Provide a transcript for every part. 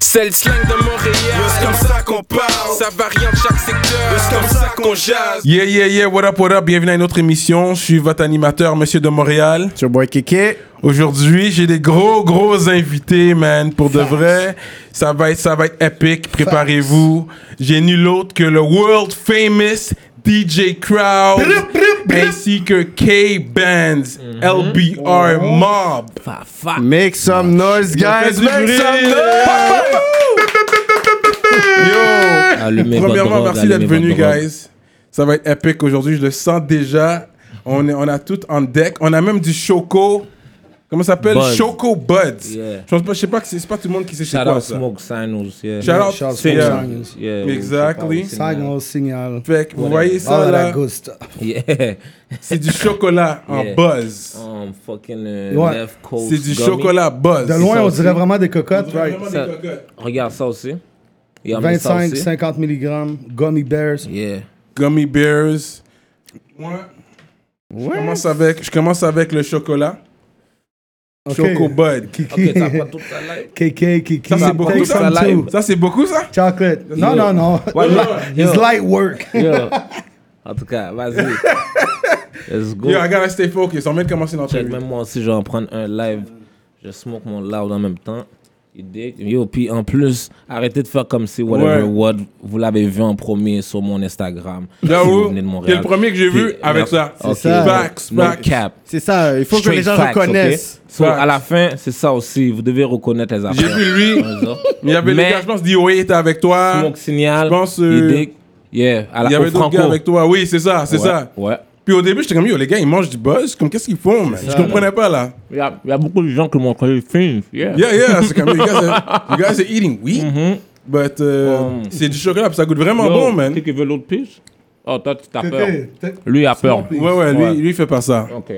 C'est le slang de Montréal. C'est comme ça qu'on parle. Ça varie en chaque secteur. C'est comme ça qu'on jase. Yeah, yeah, yeah, what up, what up, bienvenue à une autre émission. Je suis votre animateur, Monsieur de Montréal. It's your boy Kiki. Aujourd'hui, j'ai des gros, gros invités, man, pour de vrai. Ça va être, ça va être épique, préparez-vous. J'ai nul autre que le world famous DJ Crowd, ainsi que K-Bands, Mm-hmm. LBR Mob. Make some noise, Oh. guys. Faites du Make bruit. some noise. Yo! Allumez votre Premièrement, drogue, merci d'être allumez venu, votre drogue. guys. Ça va être épique aujourd'hui, je le sens déjà. On, est, on a tout en deck. On a même du Choco. Comment ça s'appelle? Buds. Choco Buds. Yeah. Je pense pas, je sais pas, que c'est c'est pas tout le monde qui sait c'est Shout quoi out ça. Smoke Signals. Yeah. Shout out. Shout out Yeah. Smoke Yeah, we- Exactly. Signal, signal. Ah, Fait que vous voyez All euh, ça of that là, good stuff. Yeah. c'est du chocolat en Yeah. buzz. Um, fucking euh, Ouais. Left Coast. C'est du gummy. chocolat buzz. De loin, on dirait vraiment des cocottes, right? Vraiment des Ça- cocottes. Regarde ça aussi. Il y a mis ça 25, aussi. 50 mg, gummy bears. Yeah. Gummy bears. Moi, je commence avec, je commence avec le chocolat. Ok. Choco Bud. Ok, t'as pas toute ta life. KK, Kiki, Ça c'est beaucoup take ça. some too. Ça c'est beaucoup ça. Chocolate. Non, non, non. Yo, It's light work. yo. En tout cas, vas-y. Let's go. Yo, I gotta stay focused. On vient de commencer notre Check, même moi aussi, je vais en prendre un live. Je smoke mon loud en même temps. You dig? Yo, puis en plus, arrêtez de faire comme si whatever Ouais. what vous l'avez vu en premier sur mon Instagram. si vous J'avoue, venez de c'est Montréal. le premier que j'ai vu Puis, avec merci. ça. Ok. ça. Facts, No facts. cap. C'est ça, il faut que Straight les gens facts, reconnaissent. ok? So, Facts. à la fin, c'est ça aussi. Vous devez reconnaître les J'ai affaires. vu lui. Mais il y avait le Mais- gars, je pense, DOA était avec toi. Smoke signal. Ah, Je pense, you euh, dig? Yeah, à la Il y au avait d'autres Franco. gars avec toi. Oui, c'est ça, c'est Ouais, ça. Ouais. Puis au début, j'étais comme, yo, les gars, ils mangent du buzz. Comme, qu'est-ce qu'ils font, man? Je comprenais pas, là. Il y, a, il y a beaucoup de gens qui m'ont créé film. Yeah. Yeah, yeah, c'est comme, you guys are, you guys are eating wheat. But, euh, Um, c'est du chocolat, puis ça goûte vraiment Mm-hmm. Yo, bon, man. Tu sais qu'il veut l'autre piste? Oh, toi, tu t'as peur. T'es- Lui a peur. Small piece. Ouais, ouais, Ouais. lui, lui, il fait pas ça. Ok.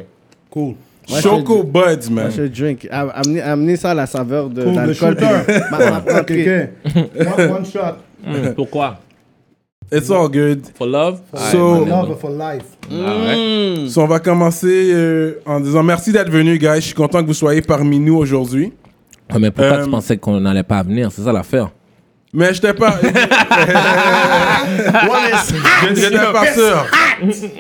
Cool. Choco Buds, man. Je drink. Am- Amenez, amenez ça à la saveur de Cool, le l'alcool. shooter. Ma- ma- ok. KK. One one shot. Hmm, pourquoi? It's all good. For love? So- Alright, man, Love for life. alright. So, on va commencer euh, en disant merci d'être venu, guys. Je suis content que vous soyez parmi nous aujourd'hui. Ah, mais pourquoi Euh, tu pensais qu'on n'allait pas venir? C'est ça l'affaire. Mais j'étais pas. Je- J'étais pas sûr.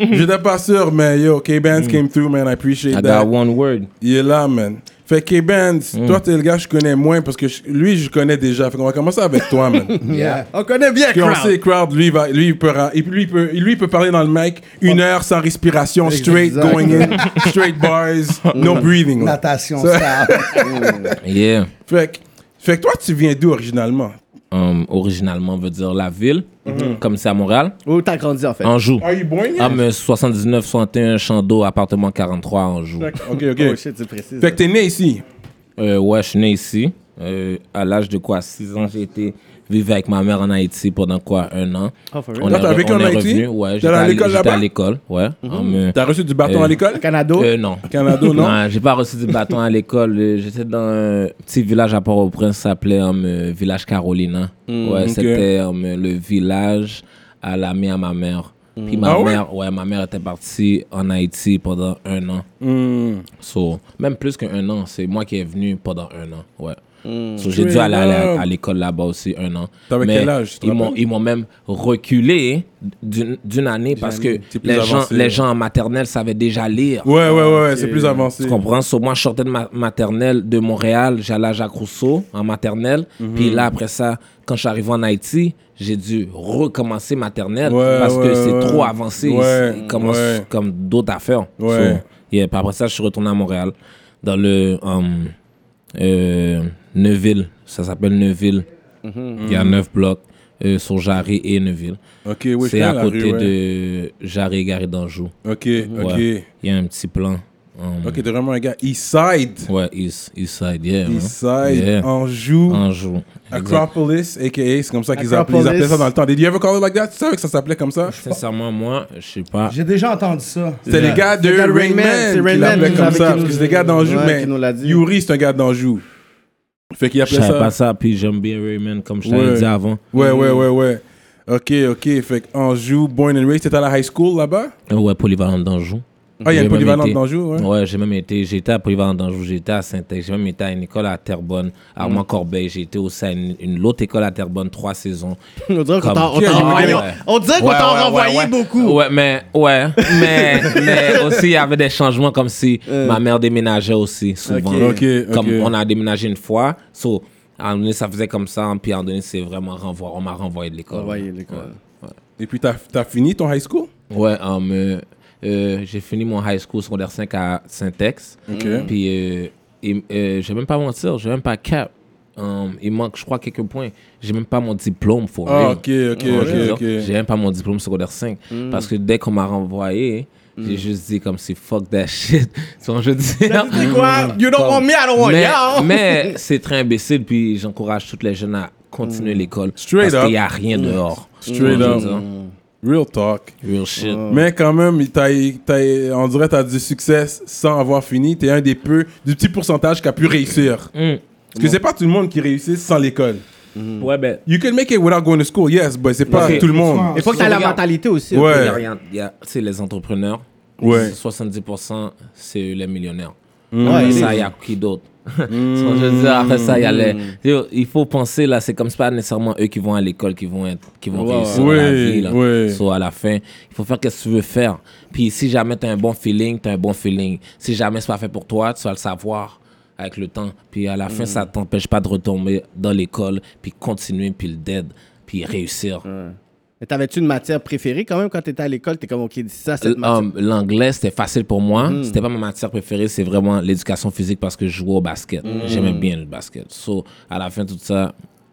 Mm. J'étais pas sûr, mais yo, K-Bands came through, man. I appreciate I that. got one word. Il est là, man. Fait que K-Benz, toi, t'es le gars que je connais moins parce que je- lui, je connais déjà. Fait qu'on va commencer avec toi, man. Yeah. On connaît bien Puis on sait, Crowd. Crowd, lui, il va, lui, il peut, ra- et puis lui, il peut, lui, il peut parler dans le mic une heure sans respiration, straight Exact. going in, straight bars, no breathing. là. Natation style. Yeah. Fait que, fait que toi, tu viens d'où originalement? Um, originalement, veut dire la ville, Mm-hmm. comme c'est à Montréal. Où t'as grandi en fait Anjou. Are you born here? Homme 79, 61, Chandeau, appartement 43, Anjou. Ok, Oh ok. shit, c'est précis. Fait que t'es né ici. Euh, ouais, je suis né ici. Euh, à l'âge de quoi 6 ans, j'ai été vivre avec ma mère en Haïti pendant quoi Un an. Oh, for real? On Ah, Toi, est t'as re- vécu on en est Haïti? revenu, Ouais, T'es j'étais allé à à l'école l'école. J'étais là-bas Mm-hmm. à l'école, ouais. Homme, euh, T'as reçu du bâton Euh, à l'école? Canada. euh, non. Canada, non? Non, j'ai pas reçu du bâton à l'école. Euh, J'étais dans un petit village à Port-au-Prince, ça s'appelait hum, euh, Village Carolina. ouais, Hmm, ok. c'était hum, le village à l'ami à ma mère. Puis ma Ah ouais? mère, ouais, ma mère était partie en Haïti pendant un an. Hmm. So, même plus qu'un an, c'est moi qui est venu pendant un an. Ouais. So, j'ai dû aller à, la- à l'école là-bas aussi un an. Hmm. T'avais Mais quel âge, tu te Ils m'ont, rappelles? ils m'ont même reculé d'une, d'une année parce année. que T'es plus les gens, avancé, ouais. les gens en maternelle savaient déjà lire. Ouais, ouais, ouais, ouais, c'est plus avancé. Tu comprends? So, moi, je sortais de ma maternelle de Montréal, j'allais à Jacques Rousseau en maternelle. Mhm. Puis là, après ça, quand je suis arrivé en Haïti, j'ai dû recommencer maternelle Ouais, parce ouais, que c'est ouais. trop avancé. Ouais, Ils- ils commencent ouais. comme d'autres affaires. Ouais. So, yeah. Puis après ça, je suis retourné à Montréal, dans le um, euh, Neuville. Ça s'appelle Neuville. Mhm. Il y a neuf blocs euh, sur Jarry et Neuville. Ok, oui, je c'est connais à la côté rue, ouais. de Jarry et Garé d'Anjou. Ok, ok. Ouais. Il y a un petit plan. um, Ok, t'es vraiment un gars Eastside. Ouais, East, Eastside, yeah. Eastside, Yeah. Anjou, Anjou. Acropolis, a.k.a. C'est comme ça qu'ils appelaient, Acropolis. ils appelaient ça dans le temps. Did you ever call it like that? Tu savais que ça s'appelait comme ça? Sincèrement, moi, je sais pas. J'ai déjà entendu ça. C'était les gars de C'est le Rain Rain Man, c'est Man Rain qui Man l'appelaient qui comme nous ça. avait- Parce que c'est des gars d'Anjou, Ouais, mais qui nous l'a dit. Yuri, c'est un gars d'Anjou. Fait qu'il Je appelait savais pas ça. ça, puis j'aime bien Rayman, comme je t'avais Ouais. dit avant. Ouais, ouais, ouais, ouais. Ok, ok. Fait que Anjou, born and raised, t'étais à la high school là-bas? Euh, Ouais, polyvalent d'Anjou. Ah, il y a J'ai une même polyvalente été- d'Anjou, ouais. Ouais, j'ai même été, j'ai été à Polyvalente d'Anjou, j'ai été à saint j'ai même été à une école à Terrebonne, Armand Corbeil, j'ai été aussi à une, une autre école à Terrebonne, trois saisons. On dirait qu'on Comme- t'en on t'en- Ouais, on- ouais. on dirait qu'on Ouais, t'en ouais, renvoyait ouais, ouais. beaucoup. Ouais, mais, ouais, mais, mais aussi, il y avait des changements comme si ma mère déménageait aussi, souvent. Euh. Ok. Ok, ok. Comme on a déménagé une fois, so, à un moment donné, ça faisait comme ça, puis à un moment donné, c'est vraiment renvoi, on m'a renvoyé de l'école. Renvoyé de l'école. Et puis, t'as as fini ton high school? Ouais, um, euh, euh, j'ai fini mon high school secondaire 5 à Saint-Ex. Puis, euh, il- euh, je vais même pas mentir, je vais même pas cap. Um, il manque, je crois, quelques points. J'ai même pas mon diplôme, for Ah, real. ok, ok, Ouais, je veux ok, dire, ok. J'ai même pas mon diplôme secondaire 5. Parce que dès qu'on m'a renvoyé, j'ai juste dit comme si fuck that shit. Tu vois, je dis. Hmm. C'est quoi? You don't want me, I don't want Mais, you. mais c'est très imbécile, puis j'encourage toutes les jeunes à continuer l'école. Straight parce up. qu'il n'y a rien dehors. Straight Tu vois, up. je veux dire, Real talk. Real shit. Mais quand même, il t'a- il t'a- on dirait que t'as du succès sans avoir fini. T'es un des peu, du petit pourcentage qui a pu réussir. Mm. Parce que c'est pas tout le monde qui réussit sans l'école. Ouais, ben, You can make it without going to school, yes, but c'est pas Ok. tout le monde. Il faut que t'aies la Regarde. mentalité aussi. Il y Ouais. a rien. Il y a, tu sais, les entrepreneurs, Ouais. 70%, c'est eux les millionnaires. Ouais, Après c'est- ça, il y a qui d'autre Tu vois, je veux dire, après ça, il y a les. Yo, Il faut penser, là, c'est comme c'est pas nécessairement eux qui vont à l'école, qui vont, être, qui vont Ouais, réussir ouais. dans la Oui, vie. Là. oui. So, à la fin, il faut faire ce que tu veux faire. Puis si jamais tu as un bon feeling, tu as un bon feeling. Si jamais c'est pas fait pour toi, tu vas le savoir avec le temps. Puis à la fin, ça t'empêche pas de retomber dans l'école, puis continuer, puis le dead, puis réussir. Mais T'avais-tu une matière préférée quand même quand t'étais à l'école? T'es comme, OK, dis ça, cette L- matière. um, L'anglais, c'était facile pour moi. Hmm. C'était pas ma matière préférée, c'est vraiment l'éducation physique parce que je jouais au basket. Hmm. J'aimais bien le basket. So, à la fin de tout ça,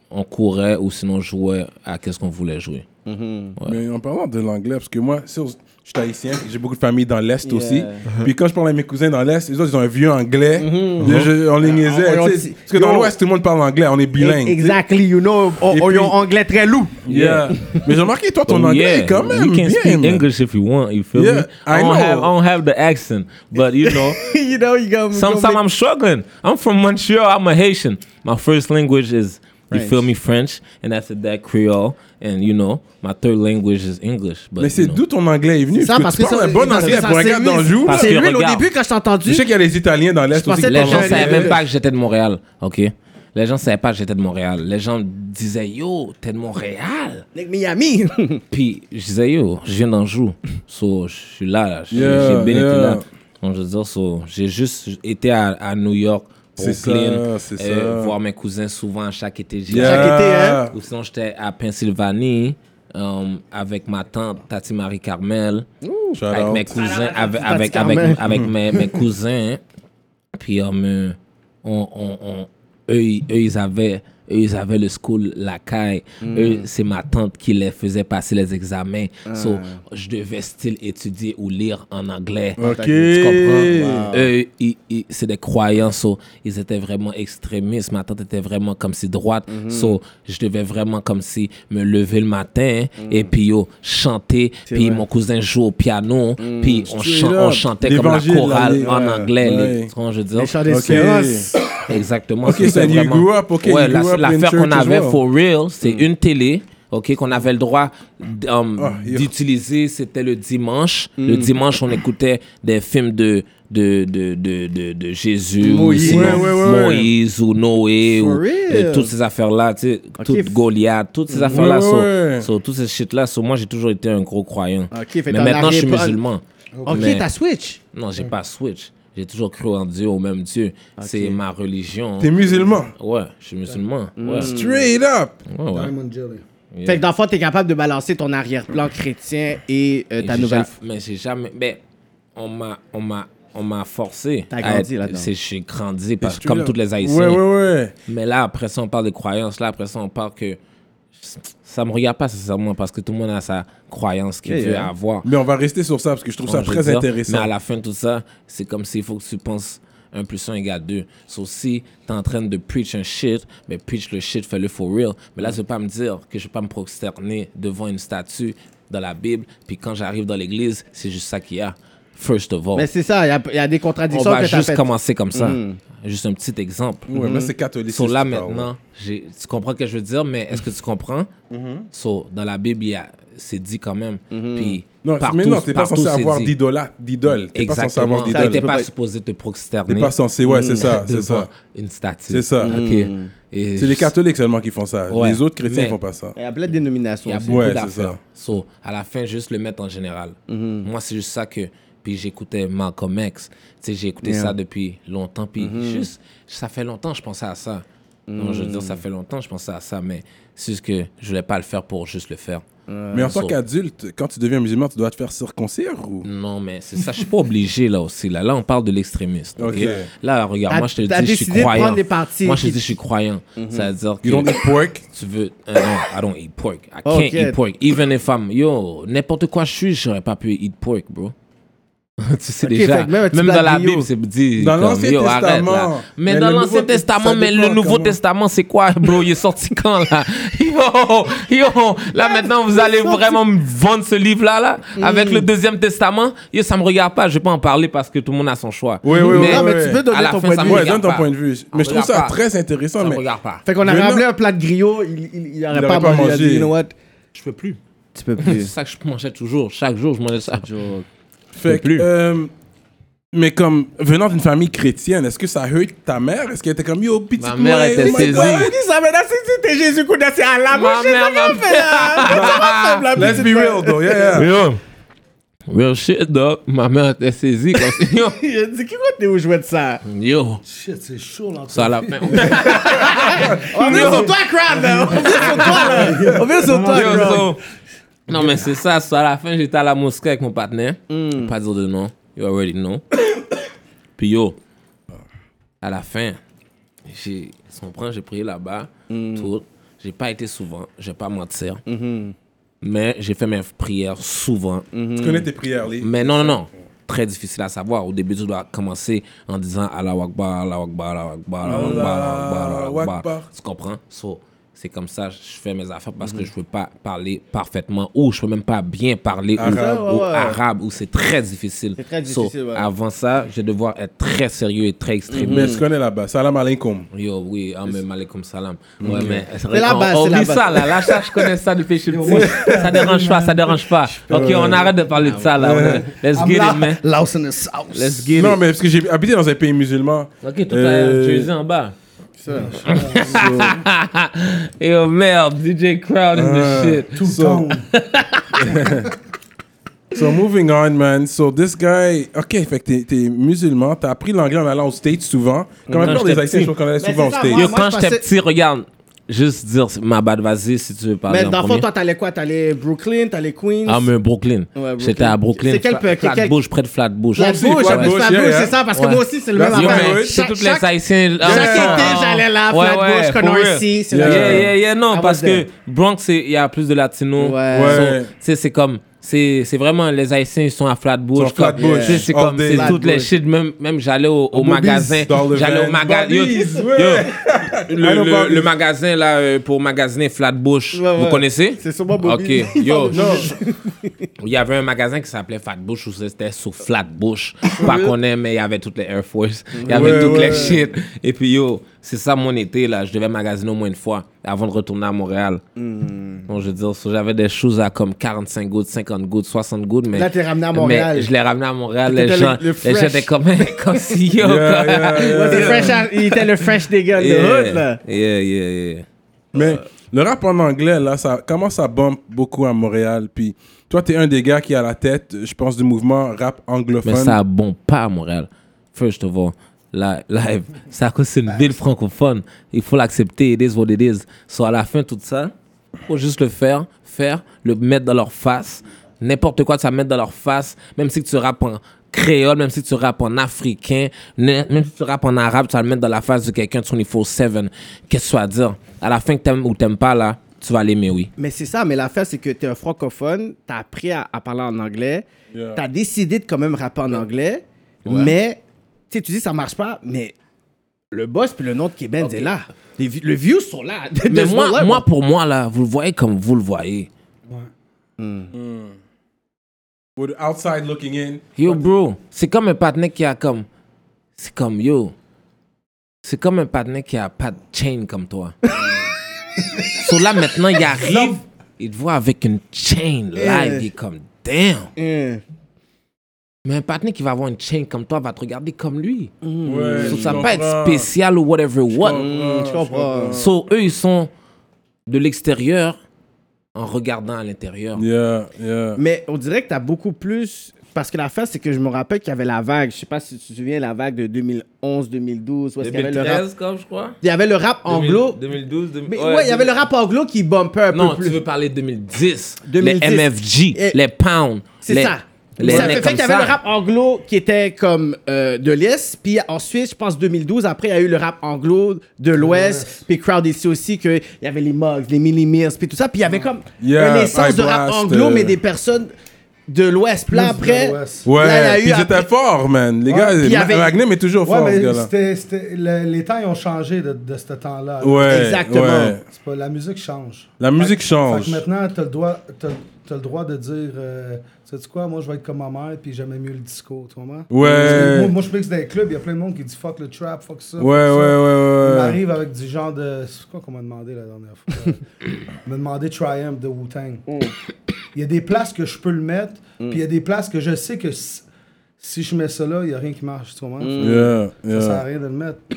on courait ou sinon on jouait à qu'est-ce qu'on voulait jouer. Mais en parlant de l'anglais, parce que moi, sur- je suis haïtien, j'ai beaucoup de familles dans l'Est aussi. Uh-huh. Puis quand je parle à mes cousins dans l'Est, les autres, ils ont un vieux anglais. Mm-hmm. Là, je- on les niaisait. Ah, on- tu sais. on- Parce que dans yo. l'Ouest, tout le monde parle anglais, on est bilingue. tu sais. Exactly, you know. On, Et on- puis- on anglais très loup. Yeah. Mais j'ai remarqué, toi, ton Oh, anglais yeah. est quand même You can bien. speak man. English if you want, you feel me? Yeah, I I don't, know. have, I don't have the accent, but you know, you know, you go. sometimes I'm struggling. I'm from Montreal, I'm a Haitian. My first language is, you feel me, French, and after that, Creole, and you know, my third language is English. But, you Mais c'est know. d'où ton anglais est venu? Ça, parce que tu parce parles que un ça- bon parce que anglais ça, pour un c'est gars lui. d'Anjou. là. Parce C'est que lui, au regarde. début, quand je t'ai Je entendu. sais qu'il y a les Italiens dans l'Est Je aussi. qui pensais Les parlent gens Genre, ne anglais. savaient les- même pas que j'étais de Montréal, ok? Les gens ne savaient pas que j'étais de Montréal. Les gens disaient, yo, t'es de Montréal. Like Miami. Puis je disais, yo, je viens d'Anjou. So, je suis là, là. Je- Yeah, j'ai bien yeah. été là. Donc, je veux dire, so, j'ai juste été à, à New York, C'est Brooklyn, ça, c'est euh, ça. voir mes cousins souvent à chaque été. j'y Yeah. allais. Chaque été, hein? Ou sinon, j'étais à Pennsylvanie. euh, avec ma tante Tati Marie Carmel, Shout avec out. mes cousins, avec, avec, Tati avec, Carmel. avec mes, mes cousins. Puis euh, me- on, on, on- eux, ils- eux, ils avaient, eux, ils avaient le school, la caille. Hmm. Eux, c'est ma tante qui les faisait passer les examens. Ah. So, je devais style étudier ou lire en anglais. Ok. Tu comprends? Eux, ils- ils- c'est des croyances. so, ils étaient vraiment extrémistes. Ma tante était vraiment comme si droite. Mhm. So, je devais vraiment comme si me lever le matin hein, Mhm. et puis yo, chanter. Puis mon cousin joue au piano. Puis on, Mhm. Straight chan- on up. chantait comme la L'évangile, là, chorale les- en ouais. anglais. les- Ouais. tu comprends, je veux dire? Les chants Ok. d'espérance. Exactement. Ok, c'est so ça, you vraiment. grew up, ok, Ouais, you la- grew up in l'affaire church qu'on as avait well. Mm. for real, c'est une télé. OK, qu'on avait le droit d- um, Ah, yeah. Mm. d'utiliser, c'était le dimanche. Le dimanche, on écoutait des films de, de, de, de, de, de Jésus, Moïse. ou sinon Ouais, ouais, ouais, ouais. Moïse, ou Noé, For ou real? euh, toutes ces affaires-là, tu sais, toutes Goliath, toutes ces affaires-là. so- Mm. ouais. so, toutes ces shit-là, so, moi, j'ai toujours été un gros croyant. Ok, fait Mais t'en maintenant, je suis arrières- musulman. Ok, Mais- ta Switch. non, j'ai pas switch. J'ai toujours cru en Dieu, au même Dieu. C'est ma religion. T'es musulman. Ouais, je suis musulman. Mm. Ouais. Straight up. Ouais, ouais. Diamond Jelly. Fait que dans le fond, t'es capable de balancer ton arrière-plan chrétien et euh, Et ta j'ai nouvelle. ja- Mais j'ai jamais. Mais on m'a, on m'a, on m'a forcé. T'as à grandi être- là-dedans. C'est j'ai grandi parce que Straight comme up. tous les Haïtiens. Ouais, ouais, ouais. Mais là après ça on parle de croyances. Là après ça on parle que ça me regarde pas sincèrement parce que tout le monde a sa croyance qu'il Yeah, veut yeah. avoir. Mais on va rester sur ça parce que je trouve ça Donc, je très veux dire, Mais intéressant. à la fin de tout ça, c'est comme s'il faut que tu penses 1 plus 1 égale 2. So, si t'es en train de preach un shit, mais preach le shit, fais-le for real. Mais là, je veux pas me dire que je vais pas me prosterner devant une statue dans la Bible, puis quand j'arrive dans l'église, c'est juste ça qu'il y a. First of all, Mais c'est ça, il y a- il y, a des on contradictions va que t'as Hmm. juste faites. commencer comme ça. Juste un petit exemple. Hmm. Ouais, mais c'est catholique. So c'est Mm. là super, ouais. Mm-hmm. maintenant, j'ai- tu comprends ce que je veux dire, mais est-ce que tu comprends? So, dans la Bible, il y a- c'est dit quand même. Puis Non, partout, mais non, t'es pas partout, censé c'est avoir dit. d'idolâtre, d'idole. T'es pas censé Exactement. avoir Ça, t'es d'idole. pas supposé te proxterner. T'es pas censé, ouais, c'est ça, c'est devant ça. Une statue. Mm. C'est ça. Ok. Et C'est les catholiques seulement qui font ça. Ouais. Les autres chrétiens Mais- font pas ça. Il y a plein de Il y dénominations. a aussi. beaucoup Ouais, c'est d'affaires. ça. So, à la fin, juste le mettre en général. Moi, c'est juste ça que. Puis j'écoutais Malcolm X. Tu sais, j'ai écouté ça depuis longtemps. Puis juste, ça fait longtemps que je pensais à ça. Non, je veux dire, ça fait longtemps que je pensais à ça, mais c'est juste que je voulais pas le faire pour juste le faire. Mais en tant Euh, so- qu'adulte, quand tu deviens musulman, tu dois te faire circoncire ou Non, mais c'est ça. Je suis pas obligé là aussi. Là, là on parle de l'extrémiste. ok? Ok. Là, regarde, T'as- moi, je te t'as dis, je suis décidé de croyant. prendre des Mhm. parties. Moi, je te dis, je suis croyant. C'est-à-dire que You don't eat pork. tu veux. euh, non, I don't eat pork. I can't Ok. eat pork. Even if I'm. Yo, n'importe quoi je suis, j'aurais pas pu eat pork, bro. tu sais Ok, déjà. fait que même un petit Même dans la blague, yo. Bible, c'est dit. Dans comme, l'Ancien yo, arrête, Testament. là. Mais, Mais dans le l'Ancien Nouveau Test- Testament, ça mais le dépend Nouveau comment. Testament, c'est quoi, bro? Il est sorti quand, là? Yo, yo, là, maintenant, vous allez vraiment me vendre ce livre-là, là? Avec Mm. le Deuxième Testament? Yo, ça me regarde pas. Je vais pas en parler parce que tout le monde a son choix. Oui, oui, oui, Non, mais tu peux à donner la ton fin, point ça de me vue. Ouais, regarde donne ton pas. point de vue. me Mais je trouve regarde ça pas. très intéressant. Ça me mais regarde pas. Fait qu'on a Mais ramené non. un plat de griot, il- il il aurait Il pas aurait pas mangé. Il a dit, mangé. you know what? Je peux plus. Tu peux C'est plus. ça que je mangeais toujours. Chaque jour, je mangeais ça. Fait que, euh, mais comme venant d'une famille chrétienne, est-ce que ça hurt ta mère Est-ce qu'elle était comme yo petite Ma mère Noël, était oh my God. saisie. ça, mais là, si c'était Jésus qu'on c'est à la Ma mère, ma Let's be real though, yeah, yeah. Real shit, dog. Ma mère était saisie. Comme si, yo, Il a dit, qui va t'es où jouer de ça? yo, Shit, c'est chaud l'entrée. ça à la fin. On vient sur toi, crowd, là! On vient sur toi, là! On vient sur toi, Yo, crowd! so- Non, mais c'est ça. so, à la fin, j'étais à la mosquée avec mon partenaire. Mm. Pas dire de nom. You already know. Puis yo, à la fin, j'ai, si on prend, j'ai prié là-bas. Mm. Tout. J'ai pas été souvent. Je vais pas mentir. Mm-hmm. Mais j'ai fait mes prières souvent. Tu connais tes prières, les. Mais non, non, non. Très difficile à savoir. Au début, tu dois commencer en disant Allah Akbar, Allah Akbar, Allah Akbar, Oh Allah Akbar, Allah Akbar, Allah Allahu Akbar. Akbar. Tu comprends? So, c'est comme ça je fais mes affaires parce Mm-hmm. que je peux pas parler parfaitement ou je peux même pas bien parler ou- Arabe. ou, Ouais, ouais, ouais. arabe ou c'est très difficile. C'est très So, difficile, ouais. Mm-hmm. Avant ça, je vais devoir être très sérieux et très Mais extrémiste. tu connais là-bas. Salam alaikum. Yo, oui, amen, alaikum salam. Ouais, mais c'est la base, Mm-hmm. c'est la base. ça, là, là, ça, je connais ça depuis que je suis petit. Ça dérange pas, ça dérange pas. Ok, on arrête de parler de ça, là. on est- Let's get it, man. Laos in the South. Let's get Non, it. mais parce que j'ai habité dans un pays musulman. Ok, tout Euh, à Jersey en bas. Yo, merde, DJ Crowd in Ah. the shit. Tout so, so moving on, man. So this guy, ok, fait que t'es- t'es musulman, t'as appris l'anglais en allant aux States souvent. Comme la Non, plupart des j'étais Haïtiens, je trouve qu'on allait Mais souvent aux c'est ça, States. Yo, moi, quand je j'étais pensais- petit, regarde, juste dire ma bad, vas-y, si tu veux parler Mais en dans le fond, Ah, premier. toi, t'allais quoi? T'allais Brooklyn, t'allais Queens? Ah, mais Brooklyn. Brooklyn. J'étais à Brooklyn. C'est quel peuple? Quel- Flatbush, près de Flatbush. La aussi, bouche, quoi, la bouche, bouche, la bouche, yeah, c'est ça, parce que ouais. moi aussi, c'est le même That's Yo, Ah, affaire. ouais, mais ouais. c'est Chaque- toutes les chaque- Haïtiens. ah, Chaque été, j'allais là, Flatbush, Connoissy, c'est Yeah. Yeah, là. yeah, yeah, non, Ah, parce ouais, que Bronx, c'est- il y a plus de latinos. Ouais. Ouais. So, Tu sais, c'est comme. C'est c'est vraiment les Haïtiens, ils sont à Flatbush. Ils sont à comme- Flatbush, tu sais, C'est all comme, day. c'est toutes les Flatbush. shit. Même, même j'allais au, au Bobby's, magasin. dans le J'allais au van. magasin. Bobby's, Yo, ouais. yo, le, Ah I know le- Bobby's. le magasin là euh, pour magasiner Flatbush, Ouais, vous ouais. connaissez? C'est sûrement Bobby. Ok, yo, Non. il y avait un magasin qui s'appelait Fatbush ou c'était sous Flatbush. Pas qu'on aime, mais il y avait toutes les Air Force. Il y avait Ouais, toutes les ouais. shit. Et puis yo, c'est ça mon été là. Je devais magasiner au moins une fois avant de retourner à Montréal. Hmm. Bon, je veux dire, so, j'avais des choses à comme 45 gouttes, 50 gouttes, 60 gouttes. Mais, Là, t'es ramené à Montréal. Mais je l'ai ramené à Montréal. Les T'étais gens, le- le les gens fresh. étaient comme, comme si yo. Yeah, quoi. yeah, yeah. Ouais, c'est fresh à- Il était le fresh des gars de hood, là. yeah, yeah, yeah. Mais le rap en anglais, là, ça commence à bump beaucoup à Montréal. Puis toi, t'es un des gars qui est à la tête, je pense, du mouvement rap anglophone. Mais ça bon pas à Montréal. First of all, la, live, ça cause c'est une ville francophone. Il faut l'accepter. It is what it is. So à la fin, tout ça, faut juste le faire, faire, le mettre dans leur face. N'importe quoi, ça mettre dans leur face. Même si tu rappes en créole, même si tu rappes en africain, ne- même si tu rappes en arabe, tu vas le mettre dans la face de quelqu'un 24-7. Qu'est-ce que tu vas dire? À la fin, que t'aimes ou t'aimes pas, là, tu vas l'aimer, oui. Mais c'est ça, mais l'affaire, c'est que t'es un francophone, t'as appris à, à parler en anglais, Yeah. t'as décidé de quand même rapper en anglais, mais tu sais, tu dis ça marche pas, mais le boss puis le nom de Québec est là. Les, vi- le view sont là. De Mais ce moi, monde-là, moi, pour moi, là, vous le voyez comme vous le voyez. With outside looking in. Yo, bro, c'est comme un partenaire qui a comme. C'est comme, yo. C'est comme un partenaire qui a pas de chain comme toi. so là, maintenant, il arrive. il te voit avec une chain live, Euh. il est comme damn. Hein. Mais un partenaire qui va avoir une chain comme toi va te regarder comme lui. Ouais, So, je ça peut être comprends. spécial ou whatever what. Mm. Je comprends. So, eux, ils sont de l'extérieur en regardant à l'intérieur. Yeah, yeah. Mais on dirait que t'as beaucoup plus. Parce que l'affaire, c'est que je me rappelle qu'il y avait la vague. Je sais pas si tu te souviens la vague de 2011, 2012. où est-ce qu'il y avait le rap- 2013, comme je crois. Il y avait le rap anglo. 2012, Mais ouais, il y avait le rap anglo qui bumpait un Non, peu tu plus. veux parler de 2010. 2010. Les MFG, Et- les Pound. C'est les- ça. Les ça nez fait, fait comme qu'il y avait ça. le rap anglo qui était comme euh, de l'Est, puis ensuite, je pense 2012, après, il y a eu le rap anglo de l'Ouest, puis Crowd ici aussi, qu'il y avait les Mugs, les Millie Mills, puis tout ça, puis il y avait comme Yeah, une essence de rap Eyebrows, anglo, euh, mais des personnes de l'Ouest. Puis là, de après, l'Ouest. Ouais, là, il y puis a eu ils étaient après- forts, man. Les gars, puis il y Ma- avait- Magnum est toujours Ouais, fort, ce mais gars-là. c'était, c'était- le- les temps ils ont changé de, de ce temps-là. Ouais, Exactement. ouais. C'est pas, la musique change. La musique change. Fait que maintenant, t'as le droit, t'as, t'as le droit de dire, euh, sais-tu quoi, moi je vais être comme ma mère, puis j'aimais mieux le disco, tu comprends? Ouais. Parce que Moi, moi, je mixe dans les clubs, il y a plein de monde qui dit fuck le trap, fuck ça. fuck Ouais, ouais, ça. On ouais, ouais. arrive avec du genre de. C'est quoi qu'on m'a demandé la dernière fois Euh, On m'a demandé Triumph de Wu-Tang. Il y a des places que je peux le mettre, puis il y a des places que je sais que si, si je mets ça là, il n'y a rien qui marche, tu comprends? Mm. Yeah, Ça sert à yeah. rien de le mettre.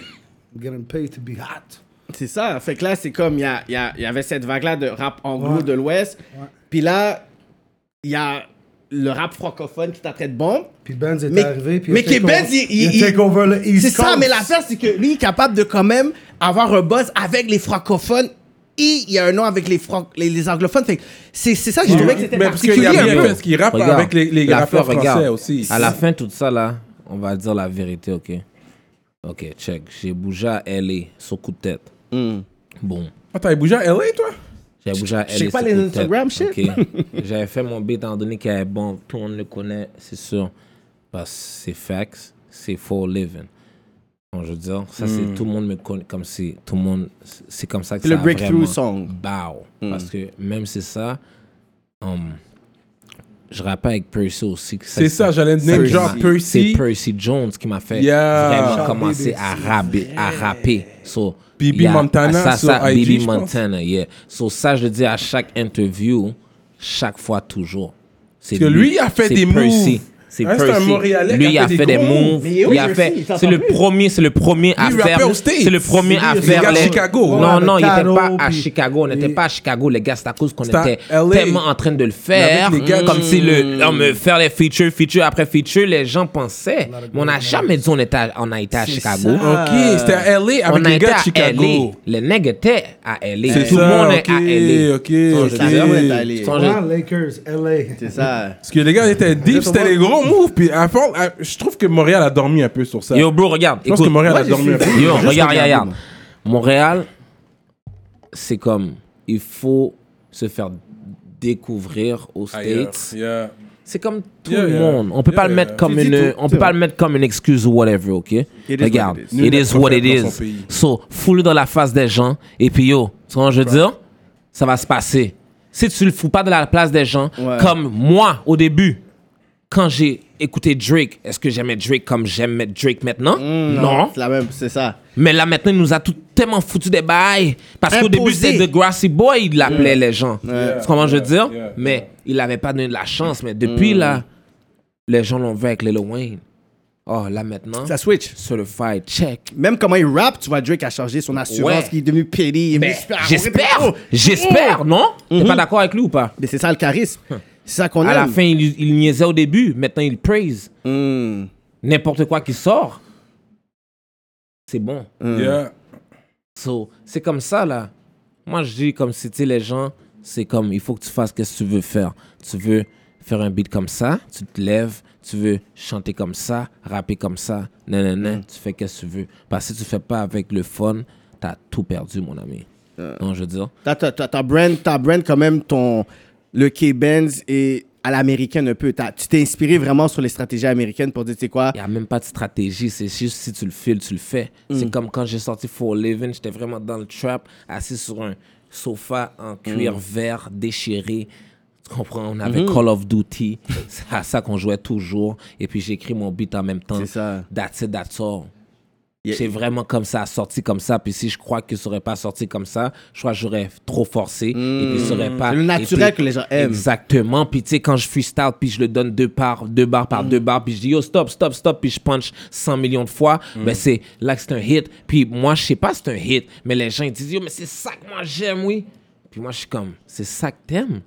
Getting paid to be hot. C'est ça. Fait que là, c'est comme, il y, a- il y a- il y avait cette vague-là de rap anglo Ouais. de l'Ouest. Ouais. Puis là, il y a le rap francophone qui t'attraite bon. Puis Benz est Mais- arrivé. Puis mais il a take Benz, over- il- il, il- a take over le East C'est ça, Coast. mais l'affaire, c'est que lui, il est capable de quand même avoir un buzz avec les francophones et il y a un nom avec les, fran- les, les anglophones. Fait que c'est c'est ça que je trouvais que c'était Mais parce que particulier Gabriel un peu. fait ce qu'il rappe Regarde, avec les, les la rappeurs fleur, français regarde. aussi. À la fin, tout ça, là, on va dire la vérité, OK? OK, check. J'ai bougé à L.A. sur coup de tête. Hmm. Bon. Ah, t'as bougé à LA, toi? J'avais bougé à L.A. sais pas sur les coup de tête. Instagram shit. OK. J'avais fait mon beat, étant donné qu'il y avait bon, tout le monde le connaît, c'est sûr. Parce que c'est facts, c'est for a living. Bon, je veux dire, ça, c'est tout le monde me connaît comme si tout le monde. C'est comme ça que Hmm. Le ça a breakthrough vraiment- song. Hmm. Bow. Parce que même c'est ça, hum, je rappelle avec Percy aussi. que C'est ça, j'allais name Percy. drop Percy. C'est Percy Jones qui m'a fait Yeah. vraiment Charlie commencer à rapper. À rapper. So, BB yeah, Montana ça, sur ça, IG, BB je pense. Montana, yeah. So, ça, je le dis à chaque interview, chaque fois, toujours. C'est Parce que lui, il a fait c'est des Percy. moves. C'est Hein, c'est Percy. un Montréalais lui, qui il a fait des gros moves. Mais oui, il a Percy, fait. il s'entend C'est le plus. premier, c'est le premier à il rappait faire. aux States. C'est le premier C'est à lui, faire. les gars de les- Chicago. Ouais, Non, avec non, il n'était Caro, pas à puis- Chicago. On n'était puis- pas à Chicago, les gars. C'est à cause qu'on C'était à était LA. tellement en train de le faire. Mm. Mais avec les gars- Comme si le. on me Euh, faire les features, features après features, les gens pensaient. Mais on n'a jamais dit on, était à- on a été à Chicago. ça. Ok, c'était à LA avec on a les été gars de à Chicago. LA. Les nègres étaient à LA. C'est Tout le ça, monde ok, est à LA. ok, Non, je ok. veux dire, Ah ouais, C'est- t'as allé. Son- Vraiment, Lakers, LA. C'est ça. Parce que les gars étaient deep, c'était les gros moves. Puis à fond, à- je trouve que Montréal a dormi un peu sur ça. Yo, bro, regarde. je pense que écoute. Montréal a j'ai dormi un peu. suivi. Yo, Juste regarde, regarder, regarde. moi. Montréal, c'est comme, il faut se faire découvrir aux States. Ailleurs. Yeah. C'est comme tout Yeah, le yeah. monde. On peut Yeah, pas le yeah. mettre comme Tu dis une, tout, on peut pas le mettre comme une excuse ou whatever, ok? is Regarde, what it is. it Nul is n'est what it prophète dans son is. pays. So, fous-le dans la face des gens et puis yo, tu vois ce que je veux dire? Ça va se passer. Si tu le fous pas de la place des gens, Ouais. comme moi au début, quand j'ai écouté Drake, est-ce que j'aimais Drake comme j'aime Drake maintenant? Mm, non. C'est la même, c'est ça. Mais là, maintenant, il nous a tout tellement foutu des bails. Parce qu'au début, Imposé. c'était The Grassy Boy, il l'appelait les gens. Tu comprends, je veux Yeah, dire? yeah, mais yeah. Mm. il n'avait pas donné de la chance. Mais depuis, là, les gens l'ont vu avec Lil Wayne. Oh, là, maintenant, Ça switch. certified, check. Même comment il rappe, tu vois, Drake a changé son assurance, Ouais. qui est devenu péri. il est Ben, venu super- J'espère, Oh. Mm-hmm. j'espère, non? T'es pas d'accord avec lui ou pas? Mais c'est ça le charisme. C'est ça qu'on aime. À la fin, il, il niaisait au début. Maintenant, il praise. Hmm. N'importe quoi qui sort, c'est bon. Yeah. So, c'est comme ça, là. Moi, je dis comme si, tu sais, les gens, c'est comme, il faut que tu fasses ce que tu veux faire. Tu veux faire un beat comme ça, tu te lèves, tu veux chanter comme ça, rapper comme ça, nan, nan, nan, tu fais ce que tu veux. Parce que si tu fais pas avec le fun, t'as tout perdu, mon ami. Non, je veux dire. T'as, t'as, t'as, t'as brand, t'as brand quand même ton, le K-Benz et à l'américaine un peu. T'as- tu t'es inspiré vraiment sur les stratégies américaines pour dire, tu sais quoi, Il n'y a même pas de stratégie, c'est juste si tu le files, tu le fais. Mm. C'est comme quand j'ai sorti For Living, j'étais vraiment dans le trap, assis sur un sofa en Mm. cuir vert déchiré. Tu comprends? On Mm. avait Call of Duty, c'est à ça qu'on jouait toujours. Et puis j'écris mon beat en même temps. C'est ça. That's it, that's all. Yeah. C'est vraiment comme ça, sorti comme ça. Puis si je crois que ça aurait pas sorti comme ça, je crois que j'aurais trop forcé. Et puis ça aurait pas. Mm. C'est le naturel été- que les gens aiment. Exactement. Puis tu sais, quand je freestyle, puis je le donne deux par deux barres par deux barres, puis je dis yo, stop, stop, stop, puis je punch 100 millions de fois, ben c'est là que c'est un hit. Puis moi, je sais pas si c'est un hit, mais les gens ils disent yo, mais c'est ça que moi j'aime, oui. Puis moi, je suis comme, c'est ça que t'aimes?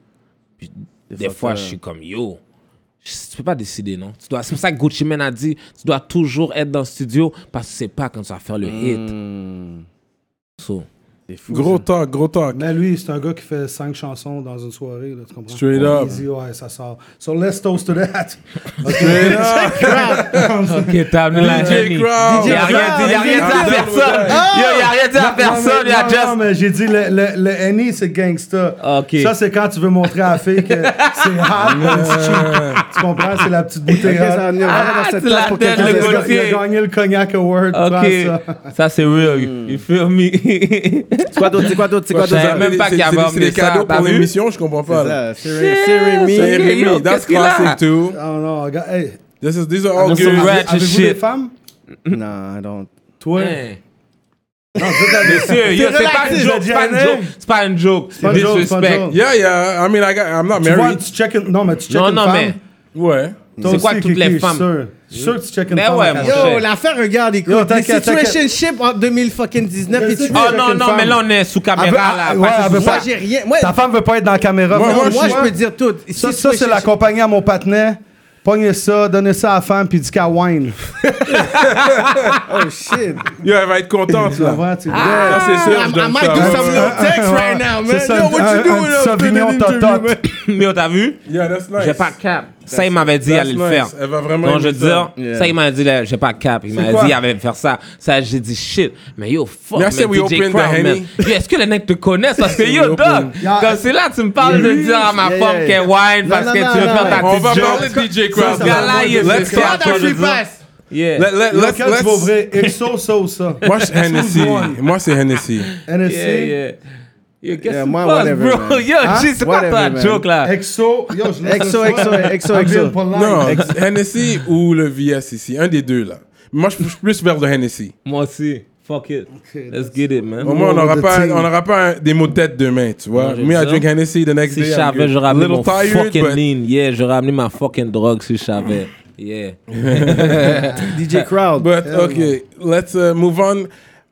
Puis des fois, je suis comme yo. Je- Tu peux pas décider, non? Tu dois, c'est pour ça que Gucci Mane a dit, tu dois toujours être dans le studio parce que tu sais pas quand tu vas faire le hit. So, Gros talk, gros talk. Mais lui, c'est un gars qui fait cinq chansons dans une soirée, là, tu comprends? Straight up. Il dit, ouais, ça sort. So let's toast to that. Straight up. Ok, t'as amené la DJ Crowd. Il a rien dit, il a rien dit à personne. Yo, il a rien dit à personne. Il a non, non, just. mais j'ai dit, le, le, le henny, c'est Ah, gangsta. Ok. Ça, c'est quand tu veux montrer à la fille que c'est hot, mais c'est cheap. Tu comprends? C'est la petite bouteille. Quelqu'un hot. s'en est- on va dans cette tu l'as place pour tête, quelqu'un le s'en- Il a- il Gaultier. a gagné le Cognac Award. prends ça. Ok. Ça, Hmm. c'est real. You feel me? C'est quoi d'autre, c'est quoi d'autre, c'est quoi Je savais d'autre? même pas C'est- qu'il y c'est- avait C'est des emmené ça, cadeaux t'as pour vu? l'émission, je comprends pas. là. Ça, C'est Ré- c'est Rémi. Hey, Rémi, Yo, that's qu'est-ce qu'il a? classic too. Oh non, regarde, hey, This is, these are all That's good. some ratchet avez-vous des shit. femmes? Non, I don't. Toi? Monsieur, yo, c'est pas une relaxé, joke. C'est je pas une dirais. joke. C'est pas une joke. pas une joke, c'est pas une Disrespect. joke. Yeah, yeah. I mean, I got, I'm not Tu vois, married. tu check une- Non, mais tu check Non, une non, femme. mais. Ouais. Toi C'est quoi aussi, toutes Kiki, les femmes? Sûr, sûr que tu check une Mais femme. ouais, à mon quatre. cher. Yo, l'affaire, regarde, écoute. Yo, les t'inquiète, t'inquiète. situationship en 2019 et Mais tu bah, c'est- Oh Avec non, une non, femme. mais là, on est sous caméra, là. Ah, ouais, Pas ah, sous- ben, Moi, ça- j'ai rien. Moi, Ta femme veut pas être dans la caméra. Moi, mais moi, au moi, moins, je peux dire tout. Ça, ça c'est la compagnie à mon patinet. Pognez ça, donnez ça à la femme, puis dis qu'à wine. Oh shit. Yo, elle va être contente, Tu là. vois, Ah, tu Ça, c'est sûr, je I donne might do ça. some little text right now, man. C'est ça, Yo, what un- you doing un up to Sauvignon the totote. interview, Mais t'as vu? Yeah, that's nice. J'ai pas cap. Ça, il m'avait dit That's d'aller le nice. faire. Elle va vraiment Donc, je aimer veux dire, Yeah. ça, il m'a dit, là, j'ai pas cap. Il m'a quoi? dit, il avait faire ça. Ça, j'ai dit, shit. Mais yo, fuck. Yeah, man, I said we DJ opened the Crowd, man. Henny. Yo, Est-ce que les mecs te connaissent? Parce que yo, we dog, opened. Yeah. quand c'est là, tu me parles de dire à ma Yeah, femme yeah, qu'elle wine parce non, que non, tu veux non, faire ta ouais. On va petite parler joke. de DJ Ce Crowd. gars-là, il est Let's spécial, talk. toi, je veux dire. passe. Yeah. Let- let- let's- Lequel tu vas let's- ouvrir? XO, ça ou ça? Moi, c'est Hennessy. one. Moi, c'est Hennessy. Yeah, NSC, yeah. Yo, qu'est-ce Yeah, que tu moi, penses, whatever, bro? man. Yo, shit, c'est quoi Whatever, ta man. joke, là? XO, yo, je laisse XO, le soir. XO, XO, I'm XO. being polite. Non, Hennessy ou le VSCC. Un des deux, là. Moi, je je suis plus vers le Hennessy. Moi aussi. Fuck it. Let's get it, man. Au moins, on More n'aura the pas, team. on n'aura pas un- des maux de tête demain, tu vois. Non, je Me, I sais. drink Hennessy the next Si day. je I'm savais, good. je ramenais Little mon tired, fucking but- lean. Yeah, je ramenais ma fucking drogue si je savais. Yeah. DJ Crowd. But okay, let's uh, move on.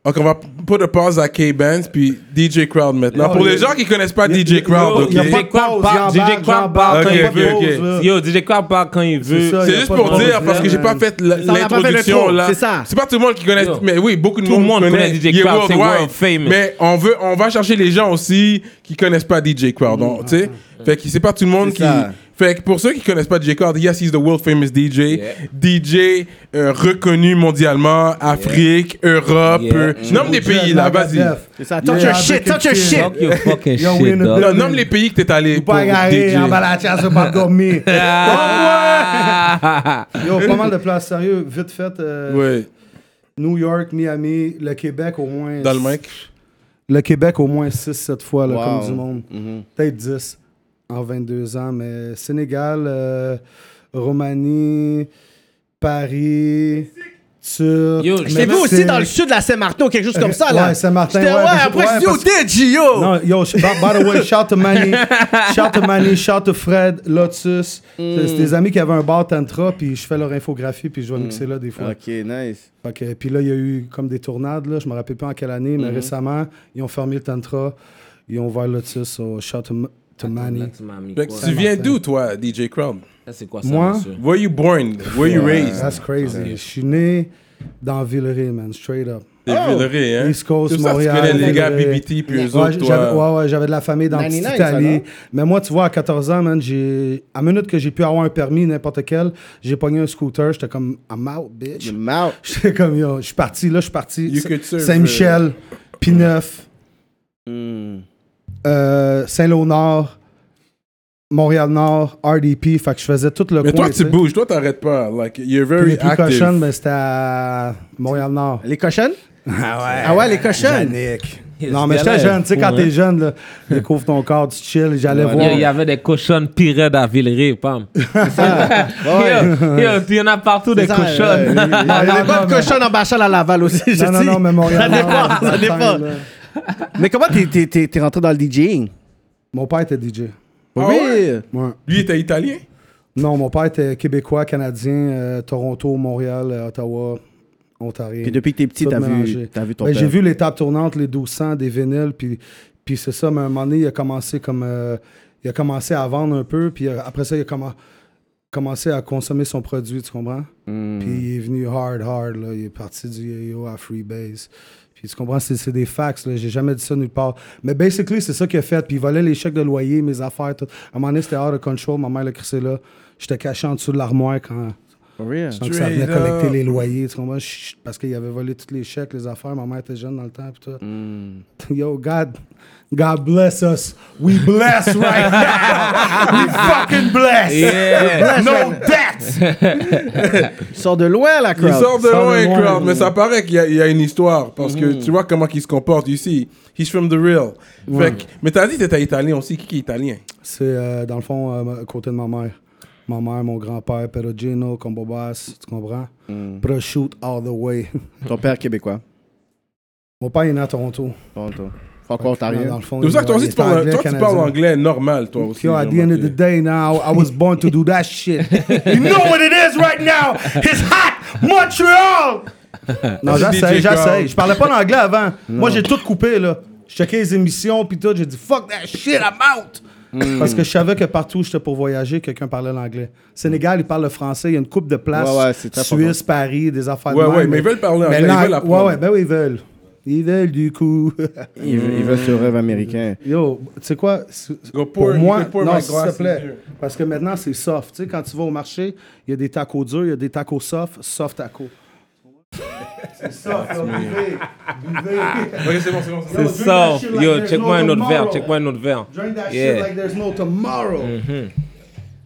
Ok, on va p- put a pause à K-Benz puis DJ Crowd maintenant. Yo, Pour les yo. gens qui connaissent pas DJ yo, Crowd, ok. y a pas de DJ Crowd pause, parle- j'embarque, DJ Crowd j'embarque, parle quand Ok, il ok, veut. ok. là. Yo, DJ Crowd parle quand il veut. ça, y C'est a juste pas pour de dire pause, parce que j'ai pas man. fait l- Ça, on a pas fait l'introduction l'intro, là. c'est ça. C'est pas tout le monde qui connaît, Yo. mais oui, beaucoup de Tout le monde connaît DJ Il est Crowd, c'est worldwide. world famous. Mais on veut, on va chercher les gens aussi qui connaissent pas DJ Mm, Crowd, on- tu sais. Fait que c'est pas tout le monde C'est qui. ça. Fait que pour ceux qui connaissent pas DJ Crowd, yes, he's the world famous DJ, Yeah. DJ euh, reconnu mondialement, Afrique, Europe, Yeah. Mm. euh, nomme des pays là, vas-y. C'est ça, touch Yeah, your shit, avec touch une your shit. Fuck your fucking Yo, we shit, in the dog. Non, nomme les pays que t'es allé pour Pas agarré, DJ. en bas Ah, bah, la chasse, pas dormi. Ah! Yo, pas mal de places, sérieux, vite fait. euh, Ouais, New York, Miami, le Québec au moins. dans le mic. Le Québec au moins 6-7 fois, là, Wow. comme du monde. Peut-être 10 en 22 ans, mais Sénégal, euh, Roumanie, Paris, Turc. Yo, je J'ai vu Mexique. aussi dans le sud de la Saint-Martin ou quelque chose comme ça, là. Ouais, Saint-Martin, J'étais, ouais, ouais, parce- après, ouais, je dis, yo, parce- DJ, yo. Non, yo, sh- by, by the way, shout to Manny, shout to Manny, shout to Fred, Lotus. C'est c'est des amis qui avaient un bar Tantra, puis je fais leur infographie, puis je vais mixer là des fois. Ok, nice. Fait que- puis là, il y a eu comme des tournades, là. je me rappelle pas en quelle année, mais récemment, ils ont fermé le Tantra, ils ont ouvert Lotus, so shout to, M- to Manny. Là, tu m'as mis Fait quoi, que là? tu viens d'où, toi, DJ Crowd? Ça, c'est quoi ça, Moi? monsieur? Where you born? Where you raised? That's crazy. Je suis né dans Villeray, man, straight up. T'es Villeray, hein? East Coast, Tout ça, Montréal, Tu connais les gars Villeray. BBT puis eux Ouais, autres, j'avais toi. ouais, ouais, j'avais de la famille dans 99, petite ça, non? Italie. Mais moi, tu vois, à 14 ans, man, j'ai à minute que j'ai pu avoir un permis, n'importe quel, j'ai pogné un scooter, j'étais comme I'm out, bitch. The mouth. J'étais comme yo, je suis parti, là, je suis parti. You could serve, Saint-Michel, Pineuf, euh, Saint-Léonard, Montréal-Nord, RDP, fait que je faisais tout le Mais coin. toi, tu sais. bouges. Toi, t'arrêtes pas. Like, you're Puis les very plus ben. cochonnes, active. mais c'était à Montréal-Nord. Les cochonnes? Ah ouais. Ah ouais, les cochonnes. Yannick. Non, mais j'étais jeune, tu sais, quand t'es jeune, là, découvre ton corps, tu chill, j'allais Il y a- voir. il y avait des cochonnes pirades à Villeray, pam. C'est ça. Il y a- il y en a partout des ça, Euh, cochonnes. ouais, ouais. Il y a non, pas de non, cochon en Bachal à Laval aussi, je Non, non, dis. non, mais Montréal. Ça dépend, ça dépend. Mais comment t'es- t'es- t'es t'es rentré dans le DJing? Mon père était DJ. Ah ouais? Ouais. Lui était italien? Non, mon père était québécois, canadien, euh, Toronto, Montréal, euh, Ottawa, Ontario. Puis depuis que t'es petit, Tout t'as vu, mélangé. t'as vu ton Ben, père. J'ai vu l'étape tournante, les 1200, des vinyles, puis, puis c'est ça. Mais à un moment donné, il a commencé comme... euh, il a commencé à vendre un peu, puis euh, après ça, il a commen- commencé à consommer son produit, tu comprends? Hmm. Puis il est venu hard, hard, là. Il est parti du yo à Freebase. Puis tu comprends, c'est c'est des fax, là. J'ai jamais dit ça nulle part. Mais basically, c'est ça qu'il a fait. Puis il volait les chèques de loyer, mes affaires, tout. À un moment donné, c'était hors de control. Ma mère l'a crissé là. J'étais caché en dessous de l'armoire quand... For real. Donc, ça venait Straight up. collecter les loyers, tu comprends? Chut, Parce qu'il avait volé tous les chèques, les affaires. Ma mère était jeune dans le temps, pis tout. Hmm. Yo, God, God bless us. We bless right now. We fucking bless. No debt. Tu sors de loin, la crowd. Il sort de sort de loin, loin, Mm. crowd, oui. mais ça paraît qu'il y, a- il y a une histoire. Parce que tu vois comment il se comporte ici. He's from the real. Fait que- mais t'as dit que t'étais italien aussi. Qui qui est italien? C'est, euh, dans le fond, euh, à côté de ma mère. Ma mère, mon grand-père, Perugino, Combo Bass, tu comprends? Mm. Prosciutto all the way. Ton père québécois. Mon père est né à Toronto. Toronto. Franco Dans ontarien le fond, Ah, C'est pour ça que toi il aussi, est tu parles, anglais, toi, tu parles canadien. anglais normal, toi aussi. Yo, at j'ai the end of the remarqué. day, now I was born to do that shit. you know what it is right now. It's hot, Montreal. Non, j'essaye, DJ j'essaye. Crowd. Je parlais pas l'anglais avant. Moi, j'ai tout coupé là. Je checkais les émissions puis tout. J'ai dit fuck that shit, I'm out. Hmm. Parce que je savais que partout où j'étais pour voyager, quelqu'un parlait l'anglais. Sénégal, ils parlent le français. Il y a une coupe de places. Ouais, ouais, c'est très Suisse, Paris, des affaires. de Ouais, même, ouais, mais ils veulent parler mais anglais, ils l'ang- veulent apprendre. Ouais, ouais, ben oui, ils veulent. Ils veulent du coup. Il veut il veut ce rêve américain. Yo, tu sais quoi? c'est- Go pour- pour you moi, can pour non, my s'il glass te in plaît. here. Parce que maintenant, c'est soft. Tu sais, quand tu vas au marché, il y a des tacos durs, il y a des tacos soft, soft tacos. c'est soft, là, buvez, buvez. Ok, c'est bon, c'est bon. c'est bon. C'est drink ça. that shit like Yo, there's check-moi no un autre verre, tomorrow. check-moi un autre verre. Drink that shit Yeah. Mm-hmm. like there's no tomorrow.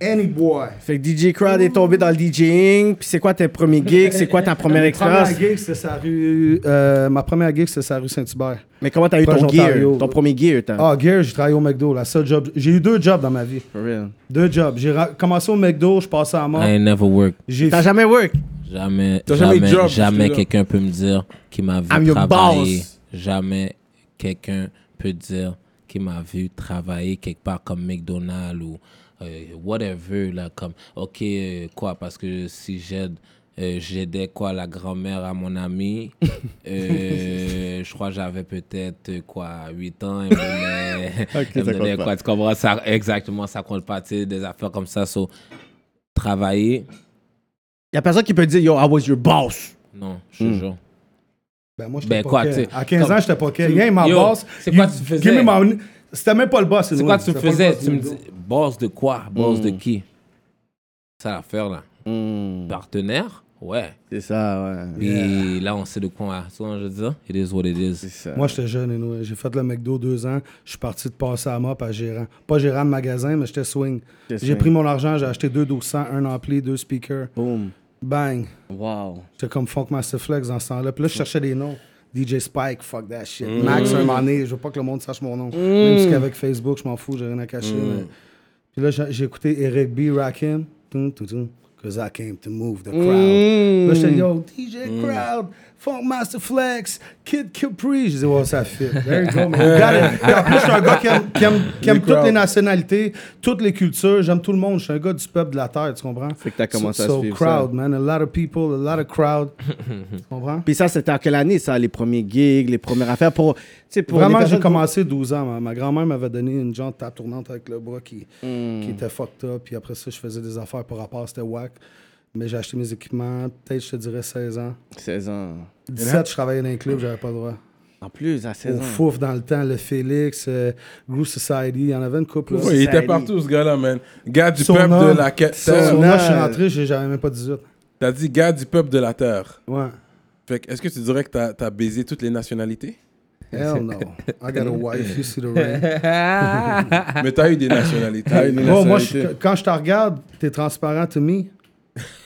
Any boy. Fait que DJ Crowd est tombé dans le DJing. Puis c'est quoi tes premiers gigs? C'est quoi ta première Ma première expérience? gig, c'est sa rue. euh, ma première gig, c'est sa rue Saint-Hubert. Mais comment t'as eu Proche ton gear? Ontario. Ton premier gear, t'as. Ah, Gear, j'ai travaillé au McDo. La seule job. J'ai eu deux jobs dans ma vie. For real. Deux jobs. J'ai ra- commencé au McDo, je passais à mort. I ain't never worked. J'ai T'as jamais work? Jamais, T'as jamais eu de jamais, job jamais, jusque-là. quelqu'un peut me dire qu'il m'a vu I'm your travailler. boss. Jamais quelqu'un peut dire qu'il m'a vu travailler quelque part comme McDonald's ou euh, whatever là comme ok euh, quoi parce que si j'aide euh, j'aidais quoi la grand-mère à mon ami euh, je crois que j'avais peut-être euh, quoi 8 ans elle me donnait, elle me ça donnait, compte pas. quoi tu comprends ça exactement ça compte pas tu sais, des affaires comme ça so, travailler Y a personne qui peut dire, yo, I was your boss. non je te Hmm. jure Ben, moi, j'étais Ben pas quoi, quai. tu sais, À 15 comme- ans, j'étais pas quai. Viens, ma Yo, boss. c'est quoi you- tu faisais? give me my- C'était même pas le boss. C'est quoi que tu faisais Tu me dis, boss de quoi Hmm. Boss de qui Ça l'affaire là. Mm. Partenaire Ouais. C'est ça, ouais. Et là, on sait de quoi on a. Souvent, je dis, it is what it is. ça. Moi, j'étais jeune, anyway. j'ai fait le McDo deux ans. Je suis parti de passer à mop à gérant. Pas gérant de magasin, mais j'étais swing. J'étais J'ai swing. pris mon argent, j'ai acheté deux 1200, un ampli, deux speakers. Boom. Bang. Wow. J'étais comme Funk Master Flex dans ce temps-là. Puis là, Mm. je cherchais des noms. DJ Spike, fuck that shit. Max, un moment donné, je veux pas que le monde sache mon nom. Mm. Même si qu'avec Facebook, je m'en fous, j'ai rien à cacher. mais- Puis là, j'ai j'ai écouté Eric B. Rakim. Tum, tum, tum. Cause I came to move the crowd. Mm. Là, j'étais yo, DJ Crowd, Funk Master Flex, Kid Capri. Je disais, wow, ça fit. There you go, man. You got it. Puis en plus, je suis un gars qui aime, qui aime- qui aime Les toutes les crowds. nationalités, toutes les cultures. J'aime tout le monde. Je suis un gars du peuple de la terre, tu comprends? Fait que t'as commencé So- à so suivre ça. crowd, man. A lot of people, a lot of crowd. tu comprends? Puis ça, c'était en quelle année, ça? Les premiers gigs, les premières affaires pour. tu sais, pour les Vraiment, j'ai personnes- commencé 12 ans. Ma, ma grand-mère m'avait donné une jante tape tournante avec le bras qui, Hmm. qui était fucked up. Puis après ça, je faisais des affaires par rapport, c'était whack. Mais j'ai acheté mes équipements, peut-être, je te dirais, 16 ans. 16 ans. 17, je travaillais dans un club, j'avais pas le droit. En plus, à Au 16 ans. Fouf, dans le temps, le Félix, euh, Groove Society, il y en avait une couple. là. Ouais, il Ça, était il- partout, ce gars-là, man. Gars du Son peuple homme. de la euh, Son- terre. Moi, je suis rentré, j'ai- j'avais même pas 18. T'as dit gars du peuple de la terre. Ouais. Fait que, est-ce que tu dirais que t'as as baisé toutes les nationalités Hell no. I got a wife, you see the ring. Ah. Mais t'as eu des nationalités. T'as eu des Bon, moi, nationalités. je- quand je te regarde, t'es transparent to me.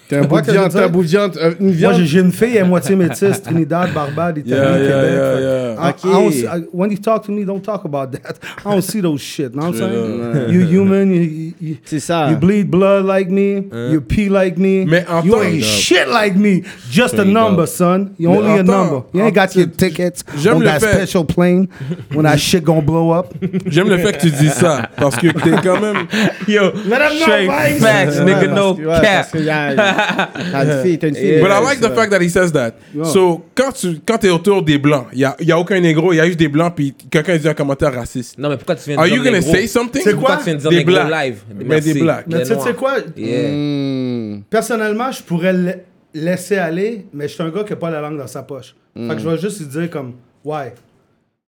T'es un bout de qu'est-ce que viande, je t'es un veux bout de viande. euh, Une Moi, j'ai- viande. j'ai une fille, elle est moitié métisse, Trinidad, Barbade, Italie, Yeah, yeah, Québec. yeah, Ah, Fait- Ah, yeah. I- Okay. I don't see- I- when you talk to me, don't talk about that. I don't see those shit. know what I'm up. saying? You human, you, you- you- C'est ça. you bleed blood like me, you pee like me, Mais en you temps- ain't shit like me. Just a Straight number, up. son. You Mais only en a temps- number. You en- ain't got your tu- tickets j'aime on le that fait- special plane when that shit gonna blow up. J'aime le fait que tu dis ça, parce que t'es quand même... Yo, Let 'em know, straight Vice. facts, Ouais, nigga, parce no que- ouais, cap. Parce que y a- t'as une fille, t'as une fille. But I like the Ouais. fact that he says that. So, quand tu quand es autour des blancs, il n'y a, y a aucun négro, il y a juste des blancs, puis quelqu'un a dit un commentaire raciste. Non, mais pourquoi tu viens de Are dire you gonna négro? say something? C'est Pourquoi quoi? tu viens de dire Des négro blacks. live? Mais Merci. des blacks. Mais Des tu sais- tu sais noirs. quoi? Yeah. Hmm. Personnellement, je pourrais le laisser aller, mais je suis un gars qui n'a pas la langue dans sa poche. Fait Mm. que je vais juste lui dire comme, ouais.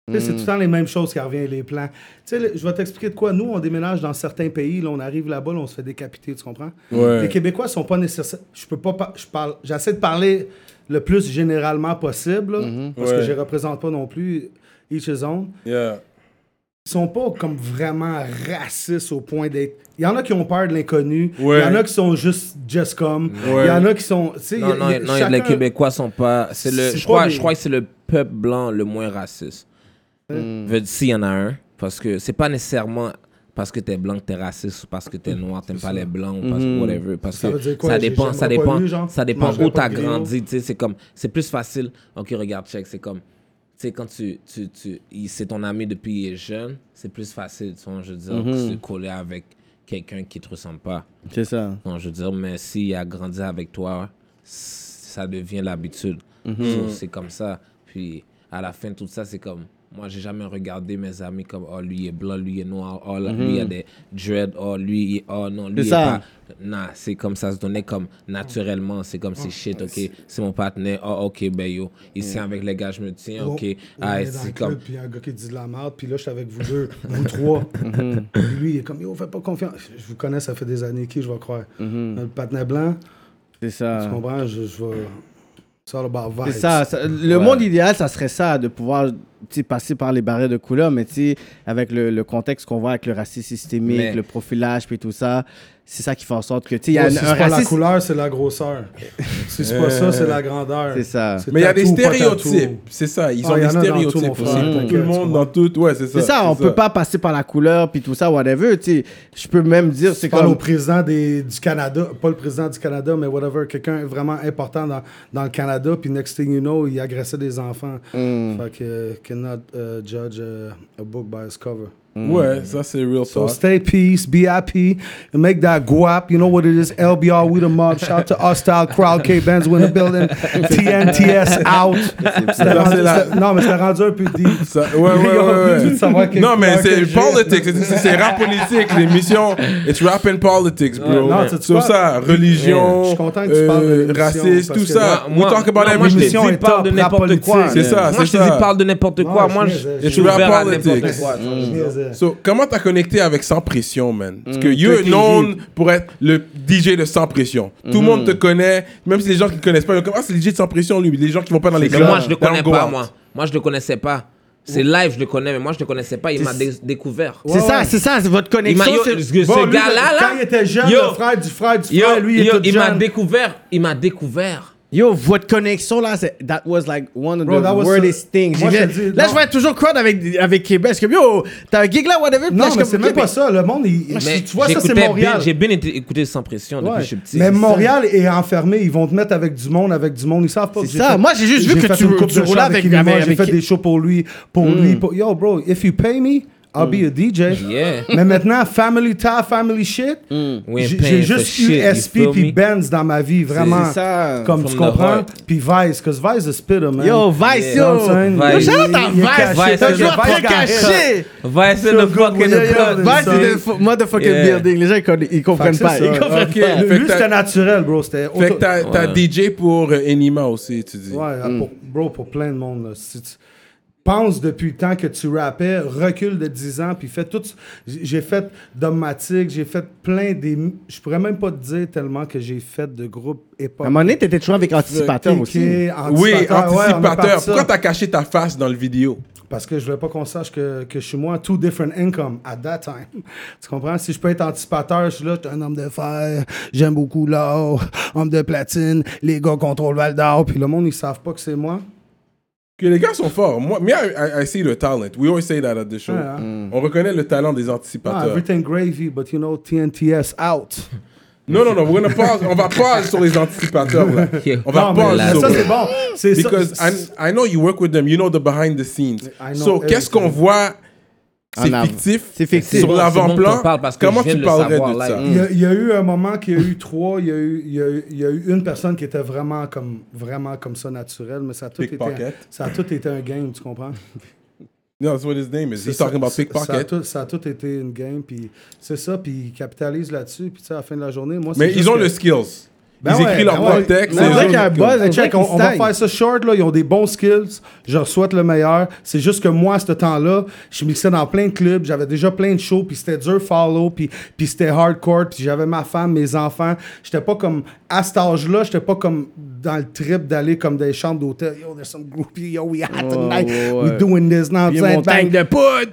Tu sais, C'est tout le temps les mêmes choses qui reviennent, les plans. Tu sais, le- je vais t'expliquer de quoi. Nous, on déménage dans certains pays, là, on arrive là-bas, là, on se fait décapiter, tu comprends? Ouais. Les Québécois sont pas nécessaires. Je peux pas. par- je parle. J'essaie de parler le plus généralement possible, là, parce que Mm-hmm. Ouais. je les représente pas non plus each his own Yeah. ils sont pas comme vraiment racistes au point d'être. Il y en a qui ont peur de l'inconnu. Il Ouais. y en a qui sont juste just comme. Il Ouais. y en a qui sont. tu sais, Non, non, il y a- non, chacun- les Québécois sont pas. C'est le, C'est je, crois, pas des- je crois que c'est le peuple blanc le moins raciste. Hmm. Je veux dire, s'il y en a un, parce que c'est pas nécessairement parce que t'es blanc que t'es raciste ou parce que t'es noir, t'aimes pas les blancs ou parce que whatever. Parce Ça que veut dire quoi, ça j'ai- dépend, ça j'aimerais pas dépend, lui, genre? ça dépend Mangerais où Hmm. pas t'as de griot? grandi. tu sais, C'est comme, c'est plus facile. Ok, regarde, check, c'est comme. Tu sais, quand tu, tu, tu, il- c'est ton ami depuis qu'il est jeune, c'est plus facile, tu vois, je veux dire, Mm-hmm. de se coller avec quelqu'un qui te ressemble pas. C'est ça. Non, je veux dire, mais s'il a grandi avec toi, ça devient l'habitude. Mhm. So, c'est comme ça. Puis à la fin, tout ça, c'est comme. Moi, j'ai jamais regardé mes amis comme oh lui il est blanc, lui il est noir, oh là, lui il a Mhm. des dreads, oh lui il- oh non lui C'est il est ça. pas. Non, c'est comme ça se donnait comme naturellement, c'est comme si shit, ok, c'est mon partenaire, oh ok ben yo, ici avec les gars je me tiens, Oh, ok, on ah est dans le c'est club, comme Puis il y a un gars qui dit de la merde, puis là, je suis avec vous deux, vous trois. Puis lui, il est comme, yo, fais pas confiance. Je vous connais, ça fait des années, qui je vais croire. Le patinet blanc, C'est ça. tu comprends, je, je vais. Ça, bah, le bar C'est ça, ça- Le monde idéal, ça serait ça, de pouvoir tu sais, passer par les barrières de couleur, mais tu sais, avec le, le contexte qu'on voit avec le racisme systémique, Mais- le profilage, puis tout ça, c'est ça qui fait en sorte que, tu sais, il y a Ouais, un, si un c'est pas la racisme- couleur, c'est la grosseur. si c'est pas ça, c'est la grandeur. C'est ça. Mais il y a des tatou ou pas tatou. stéréotypes, c'est ça. Ils ont Ah, y en des a dans tout, mon stéréotypes aussi. frère, Tout t'inquiète, le monde, tu dans vois. tout, ouais, c'est ça. C'est ça, on peut pas passer par la couleur, puis tout ça, whatever, tu sais. Je peux même dire, c'est Je parle au comme... président des- du Canada, pas le président du Canada, mais whatever, quelqu'un vraiment important dans, dans le Canada, puis next thing you know, il agressait des enfants. Fait que, euh, cannot euh, judge euh, a book by its cover. Ouais, ça, c'est real So talk. stay peace, be happy, and make that guap. You know what it is, LBR, we the mob. Shout out to us style crowd, K-Benz, we in the building, TNTS out. C'était Ça, rendu- c'est la- c'était- Non, mais c'était rendu un peu deep. Ça- ouais, ouais, Ils ont ouais, plus ouais. de savoir quel Non, mais couleur que c'est j'ai. politics. c'est- C'est c'est rap politique, l'émission. It's rap and politics, bro. Non, sais-tu Sauf quoi? ça, religion, euh, Je suis content que tu parles de l'émission, racisme, tout parce que ça. Moi- We talk about non, moi, je te everything. L'émission dis, est parle de top, rap n'importe quoi. politique. C'est ça, Moi, c'est je te ça. dis, parle de n'importe quoi. je Moi, niaise, je je je suis niaise. ouvert à Politics. n'importe quoi. tu vois. Je niaisais. So, comment t'as connecté avec Sans Pression, man? Mm. Parce que toi you qui known pour être le DJ de Sans Pression. Mm-hmm. Tout le monde te connaît, même si les gens qui ne connaissent pas, ils vont comme, ah, c'est le DJ de Sans Pression, lui. Les gens qui vont pas dans les Mais clubs. moi, je le they don't connais go pas, out. moi. Moi, je le connaissais pas. C'est live, je le connais, mais moi, je le connaissais pas. Il m'a dé- découvert. C'est ça, c'est ça, c'est votre Il m'a- connexion. yo, c'est- ce- Bon, ce lui, gars-là, là, Quand il était jeune, yo, le frère du frère du yo, frère, lui, il yo, était il m'a jeune. découvert. Il m'a découvert. Yo, votre connexion là, c'est- that was like one of Bro, the that was weirdest a- things. Moi, J'ai je te fait- dis, là, non. je vois toujours crowd avec, avec Québec. Je suis comme, yo, t'as un gig là, whatever. puis là, Non, je suis mais comme, c'est ok, même mais- pas ça. Le monde, il- il- Mais tu vois, ça, c'est j'écoutais Montréal. bien- J'ai bien été- écouté sans pression depuis Ouais. que je suis petit. Mais Montréal est enfermé. Ils vont te mettre avec du monde, avec du monde. Ils savent pas. que C'est j'ai ça. fait- Moi, j'ai juste vu que fait tu- une coupe tu de roulais shows avec- Illinois, avec- J'ai avec- fait des shows pour lui, pour lui. pour- Yo, bro, if you pay me, I'll be a DJ. Hmm. Yeah. Hmm. Mais maintenant, family tie, family shit. We ain't J'ai j'ai paying for juste shit, eu you SP feel puis me? Benz dans ma vie, vraiment. C'est ça. Comme From tu the comprends. heart. Puis Vice, cause Vice is a spitter, man. Yo, Vice, yo. Yo, Vice. shout out à Il- il est Vice. caché. T'as Vice joué got très hit. caché. Va essayer de Feel good fucking when the you're plug. young. Vice, c'est le fo- motherfucking Yeah. building. Les gens, ils conna- ils comprennent Fait que pas. c'est Ils ça. comprennent Ok. pas. Fait que Lui, t'as- c'était naturel, bro. C'était Fait que auto- t'as t'as DJ pour euh, Enima aussi, tu dis. Ouais, ah, Hmm. pour- bro, pour plein de monde. Là. Si tu- Pense depuis le temps que tu rappais, recule de 10 ans, puis fais tout. J'ai j'ai fait Domatic, j'ai fait plein des. Je pourrais même pas te dire tellement que j'ai fait de groupes À époque. un moment donné, t'étais toujours avec Anticipateur aussi. Oui, anticipateur. Pourquoi t'as caché ta face dans le vidéo Parce que je voulais pas qu'on sache que, que je suis moi two different income at that time. Tu comprends? Si je peux être anticipateur, je suis là, je suis un homme de fer, j'aime beaucoup l'or, homme de platine, les gars contrôlent Val d'Or, puis le monde, ils savent pas que c'est moi. Que les gars sont forts. Moi, me, I, I- I see the talent. We always say that at the show. Ouais, hein. On reconnaît le talent des Ah, anticipateurs. everything gravy, but you know, TNTS out. non, non, non. we're gonna pause. On va pause sur les anticipateurs. Là. Yeah. On va Non, mais pause là, sur ça, c'est bon. C'est ça. Because I, I know you work with them. You know the behind the scenes. I know So, qu'est-ce everything. qu'on voit C'est En avant. fictif. C'est fictif. C'est Sur bon, c'est bon que l'avant-plan. t'en parles parce que Comment je viens tu de le parlerais savoir de live. ça Il y, a, il y a eu un moment qu'il y a eu trois, il y a eu, il y a eu, il y a eu une personne qui était vraiment comme, vraiment comme ça naturelle, mais ça a tout, été, Pickpocket. ça a tout été un game, tu comprends? No, that's what his name is. He's Ça- talking about ça- Ça a, pickpocket. tout, ça a tout été une game, puis c'est ça, puis ils capitalisent là-dessus, puis tu sais, à la fin de la journée, moi, c'est Mais juste ils ont que- le skills. Ben ils ouais, écrivent leur ben propre ouais. texte. Ben c'est ouais. vrai eux qu'il y a un autres qui ont- buzz. Hey, check, On on, dirait on va qu'ils faire ça short, là. Ils ont des bons skills. Je leur souhaite le meilleur. C'est juste que moi, à ce temps-là, je mixais dans plein de clubs. J'avais déjà plein de shows, puis c'était dur follow, puis, puis c'était hardcore, puis j'avais ma femme, mes enfants. J'étais pas comme, à cet âge-là, j'étais pas comme dans le trip d'aller comme des chambres d'hôtel. Yo, there's some groupies, yo, we had tonight, ouais, ouais. we doing this now. Il y a une montagne de poudre.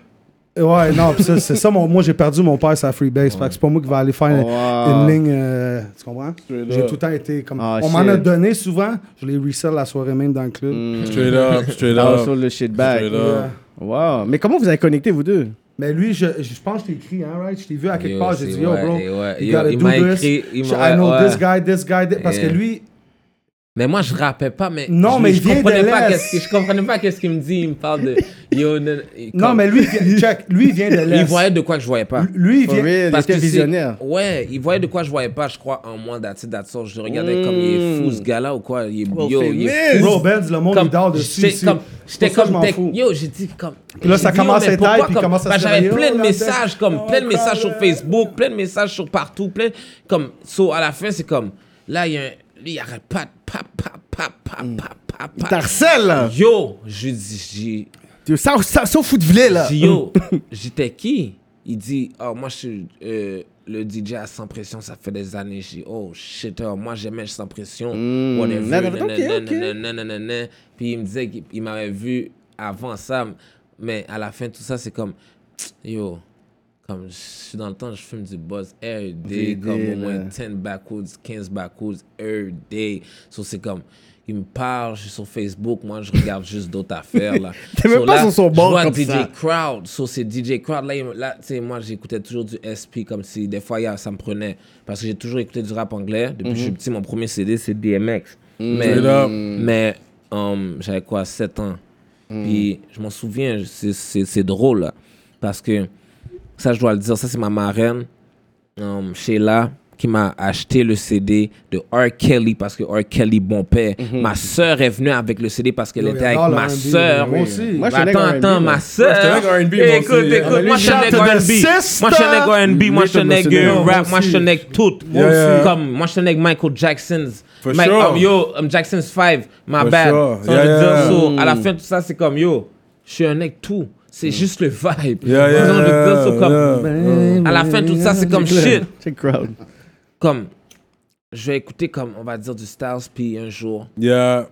Ouais, non, pis ça, c'est ça, mon, moi, j'ai perdu mon père sur la Freebase. Fait que c'est pas moi qui vais aller faire Wow. une ligne. euh, tu comprends? Straight J'ai up. tout le temps été comme. Ah, on m'en a shit. donné souvent. Je les resell la soirée même dans le club. Mm. Straight up, straight Ah, up. sur le shit bag. Straight up. Wow. Mais comment vous avez connecté, vous deux Mais lui, je, je, je pense que je t'ai écrit, hein, right? Je t'ai vu à quelque Yo, part. J'ai c'est dit, yo, ouais, bro, et ouais. you Yo, gotta il do m'a this. écrit, il m'a- I know ouais. this guy, this guy. this- Parce Yeah. que lui, Mais moi, je rappais pas, mais. Non, je, mais je il vient de comprenais pas l'Est. qu'est-ce que Je comprenais pas qu'est-ce qu'il me dit. Il me parle de. Yo, non, non, mais lui, il vient- check, lui, il vient de l'Est. Il voyait de quoi que je voyais pas. Lui, il For vient. real, il était c'est- visionnaire. Ouais, il voyait de quoi je voyais pas, je crois, en moi, d'attitude, d'attitude. Je le regardais comme il est fou, ce Hmm. gars-là, ou quoi. Il est yo, il est fou. Bro, Benz, le monde, il dort dessus. J'étais ici. comme, j'étais Pour ça, je comme m'en tech- fous. yo, j'ai dit comme. Puis là, j'ai ça dit, commence yo, mais à être hype, pourquoi puis comme- commence à bah, se J'avais dire, plein yo, de la messages, tech. comme, plein de Oh, messages sur God. Facebook, plein de messages sur partout, plein, comme, so, à la fin, c'est comme, là, il y a un, lui, il arrête pas, de pap, pap, pap, pap, pap, pap, pap. T'harcèles, là. Yo, je lui dis, j'ai- Tu- Ça, ça, ça au foot de là. j'ai dit, yo, j'étais qui? Il dit, oh, moi, je suis euh, le DJ à Sans Pression, ça fait des années. J'ai dit, oh, shit, oh, moi, j'aimais Sans Pression. whatever, Nan, nan, nan, Hmm. ok, nan, ok. nan, nan, nan, nan, nan. Puis il me disait qu'il il m'avait vu avant ça, mais à la fin, tout ça, c'est comme, yo, comme je suis dans le temps, je fume du buzz every day, Every comme day, au moins là. 10 backwoods, 15 backwoods every day. So, c'est comme, il me parle, je suis sur Facebook, moi, je regarde juste d'autres affaires, là. T'es même pas là, sur son je bord vois comme DJ ça. Crowd, so c'est DJ Crowd. Là, il me- là tu sais, moi, j'écoutais toujours du SP comme si des fois, il y a- ça me prenait. Parce que j'ai toujours écouté du rap anglais. Depuis que je suis petit, mon premier CD, c'est DMX. Mais, Straight up. mais hum, j'avais quoi, 7 ans. Puis je m'en souviens, c'est- c'est c'est drôle. là. parce que ça, je dois le dire, ça, c'est ma marraine, hum, Sheila, qui m'a acheté le CD de R. Kelly parce que R. Kelly, bon père. Ma soeur est venue avec le CD parce qu'elle Yo, était il avec adore ma le R&B, soeur. moi aussi. Moi, je suis attends, un nègre attends, ma R&B, moi. soeur. Moi, je suis un nègre R&B, moi Écoute, aussi. écoute, moi, je suis un Shout nègre to the R&B. Moi, je suis un nègre R&B. Moi, je suis un Little nègre Monsieur rap. Moi, je suis un aussi. nègre tout. Moi aussi. Comme, moi, je suis un nègre Michael Jackson's. For Mike- sure. um, yo, um, Jackson's 5. My For bad. sure. Ça veut Yeah, dire, yeah. so, à la fin, tout ça, c'est comme, yo, je suis un nègre tout. C'est juste le vibe. Yeah, Ça veut yeah, dire, so, yeah, comme, yeah. À la fin, tout ça, c'est comme shit Check crowd. comme je vais écouter comme on va dire du Styles puis un jour Yeah.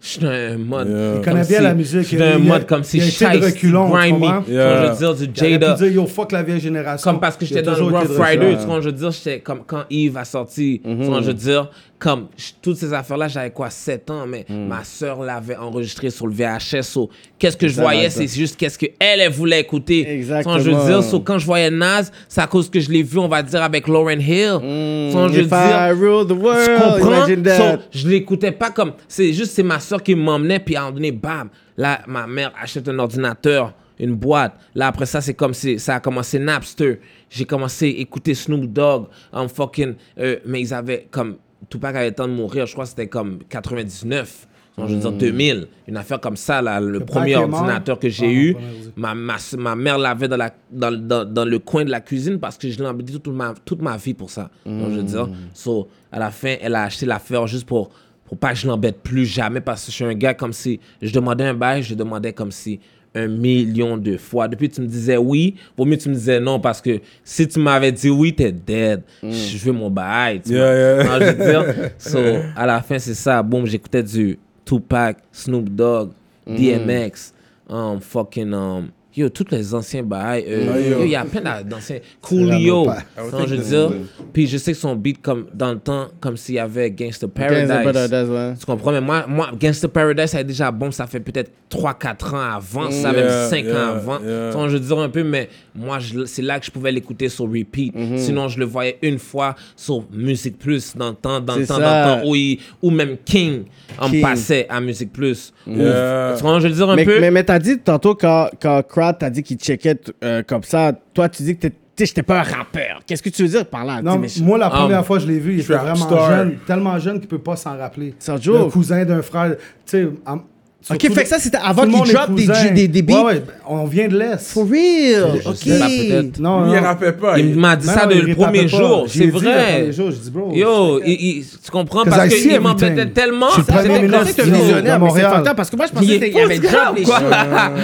je suis dans un mode Yeah. Il comme connaît bien si- la musique, je suis dans un il a- mode comme si il a je été de reculon, tu grimy comprends? Comme Yeah. je veux dire du J'aurais Jada pu dire, yo, fuck la vieille génération. comme parce que Il a j'étais dans le toujours été Rough de ça. Rider, tu vois, je veux dire, j'étais comme quand Yves a sorti, tu vois, je veux dire, comme j- toutes ces affaires-là, j'avais quoi, 7 ans, mais ma soeur l'avait enregistré sur le VHS. so, qu'est-ce que je voyais, c'est juste qu'est-ce qu'elle, elle elle voulait écouter. Tu vois, je veux Exactement. dire, so, quand je voyais Nas, c'est à cause que je l'ai vu, on va dire, avec Lauren Hill. Tu vois, je veux Mm. If I dire. rule the Tu world, comprends? imagine So, that. je l'écoutais pas comme. C'est juste, c'est ma soeur qui m'emmenait, puis à un moment donné, bam, là, ma mère achète un ordinateur, une boîte. Là, après ça, c'est comme si ça a commencé Napster. J'ai commencé à écouter Snoop Dogg, en fucking. euh, mais ils avaient comme. Tupac avait le temps de mourir, je crois que c'était comme 99. donc Je veux dire 2000, une affaire comme ça, là, le premier est mort? ordinateur que j'ai Ah, eu, premier ordi. ma, ma, ma mère l'avait dans, la, dans, dans, dans le coin de la cuisine parce que je l'ai embêté toute ma, toute ma vie pour ça. Donc, je veux dire, Mm. so, à la fin, elle a acheté l'affaire juste pour, pour pas que je l'embête plus jamais parce que je suis un gars comme si je demandais un bail, je demandais comme si un million de fois. Depuis que tu me disais oui, vaut mieux que tu me disais non parce que si tu m'avais dit oui, t'es dead. Je veux mon bail. tu vois. Mm. Ah, Yeah, yeah. Non, je veux dire, so, à la fin, c'est ça. Boum, j'écoutais du Tupac, Snoop Dogg, DMX. um, fucking. um, Yo, tous les anciens bails. euh, yo. yo, il y a plein d'a- d'anciens. Coolio. vraiment tu vois, je veux dire. Puis je sais que son beat, comme dans le temps, comme s'il y avait Gangsta Paradise. Gangsta Paradise, ouais. Tu comprends? Mais moi, moi Gangsta Paradise, ça est déjà bon. Ça fait peut-être 3-4 ans avant, ça, même Yeah, 5 yeah, ans avant. yeah. Tu vois, je veux dire un peu, mais moi, je- c'est là que je pouvais l'écouter sur repeat. Sinon, je le voyais une fois sur Musique Plus, dans le temps, dans le C'est temps, dans ça. le temps, où, il- où même King en King. passait à Musique Plus. Ou- Yeah. Tu vois, je veux dire un Mais, peu. mais, mais t'as dit tantôt quand, quand Crowd t'a dit qu'il checkait euh, comme ça, toi tu dis que t'es- tu sais, j'étais pas un rappeur. Qu'est-ce que tu veux dire par là? Non, Dis, mais je- moi, Ah, la première Um, fois que je l'ai vu, il était trap vraiment star. jeune, tellement jeune qu'il peut pas s'en rappeler. Sans joke. Le cousin d'un frère, tu sais... am- Ok, surtout fait le- que ça, c'était tout avant le qu'il monde est drop des- cousin. des- des beats. Ouais, ouais, on vient de l'Est. For real! Je Ok! sais pas, peut-être. Non, Il non. Ben rappait pas. Il Il m'a dit Non, ça non, de il le répétait premier pas. jour, J'ai c'est dit le vrai. premier jour, j'ai dit, bro, Yo, il- il- tu comprends? Cause Parce I see qu'il m'en everything. pétait tellement. Je suis le ça, premier c'était ministre comme- C'est un Yo, visionnaire, à mais c'est Montréal. fucked up, parce que moi je Il pensais est qu'il y avait fou, ce gars, drop ou les quoi? Oh.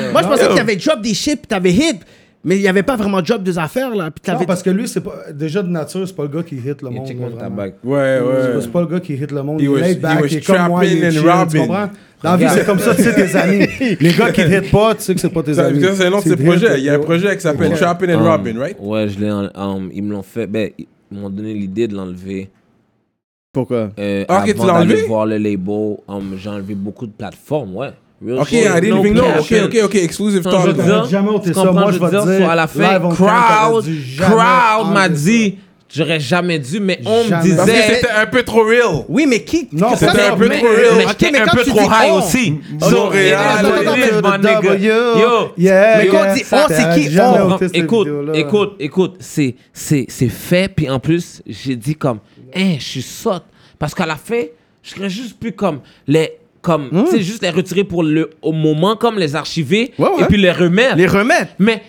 shit. Moi je pensais qu'il y avait drop des shit, puis t'avais hit, mais il y avait pas vraiment drop des affaires là. Puis Non, t'avais parce que lui, c'est pas... Déjà, de nature, c'est pas le gars qui hit le monde. Check là, mon vraiment. tabac. Ouais, ouais. C'est pas le gars qui hit le monde. He Il was- est laid he back, was il est comme moi, il est trapping chill, and tu robbing. comprends? Dans la vie, c'est comme ça, tu sais tes amis. Les gars qui te hit pas, tu sais que c'est pas tes Ça, amis. ça, c'est un nom de ses des projets. hits, Il y a un ouais. projet qui s'appelle Trapping and Um, Robin, right? Ouais, je l'ai. en- um, ils me l'ont fait. Ben, ils m'ont donné l'idée de l'enlever. Pourquoi? Euh, Ah, ok, tu avant l'as d'aller enlevé? voir le label, um, j'ai enlevé beaucoup de plateformes, ouais. Real Ok, shit, I didn't no even know. Ok, caption. ok, ok. Exclusive Non, je talk. veux dire, Jamais ôté tu ça. comprends, Moi, je veux je vais te dire, dire, à la fin, live on cam, crowd, t'aurais dû jamais crowd enlever m'a ça. dit, j'aurais jamais dû, mais on me Jamais. disait. Parce que c'était un peu trop real. Oui, mais qui? Non, que ça, c'était c'est- un peu mais- trop real. mais- Mais ok, j'étais mais un quand peu tu trop dis high on, aussi. Montréal, So, it is Ah, attends, what it attends, is, attends, my nigga. Yo, Mais Yeah, yeah. quand on dit on, c'est qui? Jamais On. ôté cette Oh, écoute, vidéo-là. écoute, écoute, c'est, c'est, c'est fait. Puis en plus, j'ai dit comme, hein, je suis sotte. Parce qu'à la fin, je serais juste plus comme les, comme, tu sais, juste les retirer pour le, au moment, comme les archiver Ouais, ouais. et puis les remettre. Les remettre. Mais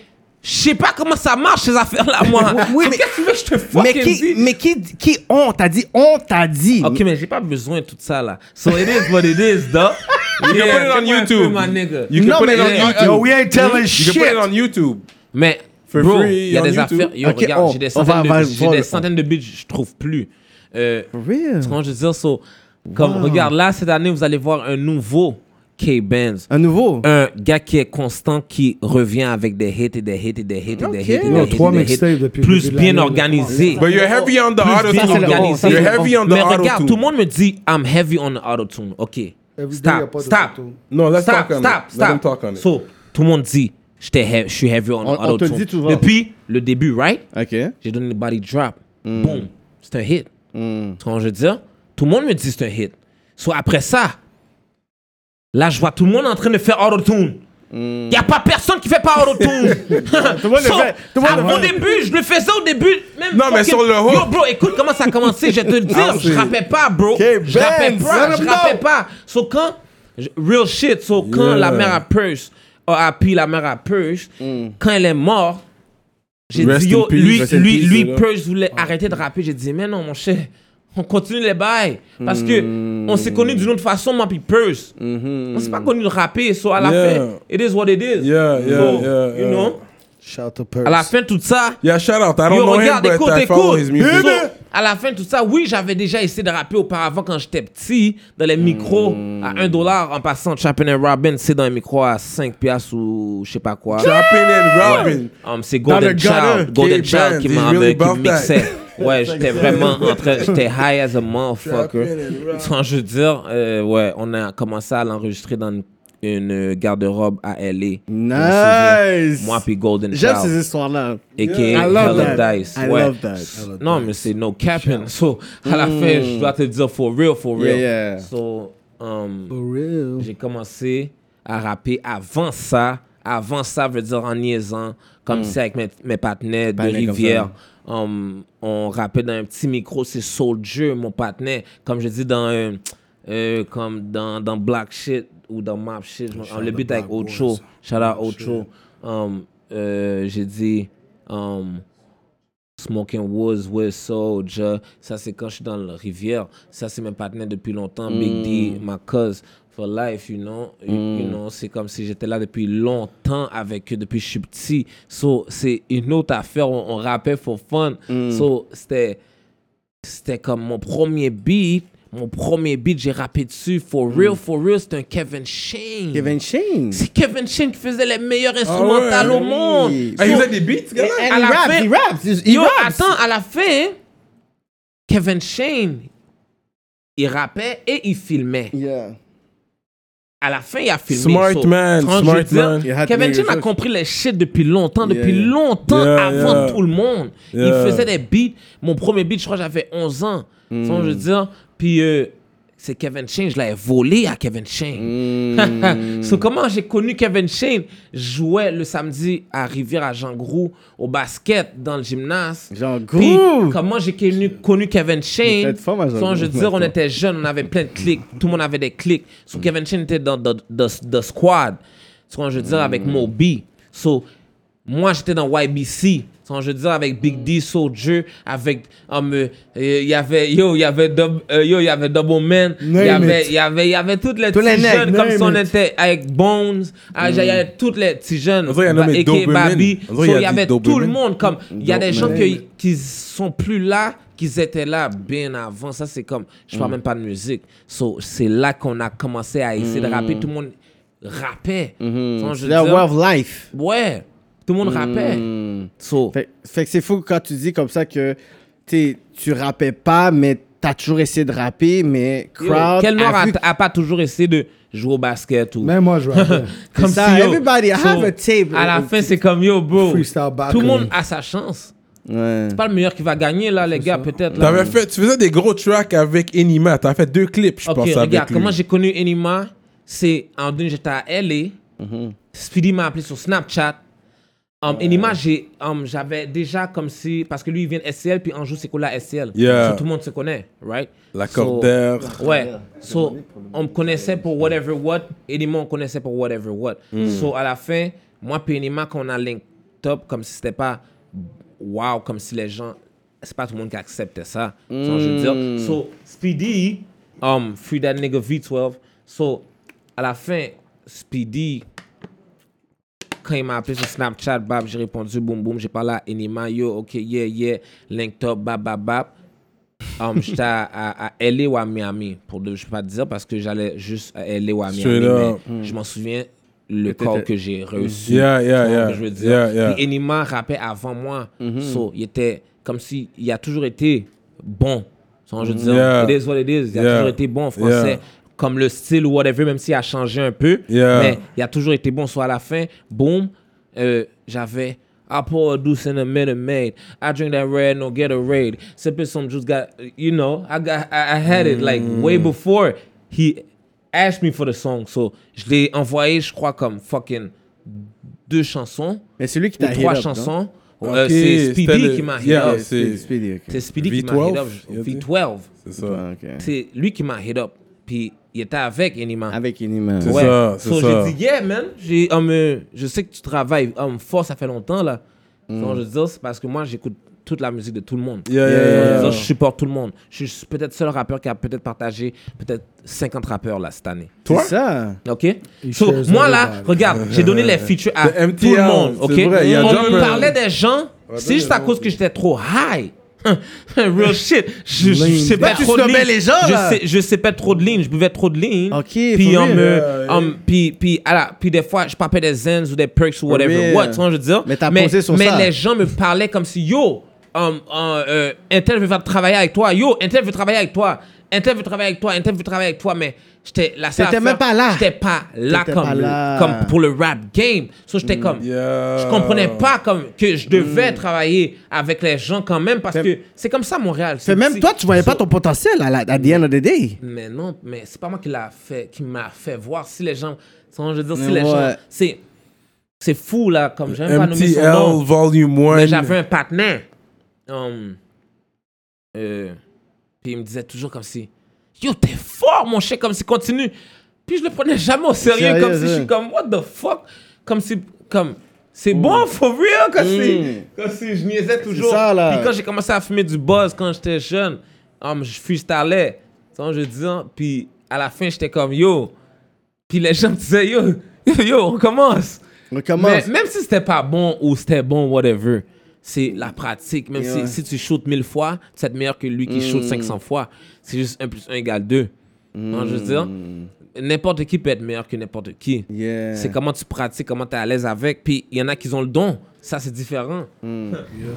je sais pas comment ça marche ces affaires-là, moi. Oui, So, mais- qu'est-ce que tu veux que je te Mais fucking qui, dise? mais qui, qui on t'a dit? On t'a dit. Ok, mais j'ai pas besoin de tout ça là. So it is what it is, dog. You can put it on YouTube. my nigga. You can Non, put it mais- on Yo, Yo, YouTube. we ain't telling You can put shit. it on YouTube. Mais, For bro, free il y a on des YouTube? affaires. Yo, Ok, regarde, on- j'ai des on va centaines, de, avoir- j'ai voir des le- centaines de beats, je trouve plus. Euh, tu real? comprends, je veux dire, so, comme, regarde, là, cette année, vous allez voir un nouveau K-Benz. Un nouveau? Un gars qui est constant, qui revient avec des hits et des hits et des hits et des hits et des Yo, hits. et trois des hits. mixtapes depuis le Plus début de bien l'année, organisé. But you're heavy on the Plus bien auto-tune. organisé. You're heavy on the Mais regarde, tout le auto-tune. monde me dit, I'm heavy on the auto-tune. OK. Every day, y a Stop, pas stop. d'auto-tune. No, let's stop, talk on it. stop, Let them stop. talk on it. So, tout le monde dit, j'étais he- je suis heavy on, On- on te auto-tune. le dit souvent. Depuis le début, right? Ok. J'ai donné le body drop. Mm. Boom. C'est un hit. Tu comprends ce que je veux dire? Tout le monde me dit c'est un hit. Soit après ça, là, je vois tout le monde en train de faire auto-tune. Il n'y a pas personne qui fait pas auto-tune. tout le monde Mm. le fait. Tout le monde le au fait. début, je le faisais au début. Même Non, mais fucking- sur le hook. Yo, bro, écoute comment ça a commencé. Je vais te le Ah, dire. je rappais pas, bro. je rappais Benz, pas. let Je him rappais know. pas. So, quand. je- Real shit. So, quand la mère à Purse a appris la mère à Purse, Mm. quand elle est morte, j'ai Rest dit, in yo, peace, lui, rest in lui, peace, lui, là. Purge voulait arrêter de rapper. J'ai dit, mais non, mon cher, on continue les bails. Parce que on s'est connus d'une autre façon, moi, puis Purge. On s'est pas connus de rapper, so à la Yeah. fin, it is what it is. Yeah, yeah, So, yeah, you yeah. know, Shout out à la Purse. fin, tout ça, Yeah, shout out. I don't yo, know him, regarde, but écoute, I follow his écoute. music. So, à la fin, tout ça, oui, j'avais déjà essayé de rapper auparavant quand j'étais petit, dans les micros à 1$ dollar, en passant Chapin and Robin, c'est dans les micros à 5$ piastres ou je sais pas quoi. Trapping and Robin. Um, c'est Dans Golden le gutter, Child, Golden K-Benz, Child qui he's m'a really qui me about that. mixait. Ouais, j'étais vraiment en train, j'étais high as a motherfucker. Sans je veux dire, euh, ouais, on a commencé à l'enregistrer dans une, une garde-robe à LA. Je me souviens. Nice. Moi puis Golden J'aime ces Child, histoires-là. aka I love Hella that. Dice. I ouais. love that. Mm. Non, mais c'est no capping. So, à la fin, je dois te dire for real, for real. Yeah, yeah. So, um, j'ai commencé à rapper avant ça. Avant ça, veut dire en niaisant, comme ça avec mes, mes partenaires de Hmm. Partenaires comme Rivière. Um, on rappait dans un petit micro, c'est Soldier, mon partenaire. Comme je dis dans, euh, euh, comme dans, dans Black Shit ou dans Map Shit. je me- le beat avec Ocho. Shout out Ocho. Um, euh, j'ai dit. um, Smoking Woods with Soldier. Ça, c'est quand je suis dans la rivière. Ça, c'est mes partenaires depuis longtemps. Big D, ma cause for life, you know. You- you know, c'est comme si j'étais là depuis longtemps avec eux, depuis que je suis petit. So, c'est une autre affaire. On, on rappait for fun. So, c'était c'était comme mon premier beat, Mon premier beat, j'ai rappé dessus. For real, for real, c'est un Kevin Shane. Kevin Shane. C'est Kevin Shane qui faisait les meilleurs instrumentales au oui. monde. Ah, il Yo, faisait des beats, ce gars-là? Et- à il la rappe, fin- il rappe, il yo, rappe. attends, à la fin, Kevin Shane, il rappait et il filmait. Yeah. À la fin, il a filmé. Smart So, man, quand je smart veux dire, man. Il a Kevin des Shane a ressources. compris les shit depuis longtemps, depuis Yeah. longtemps Yeah, avant yeah. tout le monde. Yeah. Il faisait des beats. Mon premier beat, je crois que j'avais 11 ans. Hmm. Tu vois, je veux dire, puis euh, c'est Kevin Shane, je l'avais volé à Kevin Shane. Hmm. C'est comment j'ai connu Kevin Shane? Je jouais le samedi à Rivière à Jean Groux au basket dans le gymnase. Jean Puis, Groux! comment j'ai connu, connu Kevin Shane? Vous êtes fort, ma Jean Tu vois, je veux Groux, dire, on maintenant. était jeunes, on avait plein de clics, tout le monde avait des clics. So, Kevin Shane était dans The, the- the Squad, tu vois, je veux dire, avec Moby. So, moi, j'étais dans YBC, tu vois, je veux dire, avec Big D, Soldier, avec. um, euh, euh, Il y avait. Yo, il y avait, Dub- euh, yo, il y avait Double Man, il Name y avait, it. il y avait, il y avait toutes les Tous petits les necks, jeunes, comme si on name it. était avec Bones, ah, il y avait toutes les petits jeunes, On dirait qu'il y en a nommé AK, Doberman. Babi. On So, dirait qu'il Il a y dit avait tout le Doberman. monde, Mm, comme. Il y a des gens Doberman. qui qui sont plus là, qu'ils étaient là bien avant. Ça, c'est comme, je Mm. parle même pas de musique. So, c'est là qu'on a commencé à essayer de rapper. Tout le monde rappait. Tu vois, je Mm. Mm-hmm. C'est veux la dire, way of life. Ouais, tout le monde rappait. So, Mm. Fait, fait que c'est fou quand tu dis comme ça que tu sais, tu rappais pas, mais t'as toujours essayé de rapper, mais yo, crowd. quel noir a a, vu- a pas toujours essayé de jouer au basket ou. Même moi, je rappelle. comme C'est ça, everybody have a table. À la fin, c'est comme yo, bro. Freestyle Tout le battle. monde a sa chance. Ouais. C'est pas le meilleur qui va gagner, là, les gars, peut-être. là. T'avais fait, tu faisais des gros tracks avec Enima. T'as fait deux clips, je Ok, pense, regarde, avec lui. comment j'ai connu Enima, c'est en 2000, j'étais à LA. Mhm. Speedy m'a appelé sur Snapchat. Um, Enima, j'ai, um, j'avais déjà comme si. Parce que lui, il vient de SCL, puis Anjou, c'est quoi la SCL Yeah. So, Tout le monde se connaît, right La So, Cordaire. Ouais. So, on me connaissait pour whatever what. Enima, on connaissait pour whatever what. So, à la fin, moi et Enima, quand on a linked up, comme si c'était pas wow, comme si les gens. C'est pas tout le monde qui acceptait ça. Tu vois, je veux dire. So, Speedy, um, Free That Nigga V12. So, à la fin, Speedy, quand il m'a appelé sur Snapchat, bab, j'ai répondu, boum, boum, j'ai parlé à Enima, yo, ok, yeah, yeah, linked up, bab, bab, bab. Um, J'étais à, à, à LA ou à Miami, pour de, je peux pas te dire, parce que j'allais juste à LA ou à Miami, Straight up. Hmm. mais je m'en souviens, le call que j'ai reçu. Yeah, yeah, Tu vois ce yeah. que je veux dire. Yeah, yeah. Mm-hmm. Puis Enima rappait avant moi, so, il était comme si, il a toujours été bon. Tu vois, je veux dire, Yeah. it is what it is, il a Yeah. toujours été bon en français. Yeah. Comme le style ou whatever, même s'il a changé un peu, Yeah. mais il a toujours été bon. Soit à la fin, boom, euh, j'avais I pour a deuce in a minute made. I drink that red, no get a raid. Sipping some juice, got, you know, I, got, I, I had it like Mm. way before he asked me for the song. So, je l'ai envoyé, je crois, comme fucking deux chansons Mais c'est lui qui ou t'a hit trois up, non? chansons. Ok, Euh, c'est c'était Speedy le- qui m'a hit yeah, up. c'est- Speedy, ok. C'est Speedy qui m'a V12, hit up. il a dit. V12. C'est ça. Ah, ok. C'est lui qui m'a hit up. Puis, il était avec Enima. Avec Inima. C'est ça, c'est So, ça. J'ai dit, yeah, man. J'ai, um, euh, je sais que tu travailles um, fort, ça fait longtemps, là. Donc, je dis, c'est parce que moi, j'écoute toute la musique de tout le monde. Yeah, yeah, So, yeah, je dis, yeah. je supporte tout le monde. Je suis peut-être seul rappeur qui a peut-être partagé peut-être 50 rappeurs, là, cette année. Toi? C'est ça. OK? Il So, shares moi, the là, vibe. regarde, j'ai donné les features à The tout le MTL, monde. c'est OK? vrai, il y a On Jumper. me parlait des gens, c'est juste à cause que j'étais trop high. Hein? Real shit. Je, je sais pas Là, tu trop de snobais lignes. les gens, je, là. sais, je sais pas trop de lignes. Je buvais trop de lignes. OK, Puis, for on real. me- on me- puis, puis, à la- puis des fois, je papais des Zens ou des Perks ou whatever. real. What, tu vois, je veux dire. Mais t'as posé sur mais ça. les gens me parlaient comme si, yo, um, euh, euh, Intel veut faire travailler avec toi. Yo, Intel veut travailler avec toi. Intel veut travailler avec toi. Intel veut travailler avec toi. Mais j'étais la seule T'étais affaire, même pas là. J'étais pas là T'étais comme, pas là. Mm, comme pour le rap game. So, j'étais comme, yeah. je comprenais pas comme que je devais travailler avec les gens quand même parce que c'est comme ça Montréal. Fait C'est même petit. toi, tu voyais So- pas ton potentiel à la à the end of the day. Mais non, mais c'est pas moi qui l'a fait, qui m'a fait voir si les gens, tu vois, je veux dire, si les Mais gens, ouais. c'est, c'est fou là, comme j'aime pas nommer son MTL nom, Volume mais 1. j'avais un partenaire, Hum, euh, puis il me disait toujours comme si, yo t'es fort mon chien, comme si continue, puis je le prenais jamais au sérieux, Sérieux, comme si je ouais. suis comme what the fuck, comme si, comme c'est Mm. bon for real, comme si, comme si je niaisais toujours. ça, là. Puis quand j'ai commencé à fumer du buzz quand j'étais jeune, um, je freestylais. Tu vois, je dis, hein, puis à la fin, j'étais comme yo. Puis les gens me disaient yo, yo, yo, on commence. On commence. Mais même si c'était pas bon ou c'était bon, whatever, c'est la pratique. Même Ouais. si, si tu shootes 1000 fois, tu vas être meilleur que lui qui Hmm. shoot 500 fois. C'est juste 1 plus 1 égale 2. Je veux dire, Hmm. n'importe qui peut être meilleur que n'importe qui. Yeah. C'est comment tu pratiques, comment tu es à l'aise avec. Puis il y en a qui ont le don. Ça, c'est différent.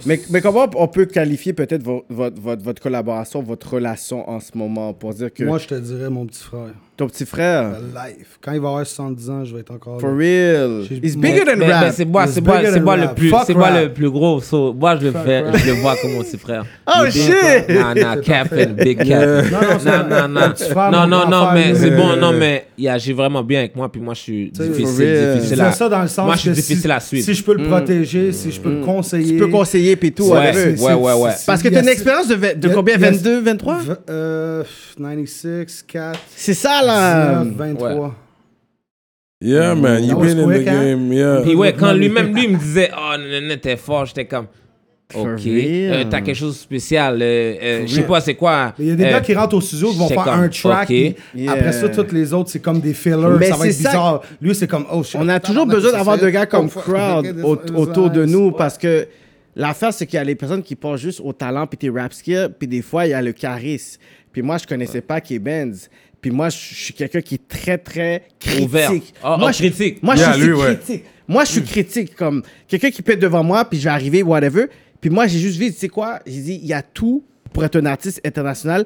Mais, mais comment on peut qualifier peut-être vo- votre, votre, votre collaboration, votre relation en ce moment pour dire que Moi, je Euh, te dirais, mon petit frère, ton petit frère, life. Quand il va avoir 70 ans, je vais être encore for là. real, J'ai- he's bigger than Mais, mais rap. Ben, c'est moi, It's c'est moi, bigger c'est than moi le rap. plus, Fuck c'est moi rap. le plus gros. So, moi, je le fais, rap. je le vois comme mon petit frère. Oh You big- shit! Nah, nah, Captain, big Captain. Non, non, c'est Non, vrai. non, non. Le petit frère, Non, mon non, grand non, frère, mais lui, c'est euh, bon, non, mais il agit vraiment bien avec moi, puis moi, je suis sais, for difficile, real. Je difficile disais à... ça dans le sens Moi, je suis que si- difficile à suivre. Si je peux le protéger, si je peux le conseiller. Tu peux conseiller puis tout. Ouais. whatever. Ouais, ouais, ouais. Parce que tu t'as une expérience de, ve- de combien? 22, 23? Euh, pff, 96, 4, C'est ça, là! 19, 23. Yeah, man, you That was been in the quick, hein? game, yeah. Puis ouais, quand lui-même, lui, il me disait, oh, nanana, t'es fort, j'étais comme, For ok, real. euh, t'as quelque chose de spécial, euh, euh, je sais pas, c'est quoi. Mais Il y a des euh, Eh, gars qui rentrent au studio qui vont c'est faire comme, un track. ok. et Yeah. Après ça, toutes les autres, c'est comme des fillers. Mais ça va c'est être ça- bizarre. Lui, c'est comme, oh shit. On a toujours besoin d'avoir des gars comme crowd au- autour de nous parce que l'affaire, c'est qu'il y a les personnes qui pensent juste au talent puis tes rap skills, puis des fois, il y a le charisme. Puis moi, je connaissais pas Kay Benz. Puis moi, je suis quelqu'un qui est très, très critique. Ouvert. Ah, moi, ah, je- critique. Moi, je Yeah, suis lui, ouais. critique. Moi, je suis critique. Comme quelqu'un qui pète devant moi, puis je vais arriver, whatever. Puis moi, j'ai juste vu, tu sais quoi, j'ai dit, il y a tout pour être un artiste international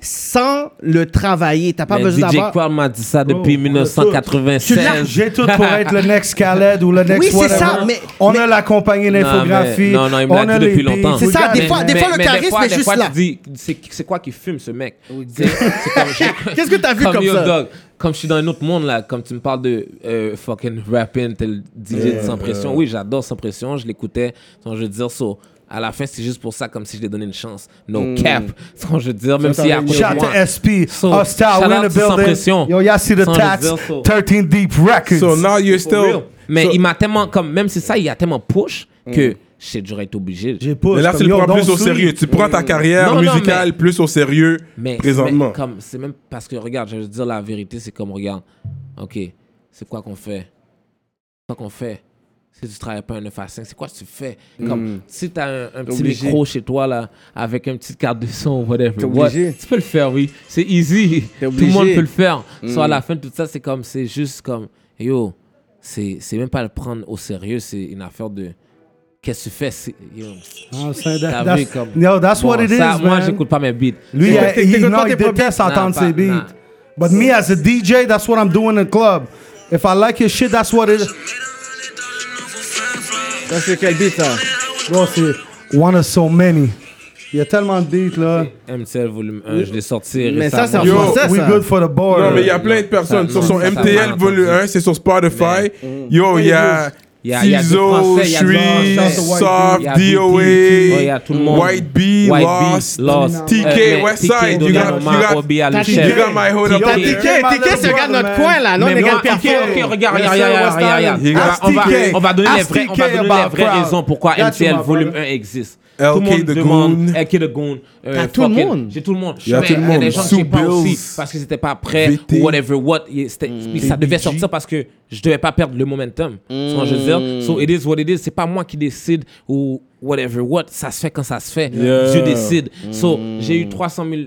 sans le travailler. T'as pas mais besoin DJ d'avoir... Crowd m'a dit Oh, ça depuis on a tout. Tu l'as- 1996. J'ai tout pour être le next Khaled ou le next Oui, c'est whatever. ça, mais- On mais- a la compagnie d'infographie. Non, mais- non, non, il me on l'a a dit les depuis beats. longtemps. C'est ça, Regarde, des mais- fois- des fois, le charisme fois- est juste fois, tu là. dis, c'est c'est quoi qui fume ce mec C'est- c'est comme- j'ai- Qu'est-ce que t'as vu comme yo, ça? dog, comme je suis dans un autre monde là, comme tu me parles de euh, fucking rapping, tel DJ de sans pression. Oui, j'adore sans pression, je l'écoutais. Donc je veux dire, so, à la fin, c'est juste pour ça, comme si je l'ai donné une chance. No cap. Donc je veux dire, même si à côté de Shout moi. to SP, So, Hostile, shout we're out in the to Sans building. Pression. Yo, y'all see the Sans tats, Resort, so. 13 Deep Records. So now you're still. Mais so- il m'a tellement, comme, même si ça, il a tellement push que je j'aurais été obligé. J'ai pas. Mais là, c'est tu comme, le yo, prends plus don't au sleep. sérieux. Tu prends ta carrière Non, non, musicale mais- plus au sérieux Mais présentement. mais comme c'est même parce que regarde, je veux dire la vérité, c'est comme regarde. OK. C'est quoi qu'on fait C'est quoi qu'on fait Si tu travailles pas un 9 à 5, c'est quoi que tu fais Hmm. Comme si tu as un, un petit Obligé. micro chez toi là avec une petite carte de son whatever. what, obligé. tu peux le faire oui, c'est easy. T'es Tout obligé. le monde peut le faire. Hmm. Soit à la fin tout ça c'est comme c'est juste comme yo, c'est c'est même pas le prendre au sérieux, c'est une affaire de qu'est-ce que tu fais C'est- yo, Ah, c'est- t'as that- vu, that's- comme- Yo, that's what Bon, it is, ça, Moi, man. j'écoute pas mes beats. Lui, il, Ouais, t'écoutes il- pas non, tes il propres- déteste Non, entendre pas- ses beats. non. But me as a DJ, that's what I'm doing in the club. If I like your shit, that's what it is. Ça, c'est quel beat, ça? Bro, c'est one of so many. Il y a tellement de beats, là. MTL volume 1, je l'ai sorti Mais ça, c'est en récemment. Yo, français, We ça. good for the board. Non, mais il y a plein de personnes. Ça, sur non, son ça, ça MTL m'a Volume entendu. 1, c'est sur Spotify. Yo, il y a Il y a- il y a du Tizo, français, il y a du Shree, français. Soft, Il y a BT, DOA, oh, il y a tout le monde. White B, White B, Lost, Lost, TK, euh, Westside. TK, You got- Dogamo, you got- Obi, Alchef. you got my hold up Yo, there. TK, Ticket, Ticket, c'est le gars de notre coin, là. Non, on Mais est moi, gars de ok, ok, performance. regarde, regarde, Yes, regarde, sir, regarde, regarde. Westside. You On got- va, Ask on va donner les TK vraies, on va donner les about vraies crowd. raisons pourquoi Got you, MTL my volume brother. 1 existe. Eh, LK tout le monde the demande, Goon. LK The Goon. euh, T'as tout le fucking- monde. J'ai tout le monde. Y a Mais tout le y a des monde. gens Sue qui pas aussi Bills. parce qu'ils n'étaient pas prêts VT. ou whatever what. Et Mm. c'était- mais Ça devait sortir parce que je devais pas perdre le momentum. Tu vois, je veux Mm. dire, so it is what it is. C'est pas moi qui décide ou whatever what. Ça se fait quand ça se fait. Yeah. Dieu décide. So Mm. j'ai eu 300 000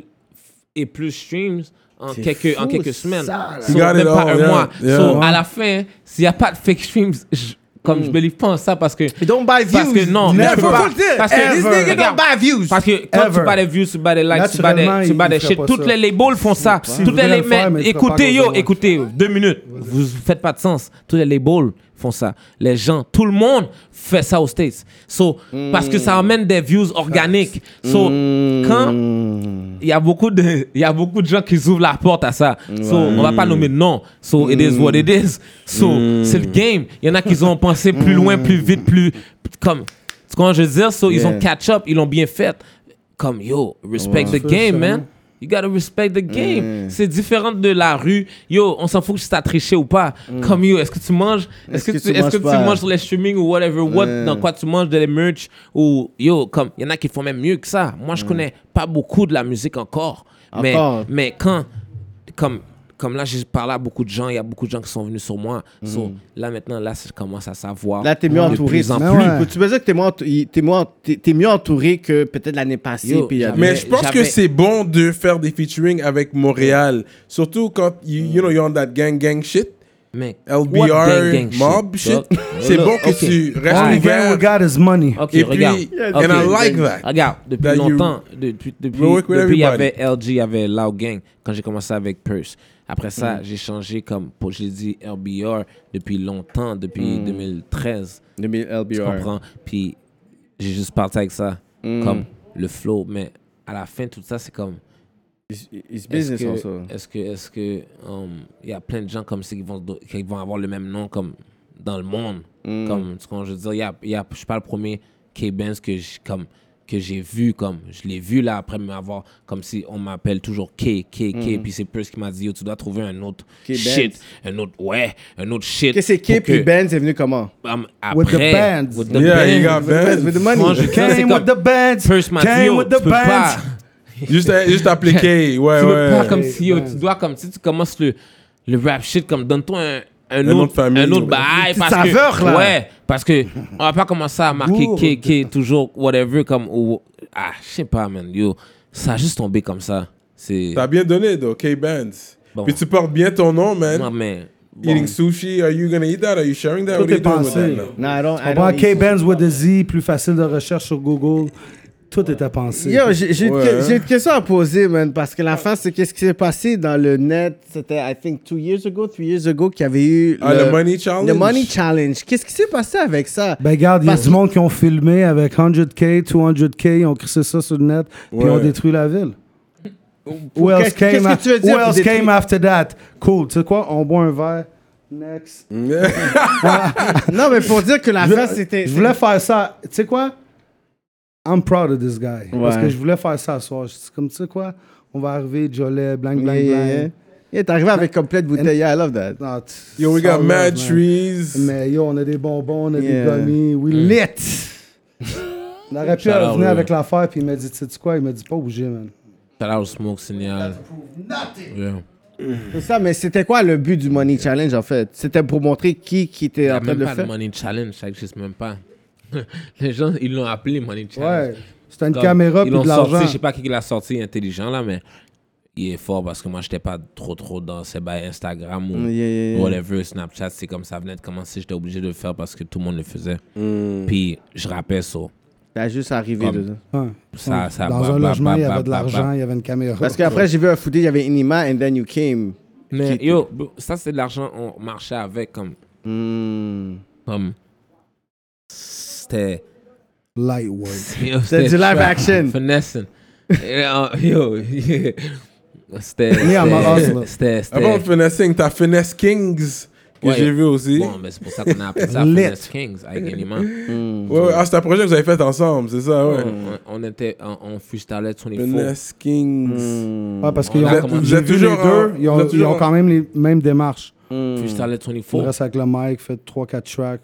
et plus streams en quelques, en fou, quelques ça, semaines. là. So, You got même it pas all, un yeah, mois. yeah. So, Ouais. à la fin, s'il n'y a pas de fake streams, je- comme Mm. je ne believe pas en ça parce que. Don't buy views. Parce que non, Never. mais tu peux pas. Faut le dire. Parce que Ever. Regarde, This nigga don't buy views. Parce que quand Ever. tu bats des views, tu bats des likes, tu bats des, Naturellement, tu bats des il shit. ferait pas Toutes ça. les labels font ça. S'il Toutes les voulait le faire, mais labels. il ferait pas à Écoutez, cause de yo, moi. écoutez, deux minutes. Vous faites pas de sens. Toutes les labels font ça. Les gens, tout le monde fait ça aux States. So, parce que Mm. ça amène des views organiques. So, quand il y a beaucoup de il y a beaucoup de gens qui ouvrent la porte à ça so, on va pas nommer de nom so it is what it is so c'est le game il y en a qui ont pensé plus loin plus vite plus comme tu comprends ce que je veux dire so ils ont catch up ils l'ont bien fait comme yo respect the game man You gotta respect the game. C'est différent de la rue. Yo, on s'en fout que tu t'as triché ou pas. Comme yo, est-ce que tu manges Mm. Est-ce que, tu, est-ce manges que tu pas? manges sur les streamings ou whatever what dans quoi tu manges de les merch ou yo comme il y en a qui font même mieux que ça moi je connais pas beaucoup de la musique encore mais Encore. mais quand comme comme là, j'ai parlé à beaucoup de gens, il y a beaucoup de gens qui sont venus sur moi. Mhm. So, là, maintenant, là, je commence à savoir. Là, t'es mieux de entouré. plus en Mais plus. ouais. Tu peux dire que t'es moins entou- il- t'es moins- t'es- t'es mieux entouré que peut-être l'année passée. Yo, puis il y a- jamais. Mais je pense que j'avais- c'est bon de faire des featuring avec Montréal. Surtout quand, you, you know, you're on that gang gang shit. Mec, LBR, what gang, gang mob shit. dog? C'est Look, bon que ok. tu restes Ah, All we ouvert. got- we got is money. Ok, Et puis- regarde. Yeah, Ok. and I like that. Regarde, depuis That you- longtemps, depuis, depuis, work with depuis il y everybody. avait LG, il y avait Loud Gang, quand j'ai commencé avec Purse. Après ça, Mm. j'ai changé comme, pour- j'ai dit LBR depuis longtemps, depuis Mm. 2013. Le mi- Tu LBR. comprends? Puis j'ai juste parti avec ça, Mm. comme le flow. Mais à la fin, tout ça, c'est comme. It's- It's Est-ce business also. que, est-ce que, est-ce que, um, il y a plein de gens comme ça qui vont, do- qui vont avoir le même nom comme dans le monde. Mm. Comme, tu comprends, je veux dire, il y a, il y a- je suis pas le premier K-Benz que j'ai, comme, que j'ai vu, comme, je l'ai vu là après m'avoir, comme si on m'appelle toujours K, K, K, Mm-hmm. puis c'est Purse qui m'a dit, yo, tu dois trouver un autre K-Benz. shit, un autre, ouais, un autre shit. Que c'est K pour puis que, Ben, c'est venu comment? um, With the après, bands. with the Yeah, bands. you got bands. With the Moi, je- money. ça, c'est Came comme, with the bands. Purse m'a dit, Came yo, with the tu peux pas. bands. Juste, juste appliquer. Ouais, tu veux pas ouais. comme si yo, tu dois comme si tu commences le, le rap shit comme donne-toi un un Une autre autre, famille, un autre ouais. bail Une parce petite saveur, que là. ouais parce que on va pas commencer à marquer Goût. qui qui est toujours whatever comme ou- ah je sais pas man yo ça a juste tombé comme ça c'est T'as bien donné, though, K-Bands. Bon. Puis tu portes bien ton nom, man. non mais bon. Eating sushi, are you gonna eat that? Are you sharing that? Tout What are you est doing with pensé. that, man? Non, I don't- I On don't prend eat- K-Benz with a Z, plus facile de recherche sur Google. Tout est à penser. Yo, j'ai j'ai une Ouais, que- hein. j'ai une question à poser, man, parce que la fin, c'est qu'est-ce qui s'est passé dans le net, c'était, I think, two years ago, three years ago, qu'il y avait eu Ah, le Money Challenge? Le Money Challenge. Qu'est-ce qui s'est passé avec ça? Ben regarde, il y a Parce- du monde qui ont filmé avec 100K, 200K, ils ont crissé ça sur le net, puis Ouais. ils ont détruit la ville. Who qu'est- else qu'est-ce came, que a- tu veux dire who pour else détruire- came after that? Cool, tu sais quoi, on boit un verre. Next. Non, mais pour dire que la Je- fin, c'était. Je voulais faire ça. Tu sais quoi? I'm proud of this guy. Parce Ouais. que je voulais faire ça ce soir. Je suis comme, tu sais quoi? On va arriver, Jolet, blank, Yeah, blank, yeah, yeah. blank. Yeah, t'es arrivé avec complète bouteille. Yeah, I love that. Ah, t- Yo, we got sorry, mad man. trees. Mais yo, on a des bonbons, on a Yeah. des gummies, we lit! On aurait pu Shout out, revenir ouais. avec l'affaire, puis il m'a dit, tu sais quoi? Il m'a dit, pas bouger, man. shout out smoke signal Yeah. C'est ça, mais c'était quoi le but du Money Challenge, en fait? C'était pour montrer qui, qui était il y en a train même de le pas de faire. money challenge ça existe même pas les gens ils l'ont appelé money challenge Ouais. C'était une Comme, caméra, puis ils l'ont de sorti, l'argent. je sais pas qui l'a sorti intelligent là, mais il est fort parce que moi j'étais pas trop trop dans ces bails Instagram ou Mm, yeah, yeah, yeah. whatever, Snapchat, c'est comme ça venait de commencer, j'étais obligé de le faire parce que tout le monde le faisait. Hmm. Puis je rappelle ça. T'as juste arrivé Comme- dedans. Ouais. ça, ça Dans bah, un bah, logement, bah, il y bah, avait de bah, l'argent, bah. il y avait une caméra. Parce qu'après, j'ai vu un footage, il y avait Inima, and then you came. Mais Qui- yo, bro, ça c'est de l'argent on marchait avec comme Hmm. comme c'était Lightweight. yo, C'est du c'était live tra- action. finessing. Et, euh, yo, yeah. c'était Yeah, I'm a hustler. c'était- c'était Avant c'était le finessing, t'as Ah Finesse Kings, que Ouais. j'ai vu aussi. Bon, mais c'est pour ça qu'on a appelé ça Lit. Finesse Kings avec Elima. Ouais, ouais, ah, c'est un projet que vous avez fait ensemble, c'est ça, ouais. On, on était en, on freestylait 24. Finesse Kings. Ouais, parce qu'ils On a ont, commencé- j'ai Vous êtes vu les toujours en- deux, ils vous ont, êtes ils toujours ont en- quand même les mêmes démarches. Mm. Freestyle at On 24. reste avec le mic, fait 3-4 tracks.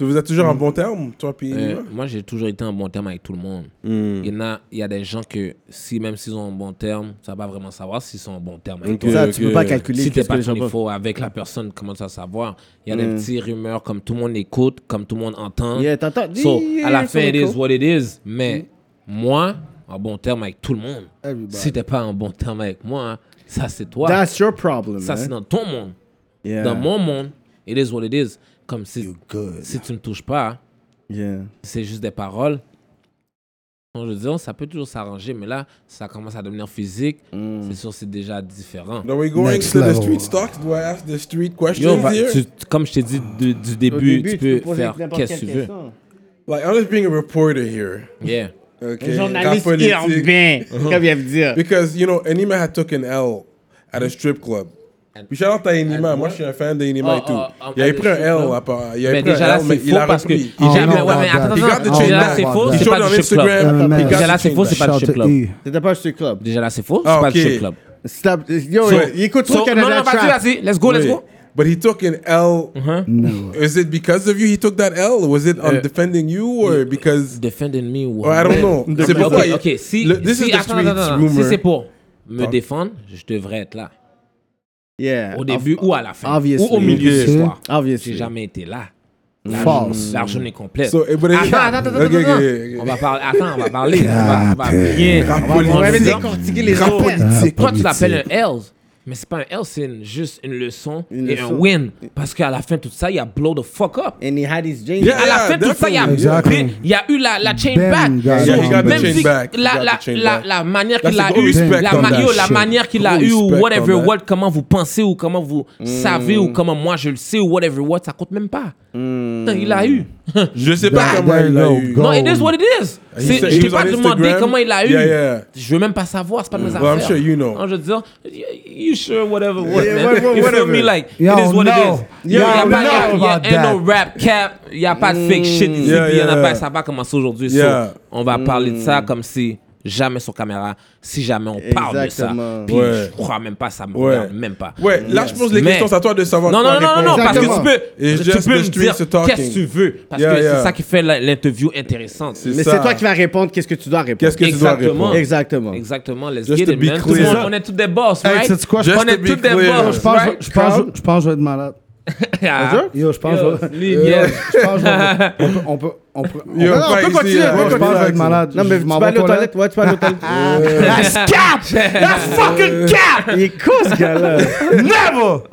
Vous êtes Mm. toujours en bon terme, toi puis Euh, Nima? moi, j'ai toujours été en bon terme avec tout le monde. Mm. Il, y en a, il y a des gens que, si même s'ils ont en bon terme, ça va pas vraiment savoir s'ils sont en bon terme avec Ok. toi. Ça, tu peux pas calculer. Si t'es qu'est-ce que pas les gens Hmm. 24 avec la personne, comment ça savoir? Il y a des petites rumeurs comme tout le monde écoute, comme tout le monde entend. Yeah, t'entends? So, Yeah, à la yeah, fin, it cool. Hmm. is what it is. Mais moi, en bon terme avec tout le monde. Everybody. Si t'es pas en bon terme avec moi, ça c'est toi. That's your problem. ça c'est hein? dans ton monde. Yeah. Dans mon monde, it is what it is. Comme si, si tu me touches pas, Yeah. c'est juste des paroles. Donc, je veux dire, ça peut toujours s'arranger, mais là, ça commence à devenir physique. Hmm. C'est sûr, c'est déjà différent. Are we going Next to the level. street stocks? Do I ask the street questions Yo, va- here? tu- tu- comme je t'ai dit du, du début, Au tu peux peux poser faire n'importe qu'est-ce que tu quelle veux. question. Like, I'm just being a reporter here. Yeah. Okay. Journaliste Pas politique. urbain, comme il veut dire. Because, you know, Enima had took an L at a strip club. Puis shout out à Enima. Moi, je suis un fan d'Enima Mm. Oh, et tout. oh, oh, il avait at a pris un strip L club. à part. Il avait Mais pris déjà un là, L, c'est mais il faux a parce que. repris. Oh, Déjà non, ouais, mais non, attends, non. attends, He got the Déjà là, chain c'est back. faux. He C'est showed pas on du strip Instagram. club. He man. Déjà là, got the Euh, c'est chain faux, back. c'est pas du strip Shout out club. to E. C'était pas un strip club. Déjà là, c'est faux, Ah, c'est pas du ok. strip club. Stop. Yo, So- il écoute So, trop non, non, Canada vas-y, Trap. vas-y, let's go, let's Wait. go. But he took an L. Uh-huh. No. Is it because of you he took that L? Was it Uh, on defending you or because Defending me ou. or I don't know. C'est Ok, pourquoi il- ok, si, le- this si, is the attends, attends, streets attends. si rumor. c'est pour me défendre, je devrais être là. Yeah. Au début ou à la fin. Obviously. Ou au milieu du Yeah. soir. Obviously. J'ai jamais été là. False. La journée complète. So, eh, but it- attends, attends, attends, attends, Okay, okay, attends. okay. On va parler. Attends, on va parler. on va, on va bien. On va- on va dire- les politique. Toi, tu l'appelles un else. Mais c'est pas un else, c'est une- juste une leçon Une et leçon. un win. Parce qu'à la fin, tout ça, il y a blow the fuck up. And he had his jeans. Yeah. à la fin de tout ça, il y a, Exactly. il y a eu la, la chain Ben, back. guys, Yeah, he got the même chain si back. He La, got la, the chain la, back. la manière That's qu'il a the eue, respect la, on ma- that yo, la shit. manière qu'il a Gros eue, ou respect on whatever that. Mm. what, comment vous pensez, ou comment vous savez, ou comment moi je le sais, ou whatever what, ça compte même pas. Mm. Putain, Il a eu. Je sais pas There comment il l'a you eu. go. Non, it is what it is. C'est- said Je he t'ai was pas on demandé Instagram. comment il l'a eu. Yeah, yeah. Mm. Je veux même pas savoir, c'est pas de mes affaires. Well, I'm sure you know. Non, je veux dire, you sure, whatever, what, Yeah, man. what- what- you feel whatever. me, like, Y'all it is what know. it is. Y'all Yo, y a pas, know y a- about y a that. no rap cap, y a pas de fake shit ici, Mm. Yeah, puis y en a yeah. pas, ça va commencer aujourd'hui. So, Yeah. Mm. on va parler de ça comme si jamais sur caméra, si jamais on parle de ça. Exactement. Puis Ouais. je crois même pas, ça me Ouais. regarde même pas. Ouais, là, je pose les Mais- questions, c'est à toi de savoir. Non, quoi non, non, non, non, répondre. parce que Exactement. tu It's peux, tu just peux the me streets dire are talking. qu'est-ce que tu veux. Parce Yeah, que yeah. c'est ça qui fait la- l'interview intéressante. Mais c'est toi qui vas répondre qu'est-ce que tu dois répondre. Qu'est-ce que tu dois Exactement. répondre? Exactement. Exactement, let's Just get to it, be man. Tout le clear. monde, on est tous des boss, right? sais-tu quoi? Just on est to be tous des clear. boss, Je pense, right? je, pense, Crowd? je pense que je vais être malade. Yeah. Yo, je pense Yo, que je vais- lui, Yo, yeah. je pense que je vais- on peut, on peut, on peut, on Yo, peut- pas on peut ici, continuer. hein, Ouais, je pense que je vais être relax. malade. Non, mais tu m'en vas aller pas aux là. toilettes. Ouais, tu vas aller aux toilettes. That's cap! That's fucking cap! Il est con, ce gars-là. Never!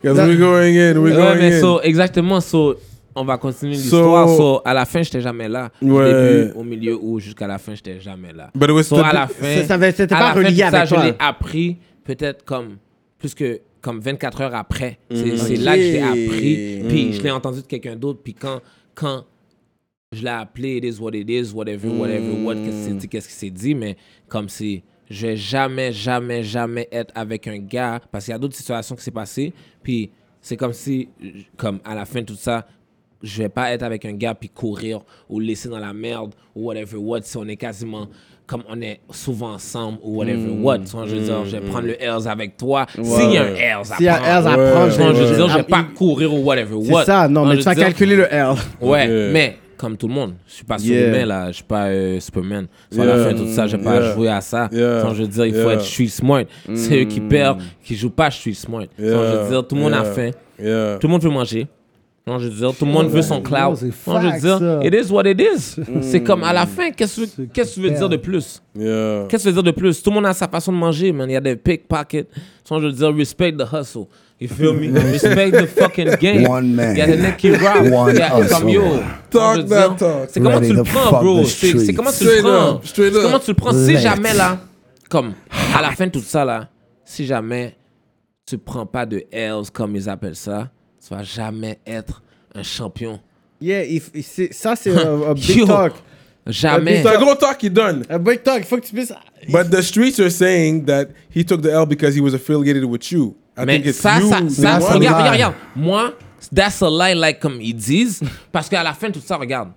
Because we're going in, we're Ouais, going mais in. so, exactement, so, on va continuer l'histoire. So- So, à la fin, j'étais jamais là. Au Ouais. début, au milieu ou jusqu'à la fin, j'étais jamais là. But it was so, the- à la fin, Ça- ça avait- c'était à pas la fin, relié tout ça, avec toi. Je l'ai appris peut-être comme plus que comme 24 heures après. C'est Mm. c'est Ok. là que je l'ai appris. Puis je l'ai entendu de quelqu'un d'autre. Puis quand, quand je l'ai appelé, it is what it is, whatever, whatever, what, qu'est-ce qui s'est dit, qu'est-ce qui s'est dit, mais comme si je vais jamais, jamais, jamais être avec un gars, parce qu'il y a d'autres situations qui s'est passées, puis c'est comme si, j- comme à la fin de tout ça, je vais pas être avec un gars puis courir ou le laisser dans la merde ou whatever, what, si on est quasiment comme on est souvent ensemble ou whatever, Mm. what, tu vois, je veux dire, je vais prendre le airs avec toi, s'il y a un airs à S'il y a prendre, R's à tu prendre, vois, je veux dire, je vais Ah, pas il- courir ou whatever, what. C'est ça, non, Tu vois, mais je tu vas veux dire- calculer le R. Ouais, Yeah. mais comme tout le monde, je suis pas Yeah. surhumain là, je suis pas euh, Superman. Sur la Yeah. fin tout ça, j'ai pas Yeah. joué à ça. Yeah. Sans je veux dire, il faut Yeah. Mm. être je suis smart. C'est eux qui perdent, qui jouent pas je suis smart. Sans je veux dire, tout le monde a Yeah. faim, Yeah. tout le monde veut manger. Non, je veux dire, tout le monde veut son cloud. c'est Non, je veux fact, dire, ça. it is what it is. Mm. C'est comme à la fin, qu'est-ce que tu- qu'est-ce que tu veux dire de plus? Yeah. Qu'est-ce que tu veux dire de plus? Tout le monde a sa façon de manger, man. Il y a des pickpockets. Sans je veux dire, respect the hustle. You feel me? respect the fucking game. One man. Il y a des mecs qui rap. One Il y a- comme hustle. yo. Talk je veux dire, that talk. C'est comment Ready tu le to fuck prends, bro. the C'est streets. c'est comment tu le Straight prends. up, straight C'est up. comment tu le prends. Si Left. jamais là, comme à la fin de tout ça là, si jamais tu prends pas de L's comme ils appellent ça, tu vas jamais être un champion. Yeah, il f- il- c'est- ça, c'est un un big Yo. talk. Jamais. C'est un gros talk qu'il donne. Un big talk, il faut que tu puisses... Euh, But the streets are saying that he took the L because he was affiliated with you. I Mais think it's ça, you. ça, ça, That's a regarde, lie. regarde, regarde. Moi, that's a lie, like, comme ils disent. Parce qu'à la fin, tout ça, regarde.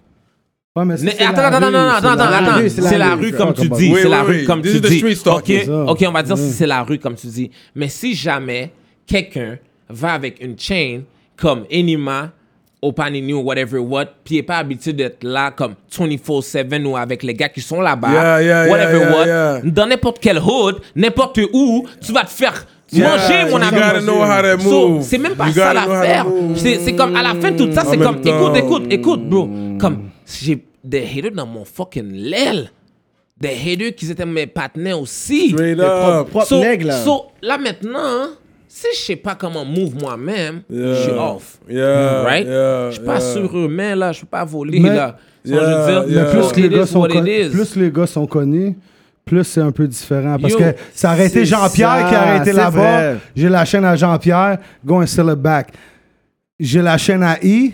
Ouais, mais ça, Mais c'est attends, la attends, rue, attends, c'est attends, attends, la attends. rue, C'est la rue, comme tu dis. Oui, C'est la oui, oui. rue, comme This tu is the dis. street talk, Ok, ça. ok, on va dire si c'est la rue, comme tu dis. Mais si jamais quelqu'un va avec une chaîne comme Enima, au Panini ou whatever what, puis il n'est pas habitué d'être là comme 24-7 ou avec les gars qui sont là-bas, Yeah, yeah, whatever yeah, what, yeah, yeah. dans n'importe quelle hood, n'importe où, tu vas te faire Yeah, manger, mon you ami. gotta know how to So, move. c'est même pas You ça gotta know how to l'affaire. move. C'est c'est comme à la fin, tout ça, c'est même comme temps. écoute, écoute, écoute, bro. Comme j'ai des haters dans mon fucking l'aile. Des haters qui étaient mes partenaires aussi. Straight Les up. propres- propres So, nègres, là. so, là maintenant, hein, si je sais pas comment move moi-même, je suis off. Yeah. Right? Yeah. je suis pas yeah. sur humain là, je suis pas volé Mais- là. So, Yeah, je veux dire, yeah. Mais plus it les, gars is sont what it con- is. plus les gars sont connus, plus c'est un peu différent. Parce Yo, que ça aurait été c'est Jean-Pierre ça, qui aurait été c'est là-bas. vrai. J'ai la chaîne à Jean-Pierre, go and sell it back. J'ai la chaîne à I.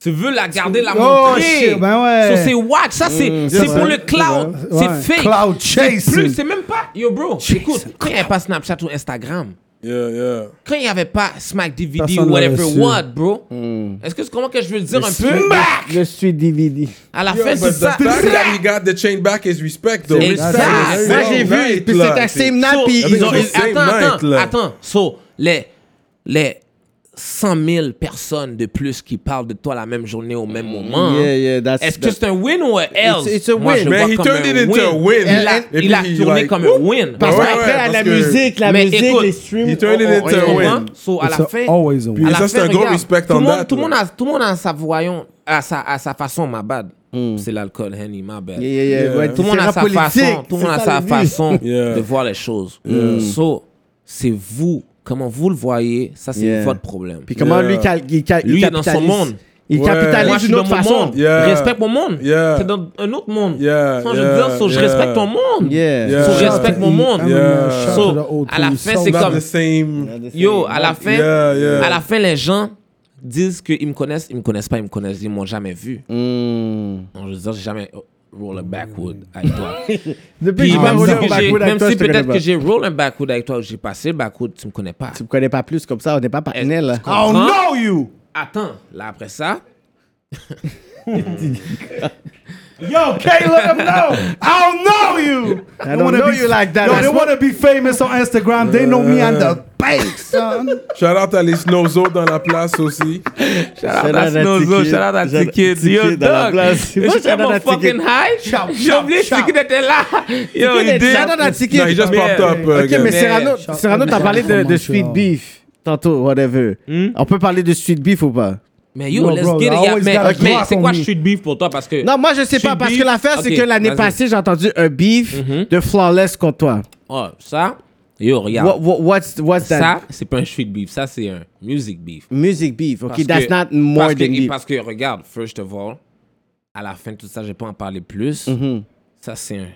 Tu veux la garder, la Oh, montrer. shit, ben ouais. So, c'est watch. Ça, c'est Mm, c'est pour le cloud. Ouais. C'est fake. Cloud C'est plus, chasing. c'est même pas. Yo, bro, écoute, quand il n'y avait pas Snapchat ou Instagram, Yeah, yeah. quand il n'y avait pas Smack DVD Personne ou whatever l'aurait su. what, bro, est-ce que tu comprends que je veux dire un peu? Je suis DVD. À la Yo, fin, but c'est the ça. fact that he got the chain back is respect, though. Exact. That's- Moi, j'ai vu, Right, puis là, c'était c'est- assez night, So, puis I ils mean, ont... it's- attends, same night, attends, là. attends. So, les, les, 100 000 personnes de plus qui parlent de toi la même journée au même moment. Yeah, yeah, that's- Hein, Est-ce que that- c'est un win ou un else? it's a Moi, win. je le Man, vois he comme turned un it into a win. Il a, And then- il a et puis, tourné like, comme wouh! un win. Parce Ouais, ouais, qu'après, à parce la que- musique, la Mais musique, écoute, les streams. he turned it on- on- into a on- Tu win. comprends? So, à It's la a- fin, always a win. à la Ça, c'est fin, un gros regarde, respect tout on le monde- that, Tout le là. monde a- tout le monde a sa voyant, à sa, à sa façon, ma bad. Hmm. C'est l'alcool, Henny, ma bad. Yeah, yeah, yeah. ouais, Tout le monde a différents sa politiques, façon, tout le c'est monde a ça sa le but. façon Yeah. Hmm. de voir les choses. So, c'est vous, comment vous le voyez, ça c'est Yeah. votre problème. Puis comment Yeah. lui, cal- il, cal- il Lui, il est dans capitalise. son monde. Il Ouais. Moi, je capitalise suis d'une dans autre mon façon. monde. Yeah. Je respecte mon monde. Yeah. T'es dans un autre monde. Yeah, So, je veux yeah, dire, so, je yeah. respecte ton monde. Yeah. Yeah. So, je Yeah. respecte mon monde. Yeah. So, à la fin, c'est Not comme- the same. Yo, à la fin, Yeah, yeah. à la fin, les gens disent qu'ils me connaissent, ils me connaissent pas, ils me connaissent, ils m'ont jamais vu. Mm. Donc, je veux dire, j'ai jamais oh, roll a backwood Hmm. avec toi. Depuis Puis que même je si, me que j'ai- backwood même avec toi, si je te connais peut-être pas. que j'ai roll un backwood avec toi ou j'ai passé le backwood, tu me connais pas. Tu me connais pas plus comme ça, on n'est pas partenaires là. Tu comprends? you! Attends, là après ça, Yo, Kay, let them know! I don't know you! Ah, I Euh, don't know you like that. Yo, That's they want to be famous on Instagram. They know me on the bank, son. Shout out à les Snowzo dans la place aussi. Shout out out à à Snozo, Tiki. shout out à Shout out Tiki, Tiki yo, dans la dog. place. Moi, Moi, shout out à j'étais fucking Tiki. high. J'ai oublié Tiki était là. Yo, il did. Shout out à Tiki. Non, he just Mais- popped up. uh, Ok, mais guys. Cyrano, Shout- Cyrano t'as parlé de, de Shout- Street Beef tantôt, whatever. Hmm? On peut parler de Street Beef ou pas Mais yo, Yo, let's bro, get I it. yeah. always Mais, gotta mais drop c'est on quoi me. street beef pour toi? Parce que. Non, moi je sais Street pas, parce beef? que l'affaire c'est Ok, que l'année vas-y. Mhm. passée j'ai entendu un beef de Flawless contre toi. Oh, ça. Yo, regarde. What, what- what's, what's that? Ça, c'est pas un street beef, ça c'est un music beef. Music beef, ok, Parce that's que- not more parce que- than beef. Parce que regarde, first of all, à la fin de tout ça, je vais pas en parler plus. Mm-hmm. Ça c'est un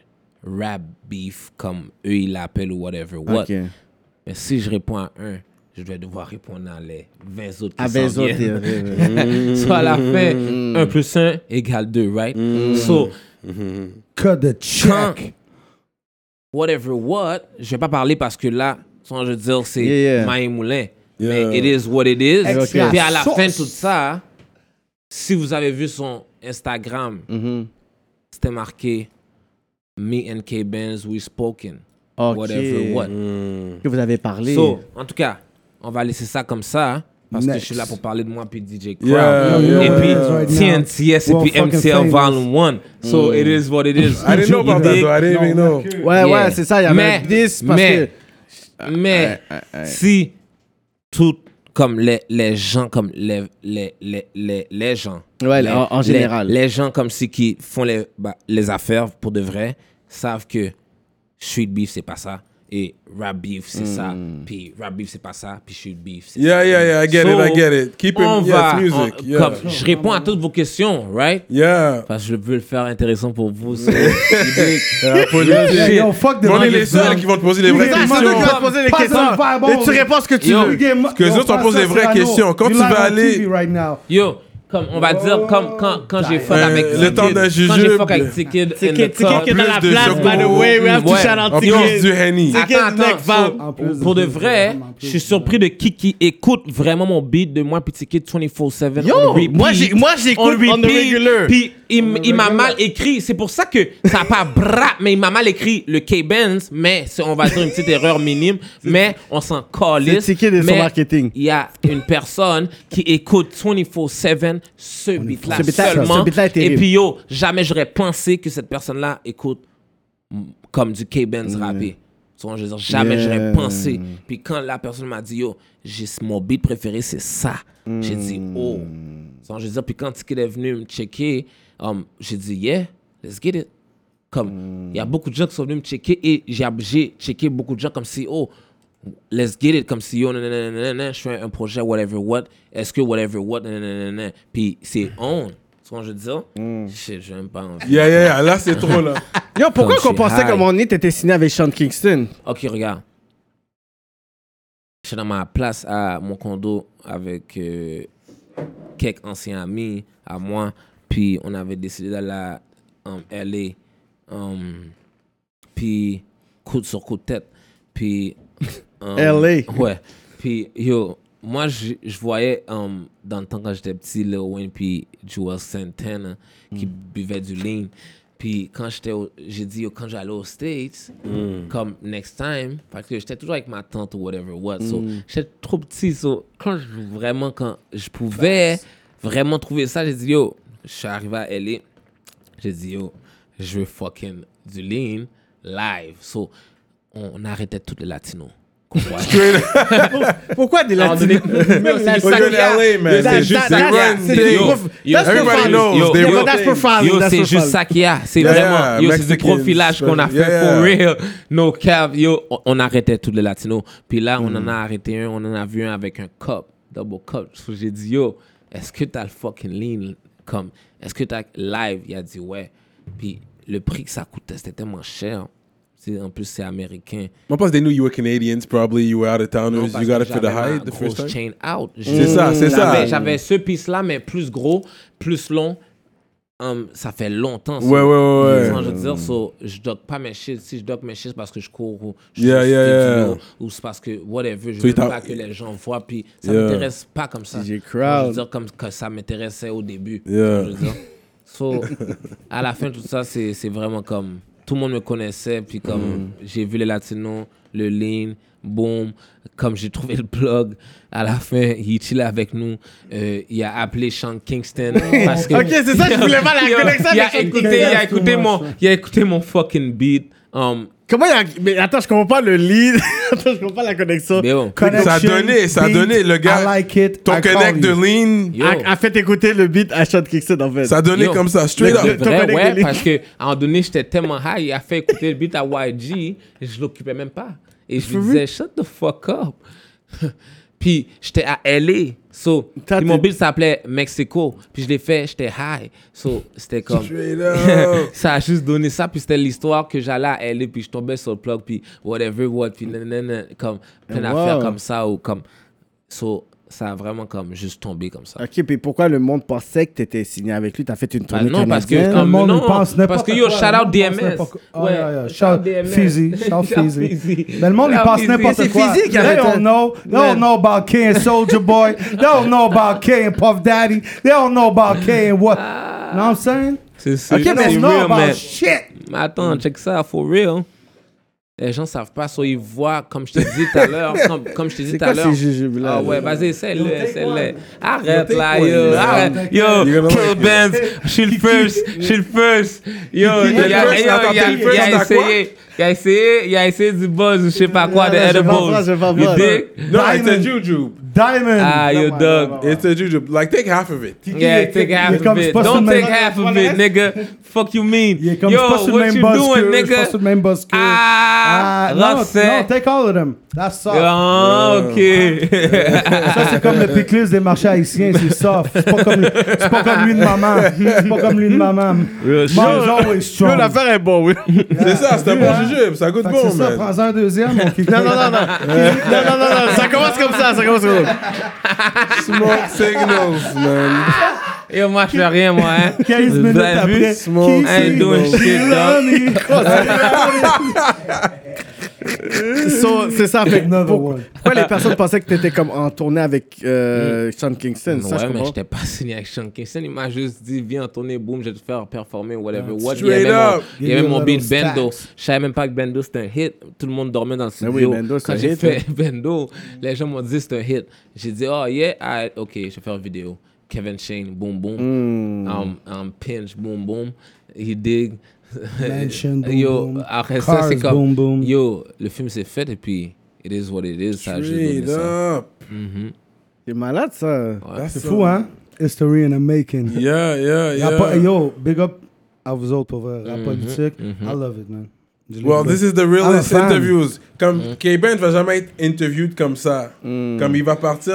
rap beef comme eux ils l'appellent ou whatever. What. Ok. Mais si je réponds à un, je vais devoir répondre à les 20 autres qui Ah, ben, s'en autres, viennent. yeah, yeah, yeah. Mm. so à la fin, 1 plus 1 égale 2, right? So, Cut the quand, check. whatever what, je vais pas parler parce que là, sans je veux dire, c'est Yeah, yeah. Maï Moulin. Yeah. Mais it is what it is. Ex- Puis à la Sauce. fin de tout ça, si vous avez vu son Instagram, euh, mhm. c'était marqué Me and K-Benz, we spoken. Ok. Whatever what. que vous avez parlé. So, en tout cas, on va laisser ça comme ça. hein, Parce que je suis Next. là pour parler de moi puis DJ Crowd. Yeah, yeah, et puis yeah. TNTS et Well, puis fucking MCL famous. Volume 1. So it is what it is. I didn't know about that, though. I didn't even know. Ben ouais, ouais, c'est ça, il y avait mais, un diss parce mais, que. mais si tout comme les, les gens comme les les les les, les gens Ouais, les- en- en les- général. les, gens comme ceux qui font les bah, les affaires pour de vrai savent que street beef c'est pas ça et rap beef c'est ça Hmm. puis rap beef c'est pas ça puis street beef c'est Yeah, ça. yeah, yeah, I get it, I get it. Keep it- on yeah, va it's on- music, yeah. comme je réponds à toutes vos questions right Yeah. parce que je veux le faire intéressant pour vous so- La politique. Yo, fuck the On est money. les seuls qui vont te poser les vraies Putain, Yo, c'est toi qui questions. vas te poser les Pas questions. un fireball. Et tu réponds ce que tu Yo. veux. Parce que les autres, on pose des vraies questions. Quand tu vas aller- Right now. Yo, comme on va dire, comme quand, quand j'ai fuck Euh, avec le Ticket, temps d'un Quand j'ai fuck jujube. avec Ticket, in Ticket, the Ticket club. qui est dans la plus de place, choco. by the way, rap, tu Ouais. shout out En plus Ticket. du Henny. Ticket, Attends, neck, attends, vibe. so, En plus de pour de Ticket, vrai, en plus je suis de- surpris de qui qui écoute vraiment mon beat de moi puis Ticket 24/7 Yo, on repeat. moi, j'ai- moi, j'écoute on the repeat, regular. Puis il, m- il m'a mal écrit, c'est pour ça que ça a pas bra, mais il m'a mal écrit le K-Benz, mais c'est- on va dire une petite erreur minime, mais on s'en calisse. C'est Ticket et son Mais marketing. Il y a une personne qui écoute 24/7 ce beat-là Ce beat-là- seulement. ce beat-là est et terrible. puis yo, jamais j'aurais pensé que cette personne-là écoute comme du K-Benz rappé. Tu vois, je veux dire, jamais Yeah. j'aurais pensé. Puis quand la personne m'a dit, yo, j'ai- mon beat préféré, c'est ça. J'ai dit, oh. Tu vois, je veux dire, puis quand Ticket est venu me checker, um, j'ai dit, yeah, let's get it. Comme, il y a beaucoup de gens qui sont venus me checker et j'ai j'ai checké beaucoup de gens comme si, oh, let's get it, comme si, yo, nan, nan, nan, nan, nan, nan, je fais un projet, whatever what, est-ce que whatever what, nan, nan, nan, nan, nan. Puis c'est on. Tu vois, je veux dire, shit, j'ai même pas envie. Yeah, yeah, yeah. Là, c'est trop, là. Yo, pourquoi Comme qu'on c'est pensait high. comme on est, t'étais signé avec Sean Kingston? Ok, regarde. Je suis dans ma place à mon condo avec euh, quelques anciens amis à moi. Puis on avait décidé d'aller à um, LA. um, puis coude sur coup de tête. Puis. um, LA. Ouais. Puis yo, moi je je voyais um, dans le temps quand j'étais petit, Lil Wayne puis Joel Santana qui buvaient du lean. Puis quand j'étais au- j'ai dit, yo, quand j'allais aux States, comme next time, parce que j'étais toujours avec ma tante ou whatever what, so, j'étais trop petit, so, quand je, vraiment, quand je pouvais vraiment trouver ça, j'ai dit, yo, je suis arrivé à LA, j'ai dit, yo, je veux fucking du lean live. So, on arrêtait tous les latinos. qu'on voyait. Pourquoi des Ah, latinos? Ils veulent LA, man. That- C'est juste that- des that's- run c'est des thing. gros- That's Everybody profiling. knows. Yo, they yo, real that's thing. profiling. Yo, that's c'est profiling. juste ça qu'il y a. C'est Yeah, vraiment. Yo, c'est du Mexican profilage qu'on a fait yeah. for real. No cap. Yo, on- on arrêtait tous les latinos. Puis là, on en a arrêté un. On en a vu un avec un cup. Double cup. So, j'ai dit, yo, est-ce que t'as le fucking lean? Comme, est-ce que t'as live? Il a dit, ouais. Puis le prix que ça coûtait, c'était tellement cher. C'est- En plus, c'est américain. Moi, parce que they knew you were Canadians, probably you were out of towners, Parce you got que it for the j'avais ma high the first grosse time. chain out. C'est ça, c'est ça. J'avais- J'avais ce piece-là, mais plus gros, plus long. Hum, ça fait longtemps. ça. Ouais, ouais, ouais, ouais. Tu vois, Je veux dire, so, je dock pas mes shit. Si je dock mes shit, c'est parce que je cours ou je Yeah, suis au yeah, yeah. studio, ou c'est parce que whatever, je So veux you thought- pas que les gens voient. Puis ça Yeah. m'intéresse pas comme ça. DJ Je veux crowd. dire, comme que ça m'intéressait au début. Yeah. Je veux dire. So, à la fin, tout ça, c'est c'est vraiment comme. Tout le monde me connaissait, puis comme j'ai vu les latinos, le lean, boom, comme j'ai trouvé le blog, à la fin, il chill avec nous, euh, il a appelé Sean Kingston. parce que, Ok, c'est ça, je voulais pas la Il a- connexion Il avec a Sean écouté, il a Kingston. écouté mon, il a écouté mon fucking beat. Um, Comment il y a... Mais attends, je comprends pas le lead. attends, je comprends pas la connexion. mais bon, Ça a donné, ça a beat, donné, le gars. I like it, Ton I call connect de you. lean, yo. A, a fait écouter le beat à Sean Kingston, en fait. ça a donné Yo. comme ça, straight De up. Ton vrai, connect ouais, de Lille. parce que à un moment donné, j'étais tellement high, il a fait écouter le beat à YG, et je l'occupais même pas. Et je lui disais, shut the fuck up. puis j'étais à LA. So, T'as puis mon dit- beat s'appelait Mexico. Puis je l'ai fait, j'étais high. So, c'était comme. Straight up. ça a juste donné ça, puis c'était l'histoire que j'allais à LA, puis je tombais sur le plug, puis whatever, what, puis nanana, comme plein d'affaires wow. comme ça, ou comme. So, ça a vraiment comme juste tombé comme ça. Ok, puis pourquoi le monde pensait que t'étais signé avec lui? T'as fait une Ah tournée non, parce que canadienne? comme- monde non, pense n'importe parce que, yo, quoi, shout le out monde pense DMS. n'importe quoi. Ah, Ouais, yeah, yeah. shout Shout out DMS. Fizzy, shout out Shout Fizzy. Fizzy. Mais le monde, il Shout pense Fizzy. n'importe C'est quoi. Fizzy qui They avait don't un- know. They don't know about K and Soldier Boy. They don't know about K and Puff Daddy. They don't know about K and what. Know what I'm saying? C'est Ok, they don't know about bah, mais shit. mais attends, check ça, for real. Les gens savent pas, soit ils voient, comme je te dis tout à l'heure, comme, comme je te dis tout à quoi l'heure. ces jujubes-là, Ah là? ouais, vas-y, essaie-le, essaie-le. Arrête take là, one. yo, Yeah. arrête. Yo, You're gonna Pearl Benz, je suis le first, je suis le first. Yo, il a- il a- first, il a attends, t'es le il first a à quoi? essayé, il a essayé, il a essayé du buzz ou je sais pas quoi, de Non, non, je vais pas voir, je vais pas edibles. You voir. dig? No, it's a Diamond. jujube. Diamond. Ah, yo, dog. It's a jujube. Like, take half of it. Yeah, Il est- take il est half of comme- c'est it. pas sur Don't le même- take half of Voilà. it, nigga. Fuck you mean? Il est comme, Yo, c'est pas sur le what même you buzz doing, que- c'est nigga? pas sur le même buzz que- Ah, Ah, non, Rosset. non, take all of them. That's soft. Ah, ok. Ça, c'est comme le piclis des marchés haïtiens, c'est soft. C'est pas, comme, c'est pas comme lui de maman. C'est pas comme lui de maman. Mine's always strong. Yo, l'affaire est bon, oui. C'est ça, c'est un bon jujube. Ça goûte Fait que bon, c'est ça, man. prends un deuxième. mon kiki. non, non, non. non, non, non, non, ça commence comme ça, ça commence comme ça. Smoke Ah, signals, man. Yo, moi, je fais rien, moi, hein. 15 minutes Vous avez vu? après, Small I ain't doing signals. shit, dog. So, c'est ça, fait que Another pourquoi, one. pourquoi les personnes pensaient que t'étais comme en tournée avec euh, Sean Kingston? ça, je Mm. Ouais, mais comprends. j'étais pas signé avec Sean Kingston. Il m'a juste dit, viens tourner, boom, je vais te faire performer, whatever. Ah, What? Il y Straight avait up. mon, il y avait Give you mon a beat little Bendo. stacks. Je savais même pas que Bendo c'était un hit. Tout le monde dormait dans le Mais studio. oui, Bendo, c'est Quand un j'ai hit, hein. fait Bendo, les gens m'ont dit c'est un hit. J'ai dit, oh yeah, alright, ok, je vais faire une vidéo. Kevin Shane, boom, boom. Hmm. Um, um, pinch, boom, boom. He dig. Mansion, boom, yo, boom. après ça, Cars, c'est comme. boom, boom. Yo, le film s'est fait et puis, it is what it is. Ça a juste donné Straight ça. up. T'es malade, ça. C'est fou, hein? History in the making. Yeah, yeah, Rap- yeah. Yo, big up à vous autres pour vrai. Mm-hmm. Rap politique. I love it, man. Je l'ai Well, dit. this is the realest I'm a fan. interviews. Mm. Comme K-Ben va jamais être interviewed comme ça. Comme il va partir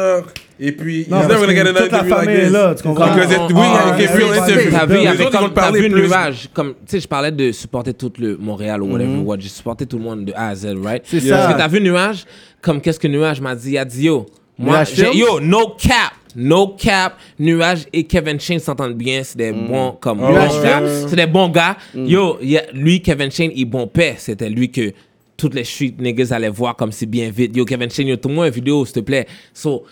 et puis Non, he's parce never gonna que get another toute la interview famille like est this. là, tu comprends? Because it- On- oui, on- avec on- les real on- interviews. Ah, T'as vu, Les avec autres, ils vont comme, le t'as parler vu le plus. nuage. Comme, tu sais, je parlais de supporter tout le Montréal ou whatever, Mm. what, j'ai supporté tout le monde de A à Z, right? C'est ça. Parce que t'as vu nuage, comme qu'est-ce que nuage m'a dit, il a dit, yo, moi, Nuage j'ai- Films? yo, no cap. No cap, Nuage et Kevin Shane s'entendent bien, c'est des Mm. bons comme bons ouais, gars, ouais, ouais. c'est des bons gars. Mm. Yo, y a- lui Kevin Shane, il bon père, c'était lui que toutes les street niggas allaient voir comme si bien vite. Yo Kevin Shane, yo, tourne-moi une vidéo s'il te plaît. So,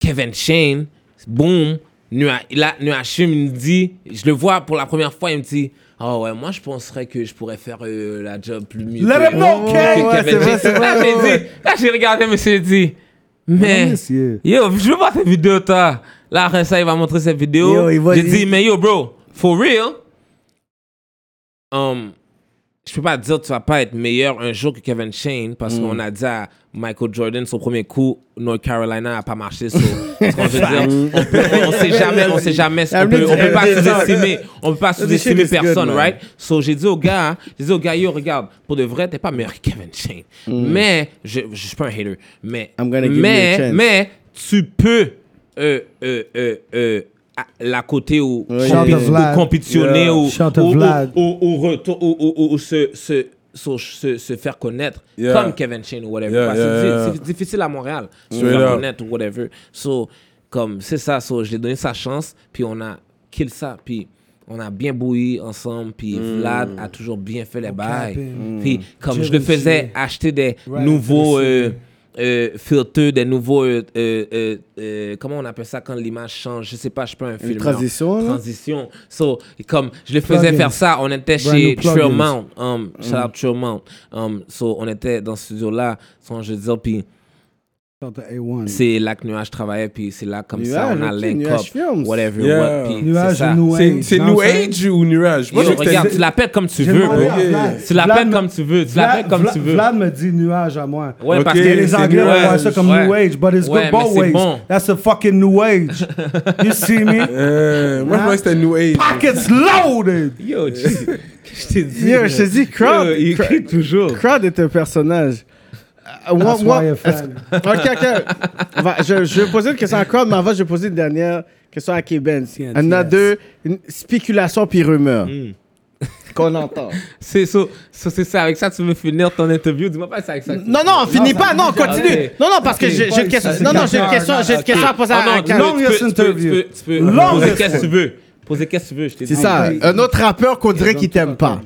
Kevin Shane, boom, Nua- là, Nuachim il me dit, je le vois pour la première fois, il me dit, oh ouais, moi je penserais que je pourrais faire euh, la job plus mieux. Let que- him know, que Kev. Ouais, Kevin c'est vrai, James. c'est vrai, Là, j'ai ouais, dit- là, j'ai regardé, monsieur, j'ai dit, mais, monsieur. yo, je veux voir tes vidéos, toi. Là, après ça, il va montrer cette vidéo. Yo, il va J'ai dire- dit, mais yo, bro, for real, um, je peux pas te dire que tu vas pas être meilleur un jour que Kevin Shane parce Mm. qu'on a dit à Michael Jordan son premier coup North Carolina a pas marché so, ce qu'on veut dire, on, peut- on sait jamais on sait jamais on peut, on peut pas sous-estimer on peut pas sous-estimer is good, personne man. right so j'ai dit au gars j'ai dit au gars yo regarde pour de vrai t'es pas meilleur que Kevin Shane mais je, je suis pas un hater mais Mm. I'm gonna give you a mais chance. mais tu peux euh, euh, euh, euh, à- la côté ou Shout out Vlad. compétitionner Yeah. ou, Shout out ou- ou- Vlad. ou, ou retour- ou- ou- ou- ou se, se, se, se- se faire connaître Yeah. comme Kevin Shane ou whatever. Yeah, Parce que yeah, c'est- yeah. c'est difficile à Montréal de se Straight faire up. connaître ou whatever. So, comme c'est ça, so, je lui ai donné sa chance, puis on a kill ça, puis on a bien bouilli ensemble, puis Vlad a toujours bien fait les bails. camping. Puis comme je Jerry le faisais Shea. acheter des Right, nouveaux Jerry euh, euh, filtres, des nouveaux. euh, euh, euh, euh, comment on appelle ça quand l'image change Je sais pas, je peux un film. transition, là? Transition. So, comme je le faisais Plugins. faire ça, on était Brand chez new plugins. Tremont. Um, shout out Tremont. Um, so, on était dans ce studio-là. So, je veux dire, puis A1. c'est là que Nuage travaillait, puis c'est là comme ça, Nuage, on a ok, link up. Nuage Films. Whatever, Yeah. what, puis c'est Nuage ça. New C'est Age. c'est non, New c'est- Age ou Nuage? Moi, je Yo, sais que regarde, t'as- tu l'appelles comme tu J'ai veux, demandé bro. à bro. Vlad. Tu l'appelles Vlad comme me- tu veux, tu Vlad- l'appelles comme Vlad- tu veux. Vlad me dit nuage à moi. Ouais, Ok, parce que Et Les c'est Anglais nuage. vont voir ça comme Ouais. New Age, but it's Ouais, good mais both c'est ways. bon. That's a fucking New Age. You see me? Euh, moi, je pensais que c'était New Age. Pockets loaded! Yo, tu- je t'ai dit. Yo, là. je te dis, crowd, Yo, il crowd- crie toujours. Crowd est un personnage. Euh, moi- That's moi- why a fan. est-ce- ok, ok. On va- je, je vais poser une question à Crowd, mais avant, je vais poser une dernière question à K-Benz. Tiens, On a tiens. deux, une spéculation puis rumeur. Qu'on entend. C'est so- so c'est ça, avec ça, tu veux finir ton interview. Dis-moi pas ça Oh avec ça. Non, non, finis ça pas, fait non, déjà- continue. Ok. Non, non, parce que Ok, j'ai j'ai une question. ça, c'est Non, non, j'ai une quatre question, heures, j'ai une question à poser à, à Ah non, Crowd. non, tu peux- Longest tu peux- tu interview. peux- tu peux- Longest Poser qu'est-ce que tu veux. Poser qu'est-ce que tu veux, je t'ai dit. C'est ça, Ok. un autre rappeur qu'on dirait qu'il t'aime pas.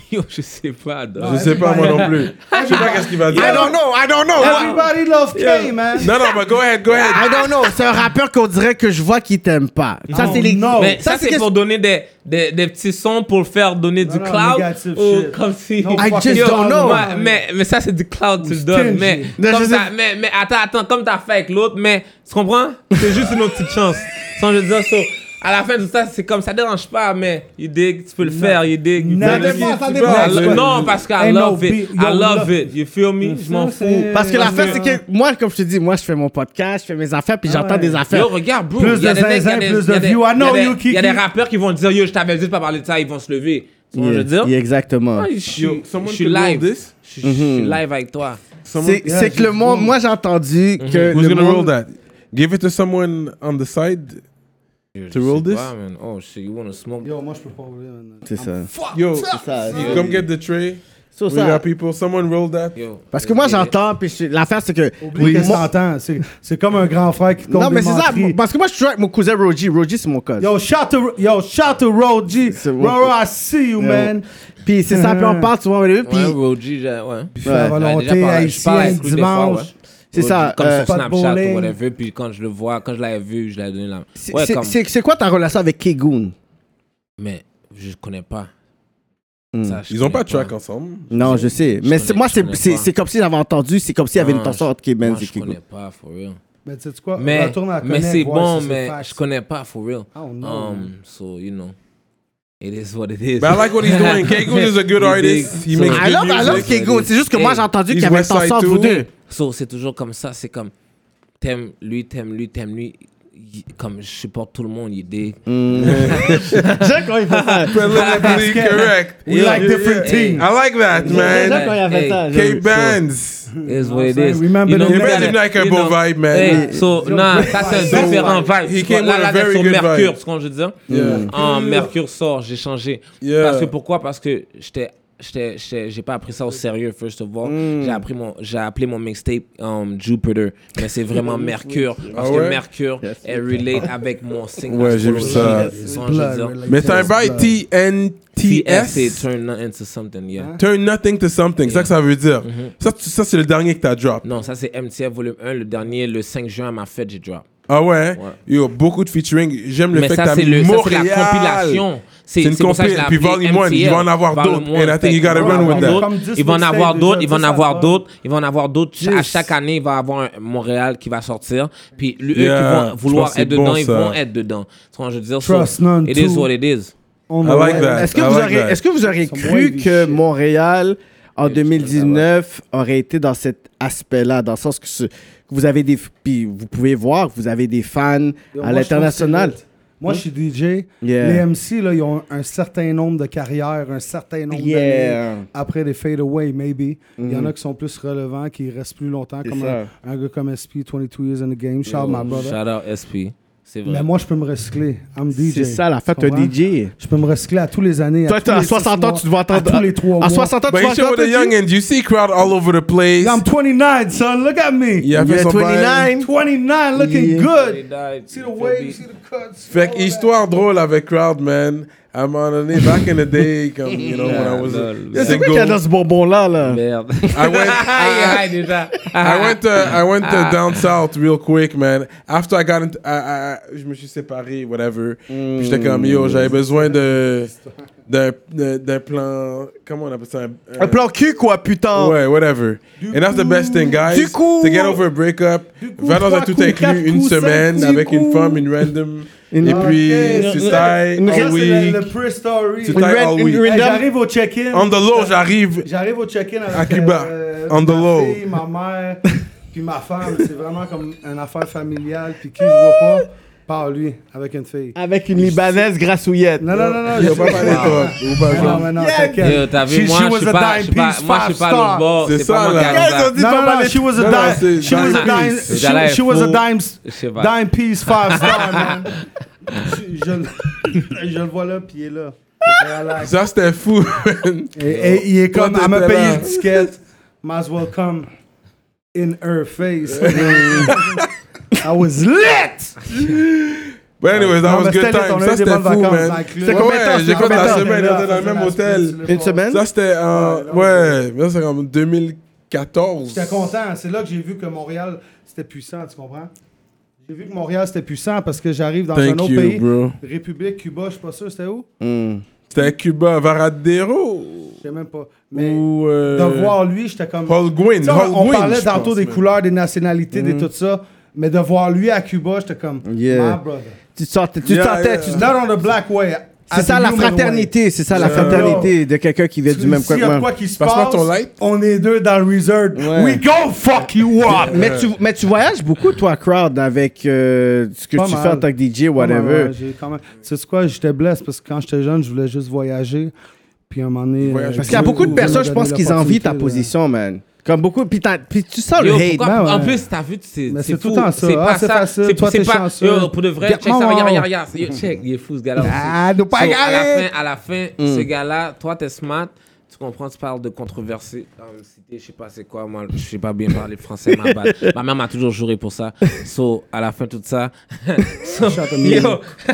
Yo, je sais pas. dog. Je sais pas, moi non plus. Je sais pas qu'est-ce qu'il va dire. know, I don't know. Everybody loves K, man. Non, non, mais go ahead, go ahead. I don't know. C'est un rappeur qu'on dirait que je vois qu'il t'aime pas. Ça, Oh, c'est les. no. Mais ça, c'est qu'est-ce- pour donner des, des, des petits sons pour le faire donner du non, cloud. négatif ou shit. comme si. No I just Yo, don't know. Ouais, mais, mais ça, c'est du cloud, tu le donnes. stingy. Mais, Non, comme je sais- t'as- mais, mais attends, attends, comme t'as fait avec l'autre, mais tu comprends? C'est juste une autre petite chance. Sans je dire ça. À la fin de ça, c'est comme ça dérange pas, mais you dig, tu peux le faire, you dig. you Non, dig. ça dépend, ça Tu dépend. peux- Ouais. Non, parce que I Ain't no love it. beat, I yo, love love it. You feel Mm, me? Je m'en fous. Parce que la fin fin, c'est que moi, comme je te dis, moi, je fais mon podcast, je fais mes affaires, puis j'entends ouais. des affaires. Ah Yo, regarde, bro. Plus y a de des mecs, zinzin, y a des- plus y a de des- views. I y a know des- you, Y a des Kiki. rappeurs qui vont dire, yo, je t'avais dit de pas parler de ça, ils vont se lever. Tu vois ce que je veux dire? Yeah, exactement. Ah, Je suis- Yo, je someone suis can roll live. this? Je suis- je suis Mm-hmm. live avec toi. C'est Yeah, c'est que le just monde, roll. moi, j'ai entendu Mhm. que. Who's le gonna roll monde, that? Give it to someone on the side to roll this? Wow, man. Oh shit, you wanna smoke? Yo, moi, je peux pas rouler, man. C'est ça. Yo, ça. you come get the tray. So We ça. got people. Someone roll that. Yo. Parce que moi, j'entends, puis je- l'affaire, c'est que. Oublie qu'est-ce que mon- t'entends. C'est- C'est comme un grand frère qui te compte Non, mais des c'est ça. menteries. Parce que moi, je suis toujours avec mon cousin Roji. Roji, c'est mon cousin. Yo, shout to, yo, shout to Ro G. C'est Ro, bon. Ro, I see you, Yo. man. Puis c'est ça, puis on parle souvent avec lui, puis Ouais, Roji, j'ai- ouais. Fais la Ouais, déjà volonté parlé- je parle haïtienne avec lui des fois, ouais. dimanche. c'est ça. Comme euh, sur pas de Snapchat bowling. ou whatever, puis quand je le vois, quand je l'avais vu, je l'avais donné la. c'est- Ouais, c'est- comme. C'est c'est quoi ta relation avec Kegoon? Mais je connais pas. Mm. Hmm. Ça, je Ils ont connais pas de track ensemble. Non, je sais. Mais c'est- connais- moi, je c'est- connais c'est pas. c'est comme si j'avais entendu, c'est comme s'il y avait une Non, tension entre Moi, K-Benz et je Kegoon. connais pas, for real. Mais Ben, tu sais quoi? Mais, Retourne à mais Connect, c'est voir bon, si c'est Oh, mais fact. je connais pas, for real. I don't know, Um, man. so, you know, it is what it is. But I like what he's doing. Kegoon is a good You artist. dig? He So- makes I good love, I love music. Kegoon. C'est juste que moi, j'ai entendu He's qu'il y avait une West Side tension entre vous too. deux. So, c'est toujours comme ça, c'est comme t'aimes lui, t'aimes lui, t'aimes lui. Y- Comme je supporte tout le monde, il dit. J'aime quand il fait ça. Preliminarily correct. We like different teams. I like that, man. J'aime quand il a fait Hey, ça. j'avoue. K-Bands. It's what it I'm is. saying? Remember the you name. gotta- Imagine like a you bon know, vibe, man. Hey, so, non, ça c'est un vibe. différent vibe. He came là, with a là, very là, sur good vibe. Mercure, ce qu'on je veux dire. En Mercure sort, j'ai changé. Yeah. Parce que pourquoi Parce que j'étais. j'étais- j'étais- J'ai pas appris ça au sérieux, first of all. Mm. J'ai appris mon, j'ai appelé mon mixtape um, Jupiter, mais c'est vraiment Mercure. Parce Ah ouais? que Mercure elle relate avec mon signe. Ouais, j'ai vu ça. Mais c'est un bail TS, c'est T-N-T-S. turn into something, yeah. Turn nothing to something. C'est ça que ça veut dire. Mm-hmm. Ça, tu- ça c'est le dernier que t'as drop. Non, ça c'est MTF volume 1, le dernier, le 5 juin à ma fête, j'ai drop. Ah ouais? Yo, beaucoup de featuring. J'aime le Mais fait ça, que t'as c'est mis le- ça, c'est la Montréal. compilation. C'est- C'est une c'est pour ça que je compilation. l'ai Puis appelé Volume 1, il MTL. va en avoir Volume d'autres. one, And I think fait you gotta qu'il va run en with avoir that. Comme 10 Il va en mixtapes avoir déjà, d'autres, il va en 10 avoir albums. d'autres, il va en avoir d'autres. À Yes. chaque année, il va y avoir un Montréal qui va sortir. Puis lui, eux Yeah, qui je vont pense vouloir que c'est être dedans, bon, ils ça. vont être dedans. Tu vois, je veux dire, Trust so, none it is too. what it is. On I like that. Est-ce que, I vous like aurez- that. est-ce que vous auriez Some wavy cru que shit. Montréal, en Yeah, 2019, aurait été dans cet aspect-là, dans le sens que, ce- que vous avez des. Puis vous pouvez voir, vous avez des fans Yo, à moi, je l'international. trouve que c'est lit. Moi, je suis DJ. Yeah. Les MC, là, ils ont un certain nombre de carrières, un certain nombre Yeah. d'années après des fadeaways, maybe. Il y Mm-hmm. en a qui sont plus relevants, qui restent plus longtemps, C'est comme ça. un, un gars comme SP, 22 years in the game. Shout out my brother. Oh, Shout out SP. C'est vrai. Mais moi, je peux me recycler. I'm DJ. C'est ça, la fin, Tu t'es un comprends? DJ. Je peux me recycler à tous les années. Toi, tous t'as- à les six 60 ans, mois, tu devais entendre. À tous les trois mois. À 60 ans, tu But Ben, vas you show entendre. with the young and you see crowd all over the place. I'm 29, son. Look at me. Il a fait Yeah, son bail. 29. 29, looking Yeah. good. Died, See the Phil waves, Beat. see the cuts. Fait que all that. histoire drôle avec crowd, man. À un moment donné, back in the day, comme, you know, when I was Yeah, a lol, C'est quoi qu'il y a dans Ah, ce bonbon-là, là? Merde. I went, Aïe, aïe, déjà. I Ah. went, uh, I went uh, down south real quick, man. After I got into, I- I- I- je me suis séparé, whatever. Puis Hmm. j'étais comme yo, j'avais besoin de d'un de- d'un plan, comment on appelle ça, un, Un plan cul, quoi, putain! Ouais, whatever. And that's the best thing, guys. Du coup- to get over a breakup, coup, va dans un trois tout coups, inclus quatre une coups, cinq semaine petits avec une coups. femme, une random, Une- et puis Ok. tu tailles Une- Ça, all c'est week. le, le pre-story. Ah Tu Une tailles red- all une week. red- Hey, J'arrive au check-in. On the low, j'arrive. J'arrive au check-in avec À Cuba, euh, on the ma low. fille, ma mère, puis ma femme. C'est vraiment comme une affaire familiale. Puis qui je vois pas, par lui, avec une fille. Avec une Libanaise grassouillette. Non, non, non, non. Yo, je- pas parler toi. Ou pas Mais non, genre. mais non, Yo, t'inquiète. t'as vu, She- moi, she je was suis a pas, dime je suis pas, piece, moi, je suis five pas l'autre star. bord. C'est C'est pas ça, moi qui là. regarde ça. Guys, Non, non, non, she was Non, non, a dime. c'est She was a dime dime. piece. J'allais She, she was a faux. dime, Je sais pas. dime piece, five star, man. Je, je- je le vois là, puis il est là. Relax. Ça c'était fou. man. Et, et il est comme, Toi, elle m'a t'étais payé là. le ticket. Might as well come in her face. I was lit! But anyways, that Non, was mais good c'était lit, time. on a Ça eu des c'était bonnes fou, vacances man. dans le club. C'était Combien de temps, combien? J'ai c'était fait combien de la temps? semaine, on était dans le même hôtel. Une semaine? Ça, c'était en. Ouais, mais ça, c'est en 2014. J'étais content. C'est là que j'ai vu que Montréal, c'était puissant, tu comprends? J'ai vu que Montréal, c'était puissant parce que j'arrive dans un Thank autre you, pays. bro. République, Cuba, je suis pas sûr, c'était où? Hmm. C'était à Cuba, Varadero. Je sais même pas. Mais Ou. euh, de voir lui, j'étais comme... Paul Gwyn. Tu sais, Paul on, on Gwyn, parlait je tantôt pense, des man. couleurs, des nationalités, des tout ça. Mais de voir lui à Cuba, j'étais comme... Mm-hmm. Yeah. My brother. Tu te sentais, tu Yeah, sentais, yeah. tu- It's not on the black way. C'est ça la fraternité, c'est ça la Euh, fraternité de quelqu'un qui vient Du du même coin Hmm. S'il y que a moi. quoi qui se Passe-moi passe, ton light. on est deux dans le resort. Ouais. We go fuck you up. Mais tu, mais tu voyages beaucoup, toi, crowd, avec euh, ce que Pas tu mal. fais en tant que DJ, Ouais, ouais, whatever. j'ai quand même- Tu sais quoi, j'étais blessé parce que quand j'étais jeune, je voulais juste voyager. Puis à un moment donné. Voyage. euh, Parce qu'il y a beaucoup de Dieu personnes, m'a je donné pense, qu'ils envient ta l'opportunité de- position, man. Comme beaucoup. Puis, t'as- puis tu sens le Yo, hate. pourquoi- Ben En ouais. plus, t'as vu, c'est Mais c'est c'est tout fou. le temps ça. C'est Ah, pas c'est ça. facile. C'est Toi, c'est t'es pas. chanceux. Yo, pour de vrai, check ça. Garde-moi, Regarde, wow. regarde, regarde. Yo, Check, il est fou ce gars-là. Ah, aussi. nous pas Mm. So, à la égarés. fin, à la fin, ce gars-là, toi, t'es smart. Tu comprends, tu parles de controversé. Dans cité, je sais pas c'est quoi, moi, je sais pas bien parler français, ma bad. Ma mère m'a toujours juré pour ça. So, à la fin, tout ça. so, yo,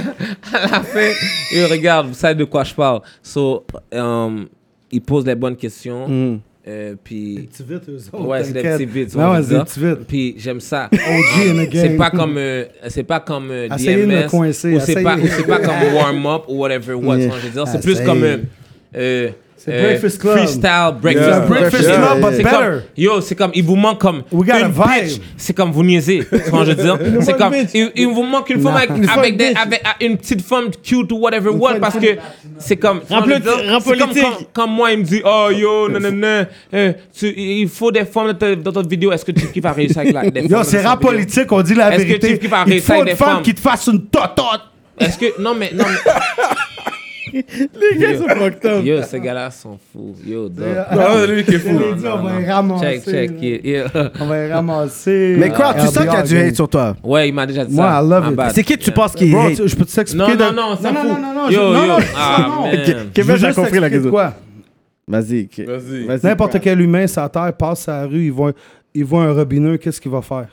à la fin, yo, regarde, vous savez de quoi je parle. So, euh, il pose les bonnes questions. Mm. euh, puis Petits vites, eux autres, Ouais, c'est des t'inquiète. petits vides. on Non, va ouais, c'est dire. des petits vides. Puis j'aime ça. OG in the game. C'est pas comme euh, c'est pas comme euh, Essayez de me DMS ou coincer, c'est pas ou essayez. Ah, c'est pas comme warm up ou whatever what. Yeah. tu vois, Je veux dire, c'est plus comme euh, euh, C'est Breakfast Club. Freestyle, breakfast, Yeah. Breakfast C'est Club, comme- but c'est better. comme- yo, c'est comme, il vous manque comme We got a une vibe. bitch. C'est comme vous niaisez. tu vois, je veux dire. C'est comme, il, il vous manque une femme avec, avec, des, avec ah, une petite femme cute ou whatever what parce que c'est comme. tu vois, je veux dire, Rappelez- c'est comme politique. quand, quand moi, il me dit, oh yo, nanana, euh, tu, il faut des femmes dans ta- dans notre vidéo. Est-ce que tu qui va réussir avec la, des femmes Yo, dans c'est ta rap vidéo? politique, on dit la Est-ce que vérité. tu- qui va Il arrêter avec faut des une femme femmes? qui te fasse une totote. Est-ce que, non mais, non mais. Les gars sont Yo, ces gars-là sont fous. Yo, dog. Ah, lui qui est fou. On va y ramasser. Check, check, là. yeah, yeah. On va y ramasser. Mais crowd, tu Ah, sens qu'il y a du bien. hate sur toi. Ouais, il m'a déjà dit Moi, ça. I love My it. bad. C'est qui tu Yeah. penses qui Bro, hate? tu- je peux t'expliquer Non, de- non, non, on s'en non, fout. non, non, non, je- Yo, non, yo. non, je- Ah, non. man. Je veux Kevin, j'ai juste compris la t'expliquer de question. quoi? Vas-y. Ke- Vas-y. N'importe quel humain sur la terre passe sa rue, il voit, il voit un robineux, qu'est-ce qu'il va faire?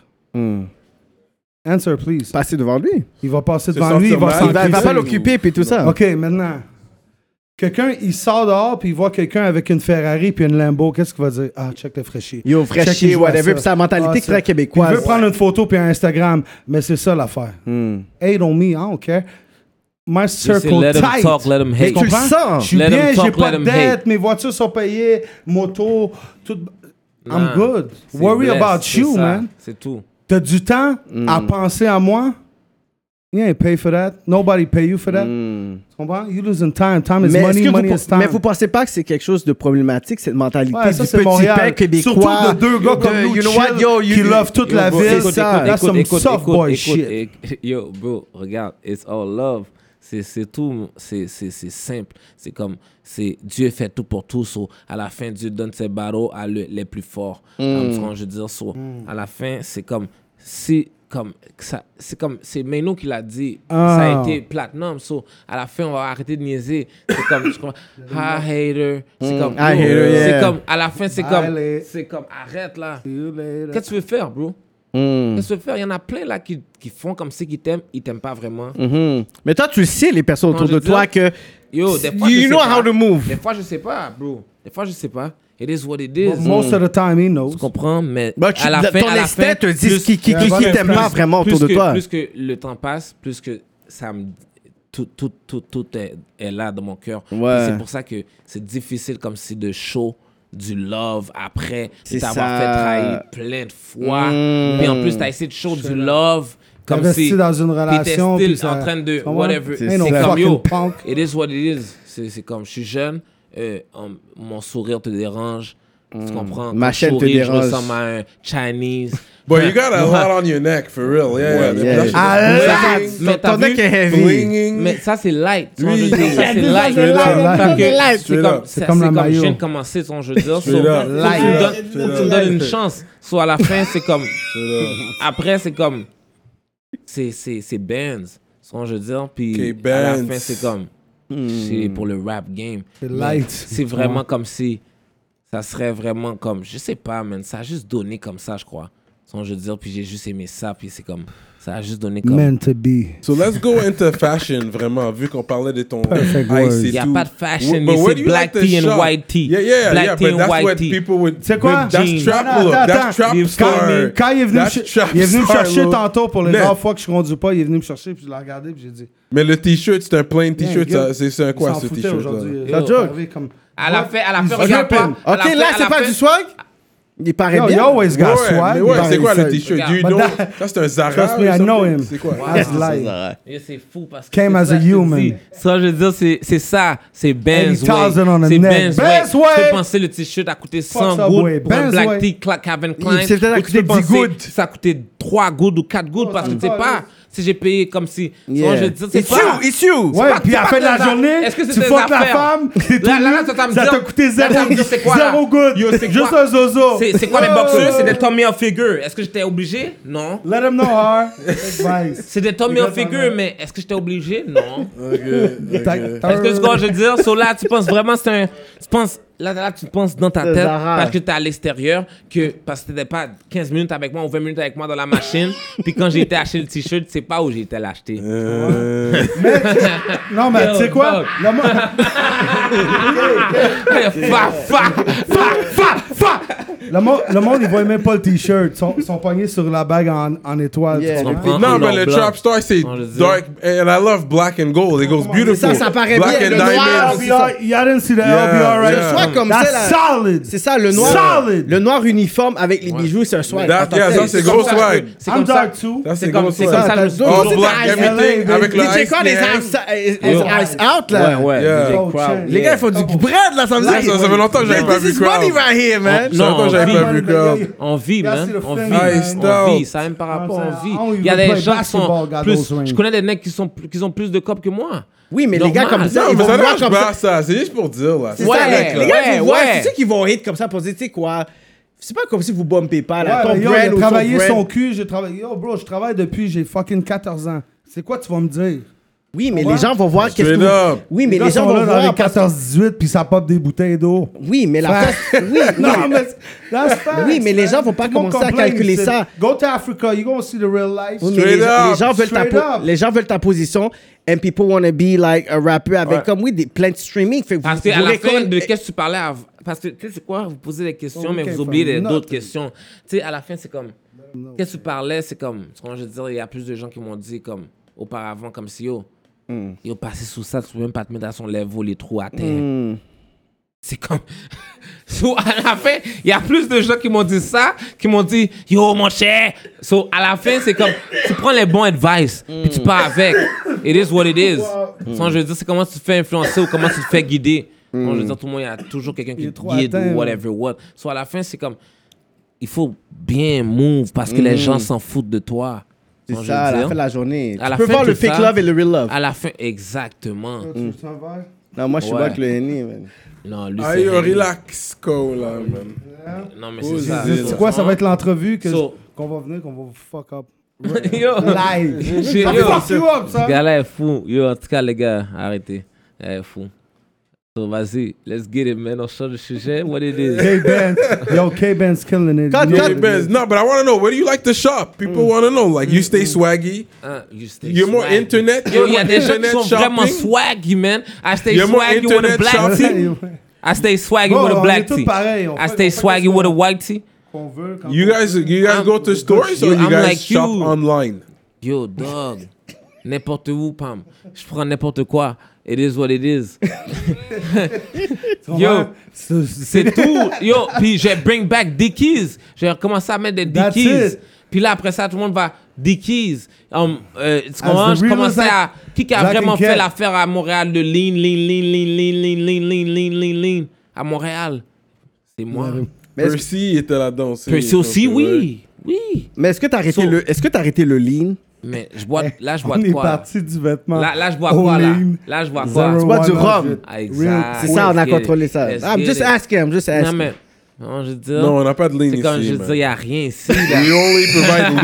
Answer, please. Passer devant lui. Il va passer Se devant lui, il va sentir mal. s'en Il va, il va pas l'occuper puis tout ça. OK, maintenant, Quelqu'un, il sort dehors, puis il voit quelqu'un avec une Ferrari puis une Lambo, qu'est-ce qu'il va dire? Ah, check le fraîchier. Yo, fraîchier, Check, il joue à whatever. ça. Puis c'est la mentalité Ah, ça. très québécoise. Il veut prendre une photo puis un Instagram, mais c'est ça l'affaire. Hate on me, I don't care. My Hmm. C'est circle let tight. him talk, let him hate. tu le sens. Je suis Let 'em bien, j'ai talk, pas let de 'em dette, hate. mes voitures sont payées, moto, tout. I'm Non, good. c'est Worry blessed, about c'est you, ça, Hmm. man. C'est tout. T'as du temps à penser à moi? You ain't pay for that. Nobody pay you for that. Hmm. Tu comprends? You losing time. Time is Mais, est-ce money, que money vous, is time. mais vous pensez pas que c'est quelque chose de problématique, cette mentalité Ouais, du ça, petit c'est Montréal. pain québécois? Surtout de deux gars comme nous, you know chill, what, yo, you- qui love toute Yo, la bro, ville. écoute, C'est ça. écoute, That's écoute, some écoute, soft écoute, boy écoute, shit. écoute. Yo, bro, regarde, it's all love. C'est c'est tout, c'est c'est- c'est simple. C'est comme, c'est Dieu fait tout pour tous. so, à la fin, Dieu donne ses barreaux à le- les plus forts. Comme tu vois, je veux dire, so, à la fin, c'est comme, si, comme, ça- c'est comme, c'est Maino qui l'a dit. Ça Ah. a été platinum. So, à la fin, on va arrêter de niaiser. C'est comme, tu comprends? Ah, hater. C'est comme, I hate yo, her, yeah. c'est comme, à la fin, c'est comme, Allez. c'est comme, arrête là. Qu'est-ce que tu veux faire, bro? Qu'est-ce que tu veux faire? Il y en a plein là qui, qui font comme ceux qui t'aiment, ils t'aiment pas vraiment. Mhm. Mais toi, tu le sais, les personnes autour Non, je de veux toi, dire- que. Yo, des fois, you je know sais how pas. to move. Des fois, je sais pas, bro. Des fois, je sais pas. It is what it is. Most of the time, he knows. Tu comprends, mais Bah, tu- à la la- fin, ton à la instinct fin, te dit ce qui- qui- qui- qui t'aime pas vraiment plus autour de que- toi. Plus que le temps passe, plus que ça me tout tout tout tout est, est là dans mon cœur. Puis Ouais. C'est pour ça que c'est difficile comme si de show du love après C'est de t'avoir fait ça. Mm. trahir plein de fois. Puis en plus t'as essayé de show du love comme Investi si dans une relation, t'étais puis still ça- en train de Tu comprends? whatever. C'est C'est ça. comme yo, Fucking punk. It is what it is. C'est c'est comme, je suis jeune, euh, hum, mon sourire te dérange. Tu comprends? Mm. Ma Ton chaîne te sourire, dérange. Je ressemble à un Chinese. But you got a lot on your neck, for real. Yeah, yeah. yeah. That shit's Ah, blinging, Mais t'as Ton vu? mec est heavy. blinging. Mais ça, c'est light. tu vois, Oui. je veux dire, ça, c'est Straight light. up. Fait que Straight C'est up. comme, C'est c'est comme comme, la comme je viens maillot. de commencer, son jeu de dire. so- Straight so up. tu me donnes- Straight tu me donnes une chance. Soit à la fin, c'est comme. Après, c'est comme. C'est c'est- c'est Benz. Son jeu de dire. Puis Ok, à la Benz. fin, c'est comme. C'est pour le rap game. C'est light. C'est vraiment comme si ça serait vraiment comme je sais pas man, ça a juste donné comme ça je crois. Son je veux dire puis j'ai juste aimé ça puis c'est comme ça a juste donné comme Meant to be. So let's go into fashion, vraiment, vu qu'on parlait de ton Perfect words. ice et Il y a tout. pas de fashion, Wh- mais but where c'est do you black like to tea and shop? white tea. Yeah, yeah, Black yeah, tea but and that's white what tea. people would... C'est quoi? but That's Jeans. trap Attends, look, attends. that's trap Quand, star. quand il est venu, me That's ch- trap il est venu me star chercher look. tantôt pour les Net. rares fois que je conduis pas, il est venu me chercher puis je l'ai regardé puis j'ai dit. Mais le t-shirt, c'est un plain t-shirt. Yeah, ça, C'est c'est un il quoi, s'en ce foutait t-shirt? aujourd'hui. là? Il est joke. arrivé comme- à la fin à la fin Ils regarde pas. open. à Ok, la fin- là, à c'est la pas fin- du swag? Il paraît Yo, bien. you always got Ouais, mais swag. ouais, Bah, c'est quoi le ça- t-shirt? Regarde. Do you But know? that- Ça, c'est un Zara Trust me, or I know something? him. C'est quoi? That's light. Et c'est fou parce que Came c'est as ça a que je human. dis. Ça je veux dire c'est c'est ça, c'est Benz 80,000 on the way. C'est net. Benz way. Benz way. Tu peux penser le t-shirt a coûté 100 ça, boy. gouttes pour Benz un way. black tee Cla- Calvin Klein. c'est peut-être à Ou tu coûter peux 10 penser gouttes. que Ça a coûté 3 gouttes ou 4 gouttes parce que ça tu sais va, pas oui. si j'ai payé comme si. Tu vois, Yeah. je veux dire, c'est It's pas you, it's you. Ouais, pas- puis c'est à pas la fin de la des affaires. journée, Est-ce que c'est tu des fuck la affaires? femme, t'es tout Là, là, là, nu, ça t'a me ça dire- t'a coûté là, zéro, ça me dit, c'est quoi, là? zéro good, Yo, c'est juste quoi? un zozo. C'est c'est quoi mes Oh. boxeurs? C'est des Tommy Hilfiger. Est-ce que j'étais obligé? Non. Let them know her. Advice. C'est des Tommy Exactement. Hilfiger, mais est-ce que j'étais obligé? Non. Tac, Est-ce que tu comprends ce que je veux dire? So là, tu penses vraiment, c'est un. Tu penses, là, là, tu penses dans ta C'est tête, Zara. parce que t'es à l'extérieur, que parce que t'étais pas 15 minutes avec moi ou 20 minutes avec moi dans la machine, puis quand j'ai été acheter le t-shirt, tu sais pas où j'ai été l'acheter. Euh. Non, mais Yo, tu sais quoi? fuck. Là, moi, fa, fa, fa, fa, fa! Le monde, le monde, il voit même pas le t-shirt. Ils sont, ils sont pognés sur la bague en, en étoile. tu Yeah. comprends? comprends? Non, En mais long le blanc. trap star, c'est On le dit. dark, eh, and I love black and gold. It goes beautiful. ça, ça paraît black bien, and le noir, diamonds. puis LBR, y'all didn't see the Yeah, LBR, right? yeah. Soit comme That's ça, là. solid. C'est ça, le noir. Solid. Le noir uniforme avec les bijoux, c'est un swag. That- en tant yeah, que ça, tel. c'est comme gros ça que je swag. peux- C'est I'm comme ça. dark too. Ça, c'est C'est comme, gros c'est comme swag. ça. Ah, le- t'as- All c'est black, nice, everything, LA, avec le DJ ice Crowd les man. Yo. ice out, là. Ouais, ouais, Yeah. DJ Oh, Crowd. shit. Les gars, ils font du bread, là, ça me Là, dit. ça ça fait longtemps que j'avais pas This vu is money crowd. right here, On- man. Ça fait Non, longtemps que j'avais on pas vu crowd. Ah, On vit, That's man. the On thing, vit, man. on vit. Ça même par rapport, Ah, on vit. oh, Il y a you play des gens qui basketball, sont got plus. those rings. Je connais des mecs qui sont plus- qui ont plus de copes que moi. Oui, mais les gars Normal. comme ça, Non, Non, ils mais vont ça voir lâche comme pas, ça. ça. C'est juste pour dire, là. C'est Ouais, ça, mec, les là. gars, ils Ouais, vont voir, ouais. c'est sûr qu'ils vont hate comme ça pour dire, tu sais quoi, c'est pas comme si vous bumpez pas, là. Ouais, Ton mais yo, bread il a ou travaillé bread. son cul, j'ai travaillé. Yo, bro, je travaille depuis, j'ai fucking 14 ans. C'est quoi tu vas me dire? Oui, mais Ouais. les gens vont voir qu'est-ce que. Straight vous- up. Oui, mais Les les gens sont vont là dans les voir. parce- 14-18, puis ça pop des bouteilles d'eau. Oui, mais la face. Oui, Non, mais that's facts, Oui, mais les man. gens vont pas Tout le monde commencer à complain, calculer ils disent, ça. Go to Africa, you gonna see the real life. Oui, mais les, Straight up, les gens veulent ta straight po- up. les gens veulent ta position and people want to be like a rapper avec comme oui des plein de streaming fait que Parce vous- eh qu'à vous Ah, la fin récoltez- de qu'est-ce que tu parlais avant. Parce que tu sais, c'est quoi Vous posez des questions, Oh, mais ok, vous oubliez des- fine. d'autres Note. questions. Tu sais, à la fin, c'est comme. Qu'est-ce que tu parlais C'est comme. Tu comprends, je veux dire, il y a plus de gens qui m'ont dit, comme, auparavant, comme si yo. Yo, passer sous ça, tu peux même pas te mettre à son level, les trous à terre. C'est comme. So, à la fin, il y a plus de gens qui m'ont dit ça, qui m'ont dit Yo, mon cher. So, à la fin, c'est comme. Tu prends les bons advice, puis tu pars avec. It is what it is. Mm. Sans je veux dire, c'est comment tu te fais influencer ou comment tu te fais guider. Bon, je veux dire, tout le monde, il y a toujours quelqu'un qui Mm. est te trop guide atteint, ou whatever what. So, à la fin, c'est comme. Il faut bien move parce que Mm. les gens s'en foutent de toi. C'est Sans je ça, à veux la dire. fin de la journée. À tu la peux fin, voir tout le fake ça. love et le real love. À la fin, exactement. Tu t'en vas? Non, moi, je suis Ouais. pas avec le Henny, man. Non, lui, c'est. Aïe, yo, relax, Cole, là, man. Non, mais Oh, c'est ça. zizou. C'est quoi, ça va être l'entrevue que- So- qu'on va venir, qu'on va vous fuck up. Yo. Live. J'ai- Ça yo. fait fuck you up, ça. Ce gars-là est fou. Yo, en tout cas, les gars, arrêtez. Il est fou. So, vas-y, let's get it, man. On change de sujet. What it is? K-Benz. Yo, K-Benz killing it. Cut, Yo, cut, Hey, Benz, no, but I want to know, where do you like to shop? People want to know. Like, you stay swaggy. Hein, you Mm. Mm-hmm. stay You're more swaggy. internet- Yo, you're il y a more des gens qui internet sont vraiment shopping. swaggy, man. I stay You're more swaggy with a internet black shopping. tee. I stay swaggy with Bon, a on black est tous tee. pareils, on I fait- stay on fait swaggy qu'est-ce with a qu'on- white tee. Qu'on veut quand You on- guys, you guys I'm- go to stores or Yo, you I'm guys like shop you. online? Yo, dog. N'importe où, Pam. Je prends n'importe quoi. It is what it is. Yo, C'est- c'est- c'est tout. Yo, puis j'ai bring back Dickies. J'ai recommencé à mettre des That's Dickies. it. Puis là, après ça, tout le monde va Dickies. Um, euh, tu the comprends? Je real commençais as I- à. Qui qui a as I can vraiment get. fait l'affaire à Montréal de lean, lean, lean, lean, lean, lean, lean, lean, lean, lean, lean, à Montréal? C'est moi. Percy était là-dedans. c'est- Percy aussi, ouais. oui. Oui. Mais est-ce que t'as arrêté So- le, est-ce que t'as arrêté le lean? Mais je bois, là, je bois On de est quoi? là? parti du vêtement. Là, là, je bois au quoi, là? lean. Là, je bois quoi? Zero bois du one rhum. hundred. Ah, exact. C'est ça, on a Let's get contrôlé it. ça. Let's I'm get just it. asking, I'm just Non, asking. mais. Non, je veux dire. Non, on n'a pas de ligne C'est comme ici, je veux man. dire, il n'y a rien ici. là. We only provide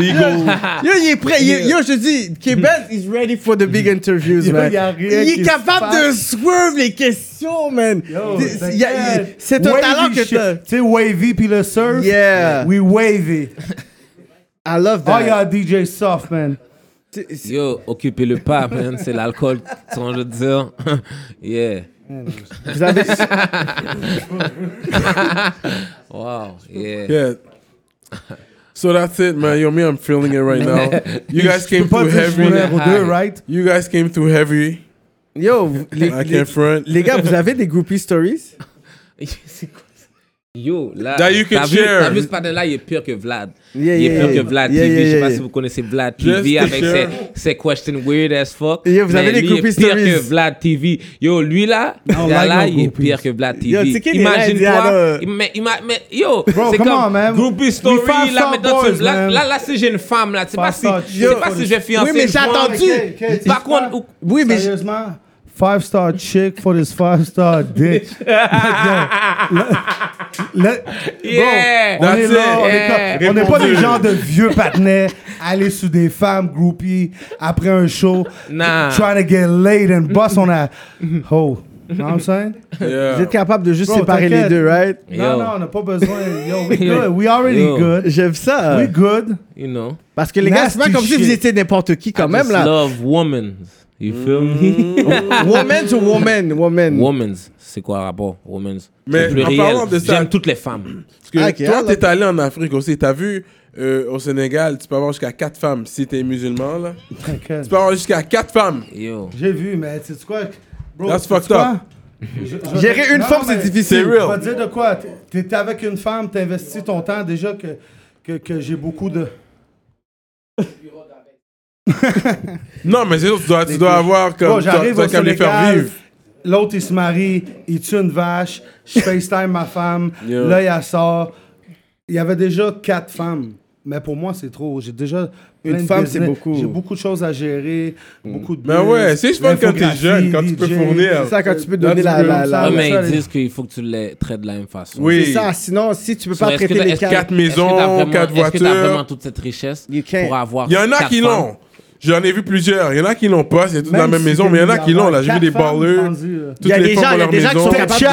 legal. Yo, il est prêt. il est- Yo, je te dis, Québec is ready for the big interviews, Mm. Yo, man. y a rien il qui est se capable de swerve les questions, man. C'est- y a- y- C'est un Oh, Wavy talent que shit. t'as. Tu sais, wavy puis le surf. Yeah. We wavy. I love Oh, that. y'a DJ soft, man. C'est- c'est- Yo, occupez le pas, man. C'est l'alcool, tu vois, je veux dire. yeah. Vous avez, Wow. Yeah. yeah. So that's it, man. Yo, me, I'm feeling it right now. You guys came Pas through dire heavy. numéro 2, right? You guys came through heavy. yo, vous- les, I les, can't front. les gars, vous avez des groupie stories? Ah. C'est quoi ça? Yo, là. That you can t'as vu- share. T'as vu ce panel-là, il est pire que Vlad. Yeah, il est yeah, pire yeah. que Vlad Yeah, TV. yeah, je sais yeah, pas yeah. si vous connaissez Vlad Just TV to avec ses, share. ses questions weird as fuck. Yo, vous Mais avez des lui, il groupie est pire stories. que Vlad TV. Yo, lui là, don't gars, like là, il no est groupies. pire que Vlad TV. Yo, tu sais qu'il est là, il dit, Imagine-toi. alors- il- Mais, il m'a- mais yo, c'est come comme on, man. groupie We story. five Là, star maintenant, tu- boys, là, man. là, là, si j'ai une femme là, tu sais pas Five si, star, tu sais pas yo. si je vais fiancer. Oui, mais j'ai une femme. attendu. Par contre, ou- Oui, mais je- Sérieusement? Five star chick for this five star dick. Le- Bon, on est Yeah. là, That's it. on Eh. est Yeah. comme- on n'est pas Répondu. des gens de vieux patinets, aller sous des femmes groupies après un show, Nah. trying to get laid and bust on a hoe. You know what I'm saying? vous Yeah. êtes capable de juste Bro, séparer les t'inquiète. deux, right? Yo. Non, non, on n'a pas besoin. Yo, we good. We already Yo. good. J'aime ça. We good. you know. Parce que les gars, c'est pas Nasty comme si shit. vous étiez n'importe qui quand I même, just là. love women. You feel me? Woman to woman, woman. Women's, c'est quoi le rapport? Women's. Mais C'est pluriel. en parlant de ça- J'aime toutes les femmes. Parce que Ah, ok, toi, alors- t'es allé en Afrique aussi. T'as vu, euh, au Sénégal, tu peux avoir jusqu'à 4 femmes si t'es musulman, là. T'inquiète. Tu peux avoir jusqu'à 4 femmes. Yo. J'ai vu, mais tu sais quoi? Bro, That's sais-tu fucked quoi? up. Je- je- Gérer une Non, femme, c'est mais- difficile. C'est Je real. vais te dire de quoi. T'es- T'es avec une femme, t'investis ton temps déjà que, que, que j'ai beaucoup de. Non, mais c'est sûr, tu dois, tu dois avoir comme. Bon, tu dois- tu j'arrive dois au comme les faire Sénégal, vivre. l'autre il se marie, il tue une vache, je FaceTime ma femme, Yeah. là il la sort. Il y avait déjà quatre femmes, mais pour moi c'est trop. J'ai déjà plein Une de femme, c'est business. beaucoup. J'ai beaucoup de choses à gérer, beaucoup de. Ben bills, ouais, c'est juste fun quand t'es l'infographie, jeune, quand tu peux DJ. fournir. C'est ça, quand tu peux Là, donner tu la- peux- la- la- Ah, Ouais, mais ça, ils les- disent qu'il faut que tu les traites de la même façon. C'est Oui. ça, sinon, si tu peux So, pas est-ce que traiter t'as- les est-ce que- cartes. Quatre maisons, est-ce que t'as vraiment- quatre Est-ce que t'as voitures. vraiment toute cette richesse You can't. pour avoir Il y en a Ah, quatre qui femmes? l'ont. J'en ai vu plusieurs. Il y en a qui l'ont pas, c'est tout dans la même maison, mais il y en a qui l'ont. Là, j'ai vu des balleux. Il y a des gens, il y a des gens qui sont maison. capables.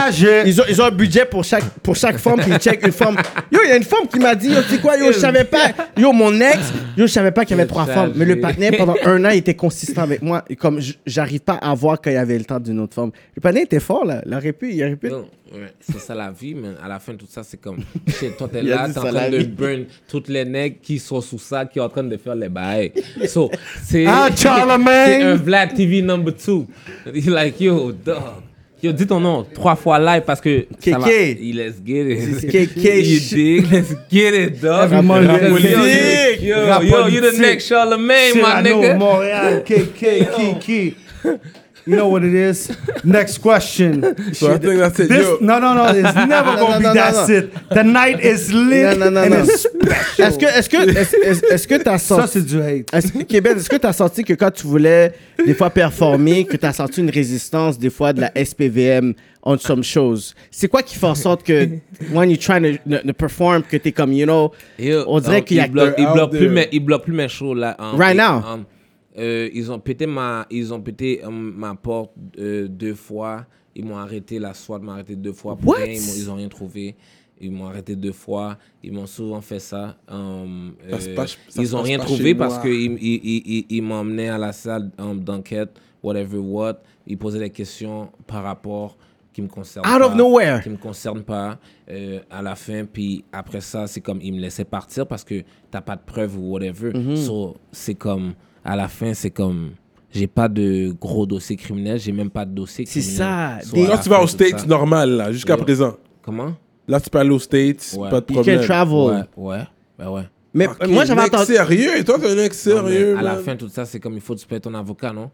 Ils ont, ils ont un budget pour chaque, pour chaque femme, puis ils checkent une femme. Yo, il y a une femme qui m'a dit, yo, tu sais quoi, yo, je savais pas. Yo, mon ex, yo, je savais pas qu'il y avait trois femmes. Mais le partenaire, pendant un an, il était consistant avec moi. Et Comme j- j'arrive pas à voir qu'il y avait le temps d'une autre femme. Le partenaire était fort, là. Il aurait pu, il aurait pu. Non, ouais, c'est ça la vie, mais à la fin, tout ça, c'est comme. Shit, toi, t'es Il a là, dit t'es en ça, la train de vie. burn toutes les nègres qui sont sous ça, qui sont en train de faire les bails. So, c'est. Ah, Charlemagne! C'est un Vlad TV number two. He's like, yo, dog. Yo, dis ton nom trois fois live parce que. ça va- Kéké. Il- Let's get it. Kéké. You dig? Let's get it, dog. Everyone get Let's get it. it. Yo, yo, you the next Charlemagne, my Cyrano, nigga. Montréal, KK, Kiki. You know what it is. Next question. So I think that's it. Yo, This, no, no, no, it's never No, gonna no, no, be no, that's no. it. The night is lit Non, non, non, and non. it's Est-ce que, est-ce que, est-ce, est-ce- est-ce que t'as Ça, senti. c'est du hate. Est-ce, Québec, est-ce que t'as senti que quand tu voulais des fois performer, que t'as senti une résistance des fois de la SPVM on some shows? C'est quoi qui fait en sorte que when you try to, to- to perform, que t'es comme, you know, Yo, on dirait um, qu'il y a ils bloquent- que- ils bloquent out plus there. mes ils bloquent plus mes shows là. um, Right ils- now. um, euh, ils ont pété ma ils ont pété um, ma porte euh, deux fois. Ils m'ont arrêté la SWAT m'a arrêté deux fois. Pour What? rien, ils, m'ont- ils ont rien trouvé. Ils m'ont arrêté deux fois. Ils m'ont souvent fait ça. um, Ça se euh, passe- ça se ils ont passe rien pas trouvé chez parce moi. qu'ils ils, ils, ils- ils m'emmenaient à la salle um, d'enquête, whatever what. Ils posaient des questions par rapport qui me concernent. Out of pas, nowhere. Qui me concernent pas euh, à la fin. Puis après ça, c'est comme ils me laissaient partir parce que t'as pas de preuves ou whatever. So, c'est comme à la fin, c'est comme j'ai pas de gros dossier criminel, j'ai même pas de dossier C'est criminel. ça, So, des- à la Là, tu vas fin, aux tout ça- States normal, là, jusqu'à Yo. présent. Comment Là, tu peux aller aux States, Ouais. pas de you can problème. travel? Ouais, ouais, ben ouais. Mais Ok, moi, j'avais mec entendu. Sérieux, toi, t'es un mec Non, mais sérieux. à la man. fin, tout ça, c'est comme il faut que tu payes ton avocat, non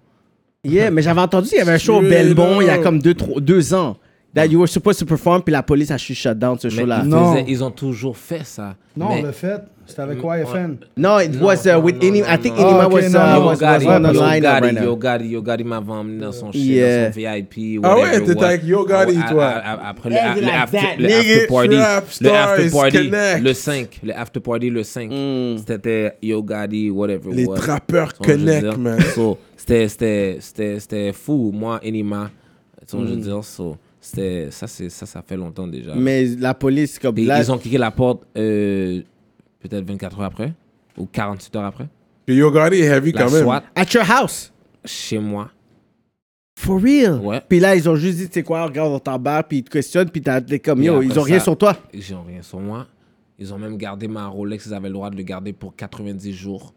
Yeah, mais j'avais entendu, il y avait un show au Straight Belmont il y a up. comme deux, trois- deux ans. That you were supposed to perform, puis la police a shut shut down ce Mais show-là. ils, Non, faisaient- ils ont toujours fait ça. Non, mais on l'a fait. C'était avec YFN. it was uh, non, with non, Inima. non, I think non. Inima Ah, ok, was, non, uh, non, was, Yogari, was on the lineup right Yogari, now. Yogari, Yogari m'a emmené dans son shit, Yeah. dans son VIP. Ah ouais, whatever, t'étais what. avec Yogari, Ah, toi. ah, ah, Après le Hey, le like after that, le nigga. after party, Rap le after stars party, connect. le 5, le after party, le 5. Mm. C'était Yogari, whatever. Les what. trappeurs Tu vois ce que je veux connect, dire? man. So, c'était- C'était c'était- c'était fou, moi, Enima. Tu vois ce que je veux dire? So, c'était- ça, c'est- ça, ça fait longtemps déjà. Mm. Mais la police, comme Puis là, ils ont cliqué la porte euh, peut-être 24 heures après ou 48 heures après. Puis Yogari est heavy La quand même. SWAT at your house. chez moi. For real? Ouais. Puis là, ils ont juste dit, tu sais quoi, regarde, on t'embarque, puis ils te questionnent, puis t'as des comme, Puis yo, après ils ont ça- rien sur toi. Ils ont rien sur moi. Ils ont même gardé ma Rolex. Ils avaient le droit de le garder pour 90 jours.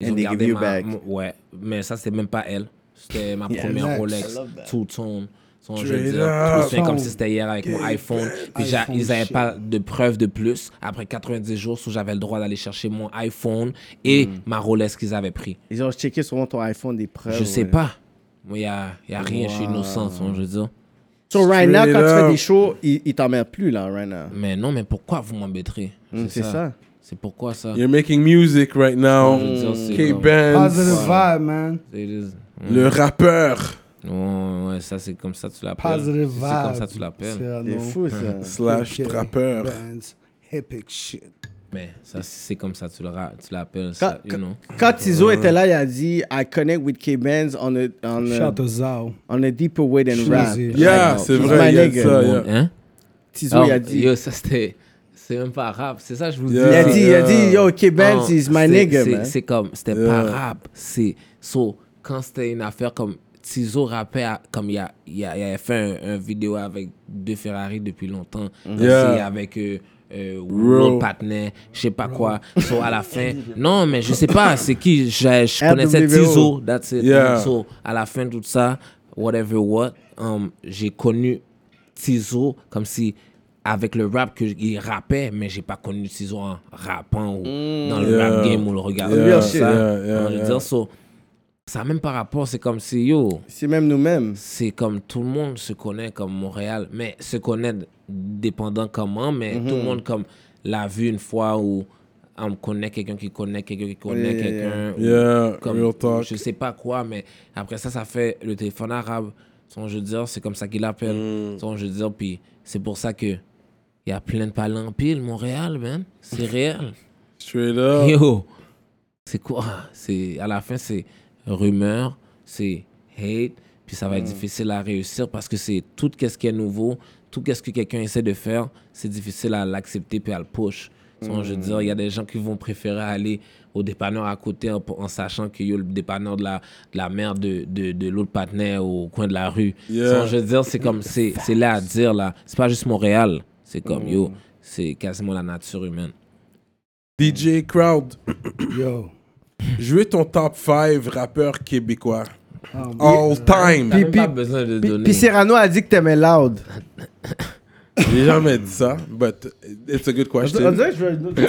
Ils And ont they gardé give you ma- back. mon- ouais, mais ça, c'est même pas elle. C'était ma première nice. Rolex. Two tone. Son, je Straight veux dire, up. tout fait comme Tone. si c'était hier avec mon iPhone. Puis j'a- iPhone ils n'avaient shit. pas de preuves de plus. Après 90 jours, so j'avais le droit d'aller chercher mon iPhone et Mm. ma Rolex qu'ils avaient pris. Ils ont checké sur ton iPhone des preuves. Je sais Ah ouais. pas. Moi, il n'y a, y a rien chez Innocent, hein, je veux dire. So, right now, Straight quand tu fais up. des shows, ils, ils t'emmerdent plus, là, right now. Mais non, mais pourquoi vous m'embêterez Mm, C'est ça. C'est pourquoi ça You're making music right now. Je veux dire, c'est comme- K-Benz, Positive vibe, man. It is- Mm. le rappeur. Ouais, ouais, ça, c'est comme ça que tu l'appelles. Positive vibe. C'est comme ça que tu l'appelles. Cyrano. C'est fou, ça. slash Ok. trappeur. Ben. Bands. Epic shit. Mais ça, c'est comme ça que tu le ra- tu l'appelles. Quand, ça, you know. quand- quand Tizo était là, il a dit, I connect with K-Benz on a, on, a, Shout out Zao. on a deeper way than rap. Cheesy. Yeah, Right now. c'est He's vrai, my il y a nigga. ça, Tout le yeah. monde- Hein? Tizo, il a Oh, dit. Yo, ça, c'était. C'est même pas rap. C'est ça, que je vous Yeah. Il a dis. dit, il a dit, yo, Non, K-Benz is Ben, my c'est- nigga, c'est- man. C'est comme, c'était pas rap. C'est, so, quand c'était une affaire comme Tizo rappait, à- comme il a, il a, il avait fait un, un vidéo avec deux Ferrari depuis longtemps, aussi Yeah. avec euh, euh, Will Patney, je sais pas quoi. So, à la fin, non, mais je sais pas, c'est qui, je, je connaissais LWO. Tizo, Oh, that's it. Yeah. So, à la fin de tout ça, whatever what, um, j'ai connu Tizo comme si avec le rap que il rappait mais j'ai pas connu Tizo en rappant ou Mm. dans le rap Yeah. game ou le regardant Yeah, comme ça yeah, yeah, On va yeah. dire, so, ça a même par rapport c'est comme si yo C'est même nous-mêmes. c'est comme tout le monde se connaît comme Montréal mais se connaît dépendant comment mais Mm-hmm. tout le monde comme l'a vu une fois où on connaît quelqu'un qui connaît quelqu'un qui connaît Yeah, yeah, quelqu'un ou- Yeah, comme real talk. je sais pas quoi, mais après ça, ça fait le téléphone arabe. Son je veux dire, c'est comme ça qu'il l'appelle. Hmm. Son je veux dire, puis c'est pour ça que il y a plein de palins pile Montréal, man. C'est réel. Straight up. Yo, c'est quoi C'est à la fin c'est rumeur, c'est hate, puis ça va être difficile à réussir parce que c'est tout qu'est-ce qui est nouveau, tout qu'est-ce que quelqu'un essaie de faire, c'est difficile à l'accepter puis à le push. Sinon, Je veux dire, il y a des gens qui vont préférer aller au dépanneur à côté en, en sachant qu'il y a le dépanneur de la, de la mère de, de, de l'autre partenaire au coin de la rue. Yeah. Sinon, je veux dire, c'est comme, c'est c'est là à dire, là. C'est pas juste Montréal. C'est comme, yo, c'est quasiment la nature humaine. DJ Crowd, Yo. je veux ton top 5 rappeur québécois. Ah, All time. T'as même pas besoin de donner. Puis Cyrano a dit que t'aimais Loud. J'ai jamais dit ça, but it's a good question. dirait que je veux une autre.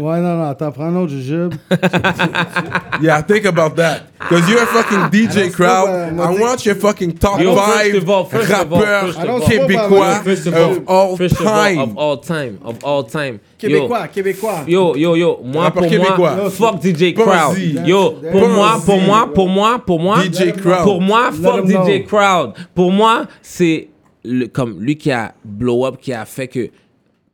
Ouais, non, non, t'en prends un autre jujube. Yeah, think about that. Because you're a Ah, fucking DJ crowd. I want your fucking top Yo, five first of all, first of all, rappeurs first Ah, of all. québécois First of of all, all first of all, of time. all time, of all time. Yo. Québécois, Québécois. Yo, yo, yo, moi, Rappeur pour moi, québécois. fuck DJ Pense-y. Crowd. Yo, pour Pense-y. moi, pour moi, pour moi, pour moi, DJ Crowd. Pour moi, Let fuck him DJ know. Crowd. Pour moi, c'est le- comme lui qui a blow up, qui a fait que,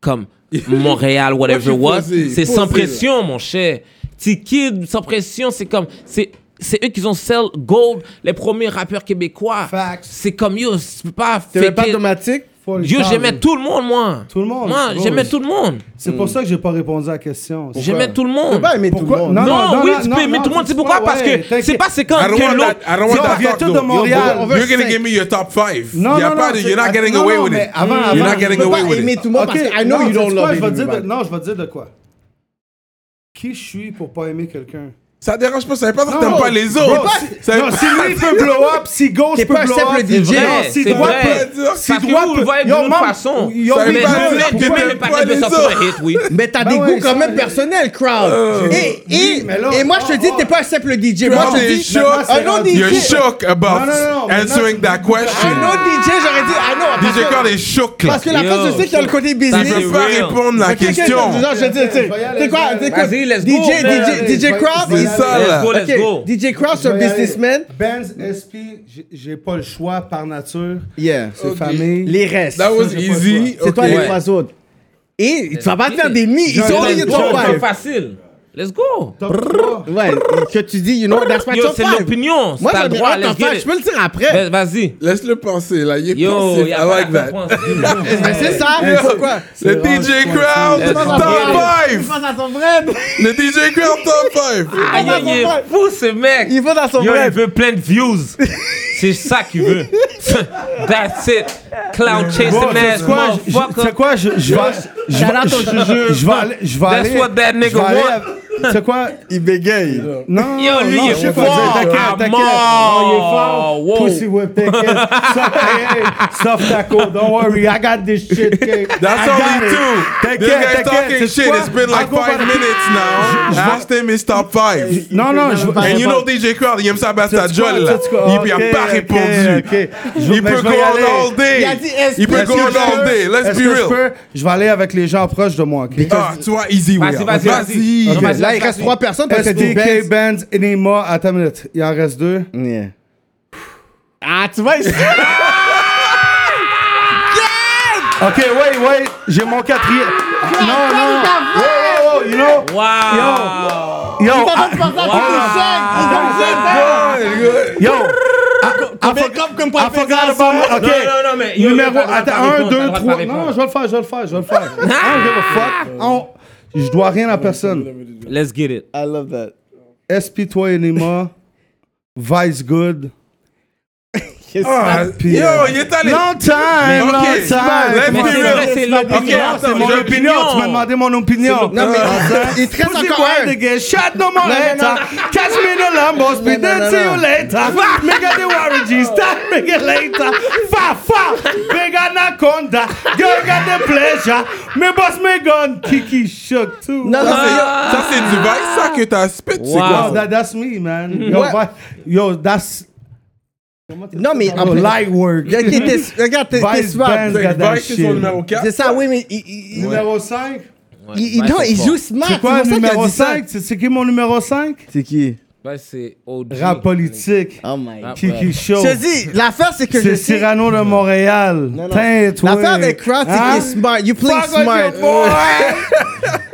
comme Montréal, whatever Moi, what, je suis posé, c'est sans posé, pression, mon cher. Petit kid, sans pression, c'est comme, c'est, c'est eux qui ont sell gold, les premiers rappeurs québécois. Facts. C'est comme yo, tu peux pas T'aimais faker- pas automatique? Yo, j'aimais tout le monde, moi. Tout le monde, Moi, bro. j'aimais tout le monde. C'est pour ça que j'ai pas répondu à la question. J'aimais tout le monde. T'as pas aimé tout le monde. Non, Non, non, oui, non, tu non, peux aimer non, tout le monde. tu C'est peux pourquoi pas, Parce ouais, que c'est t'inquiète. pas c'est quand I don't que want that. l'autre. I don't want Yo, that viens talk, tout though. de Montréal. Yo, bro, On veut You're gonna cinq. give me your top 5. Non, Y'a non, pas non, de- c'est- You're not getting non, away non, with mais it. avant, Mm. avant, You're not tu getting peux away pas with aimer it. tout le monde parce que I know non, you sais-tu don't quoi, love je vais te dire de- everybody. Non, je vais te dire de quoi. Qui je suis pour pas aimer quelqu'un? Ça dérange pas, ça veut pas dire que Non, t'aimes pas les bro, autres. si- Ça veut non, pas- si lui peut blow up, si gauche T'es peut pas blow un up. simple C'est DJ. vrai, si c'est droit vrai. peut- si Parce que droit vous peut- le voyez Yo, d'une man, autre façon. yo, Mais man, je voulais man, pourquoi donner le elle est panier pas de les sortie autres? pour un hit, oui. Mais t'as Ben des ouais, goûts quand ça, même mais- personnels, crowd. et et, Oui, mais là- et moi, je te oh, dis, oh. t'es pas un simple DJ. Moi, Crowd je te is dis, shook. I know DJ. You're shook about Non, non, non, mais answering that I question. know DJ, j'aurais dit, I know. parce DJ que- Crowd est shook, là. Parce que la Yo. face, je sais qu'il y a le côté Ça, Il c'est veut business. pas real. répondre à la Quelqu'un qui question. a dit, genre, je te dis, tu sais, Je vais y aller, t'es quoi, je vais t'es y quoi, aller. Vas-y, let's go, DJ, man. DJ, Allez, DJ Crowd, je vais y is- C'est ça, Let's là. go, let's Ok, go. DJ Crowd, c'est Je un vais y aller. businessman. Benz, SP, Ben j'ai- j'ai pas le choix par nature. Yeah. C'est famille. Les restes. That was j'ai pas le choix. easy. C'est toi Okay. les trois autres. Et tu vas pas te faire des nids. Ils Let's sont go, only Let's your go, top let's c'est five. facile. Let's go. Top trois. Ouais, que tu dis, you know, that's my Yo, top c'est five. l'opinion. Moi, T'as j'en le ai droit. un Let's top get five. Je it. peux le dire après. Vas- Vas-y. Laisse-le penser, là. Il est Yo, pensif. y I a pas like la that. réponse. Mais c'est ça. Pourquoi? Le DJ Crowd, Let's get it. top 5! va dans son brand. Le DJ Crowd, top 5! Ah, yo, il est fou, ce mec. Il va dans son Yo, il brand. veut plein de views. C'est ça qu'il veut. That's it. Cloud chasing Bon, ass c'est quoi, je- je- motherfucker. c'est quoi, je, je vais, je, Shout out au je, je vais aller, je vais That's aller, what that je nigga vais aller, want. à- c'est quoi, Il bégaye. non, Yo, lui, non, il je sais est pas dire, fort. t'inquiète, Ah, à t'inquiète. mort. Oh, il est fort, Wow. pussy whip, t'inquiète, soft, hey, hey, soft taco, don't worry, I got this shit, okay? That's I all got we it. do! This T'inquiète, guy's talking t'inquiète, c'est shit, quoi? it's been like Encore 5 pas- minutes now. Asked him his top 5. Non, non, je And je- you know DJ Crowd, il aime ça battre sa Tu sais quoi, jolle, là. tu sais quoi, Il puis il a ok, pas ok, répondu. ok. Je- Il mais peut je go vais y aller. on all Il a dit day! est-ce Il peut que- go Est-ce que on je all peux- day, let's est-ce be que je real. peux- Je vais aller avec les gens proches de moi, ok? Ah, tu vois, easy way. Vas-y, vas-y, vas-y. Non, vas-y, Là, vas-y, il reste vas-y. trois personnes parce que Euh. t'es bête. SDK, Benz, Enema, attends une minute, il en reste deux. Yeah. Ah, tu vois, ici. Ok, wait, wait, j'ai mon quatrième. Non, non. Whoa, whoa, whoa, you know. Wow. Yo, ah, T'as pas I, ah, yo, Ah, I, I, Mais forg- comme- comme I ah, forgot about my- Non, Ok. non, non, mais. yo, yo, Numéro, t'as le droit de attends, pas 1, répondre, t'as 2, le droit de 3. pas Non, répondre. je vais le faire, je vais le faire, je vais le faire. I don't give a fuck. On- Je dois rien à personne. Let's get it. I love that. SP3 Enema, Vice Good. Ah, Puis, Yo, euh, il est allé. Long Mais time, ok, long c'est bon, let's time. Mais be c'est real. vrai, c'est Ok, l'opinion. attends, C'est mon j'ai l'opinion. opinion, tu m'as demandé mon opinion. Non, Ah, mais il te reste Pussy encore un. wine again, shot no more Non, non, later. Catch me in the Lambo, speed Non, non, non, then see you non. later. Nigga, the warranty, start make it later. Fa, fa, big anaconda. Girl got the pleasure. Me boss me gun, Kiki shook too. Non, non, Ça, c'est- ça, c'est du vice, ça que t'as spit, c'est quoi ça? Wow, that, that's me, man. Yo, Ouais. vi- yo that's Non, mais en I'm plus- light work. Ok, t'es- regarde, t'es t'es Vice smart. Benz got that Vice, c'est son shit. numéro 4. C'est ça, oui, mais il- il- il- Numéro 5. Ouais, il- il- ouais, non, c'est il fort. joue smart. C'est quoi Ah, pour ça qu'il a numéro dit ça. 5? C'est qui mon numéro 5? C'est qui Ben, c'est OG. Rap politique. Oh my god. Kiki Kiki Show. Je te dis, l'affaire, c'est que je C'est sais- Cyrano de Montréal. Non, non. Tain, toi. Hein? L'affaire avec Crowd, c'est hein? qu'il est smart. You play smart.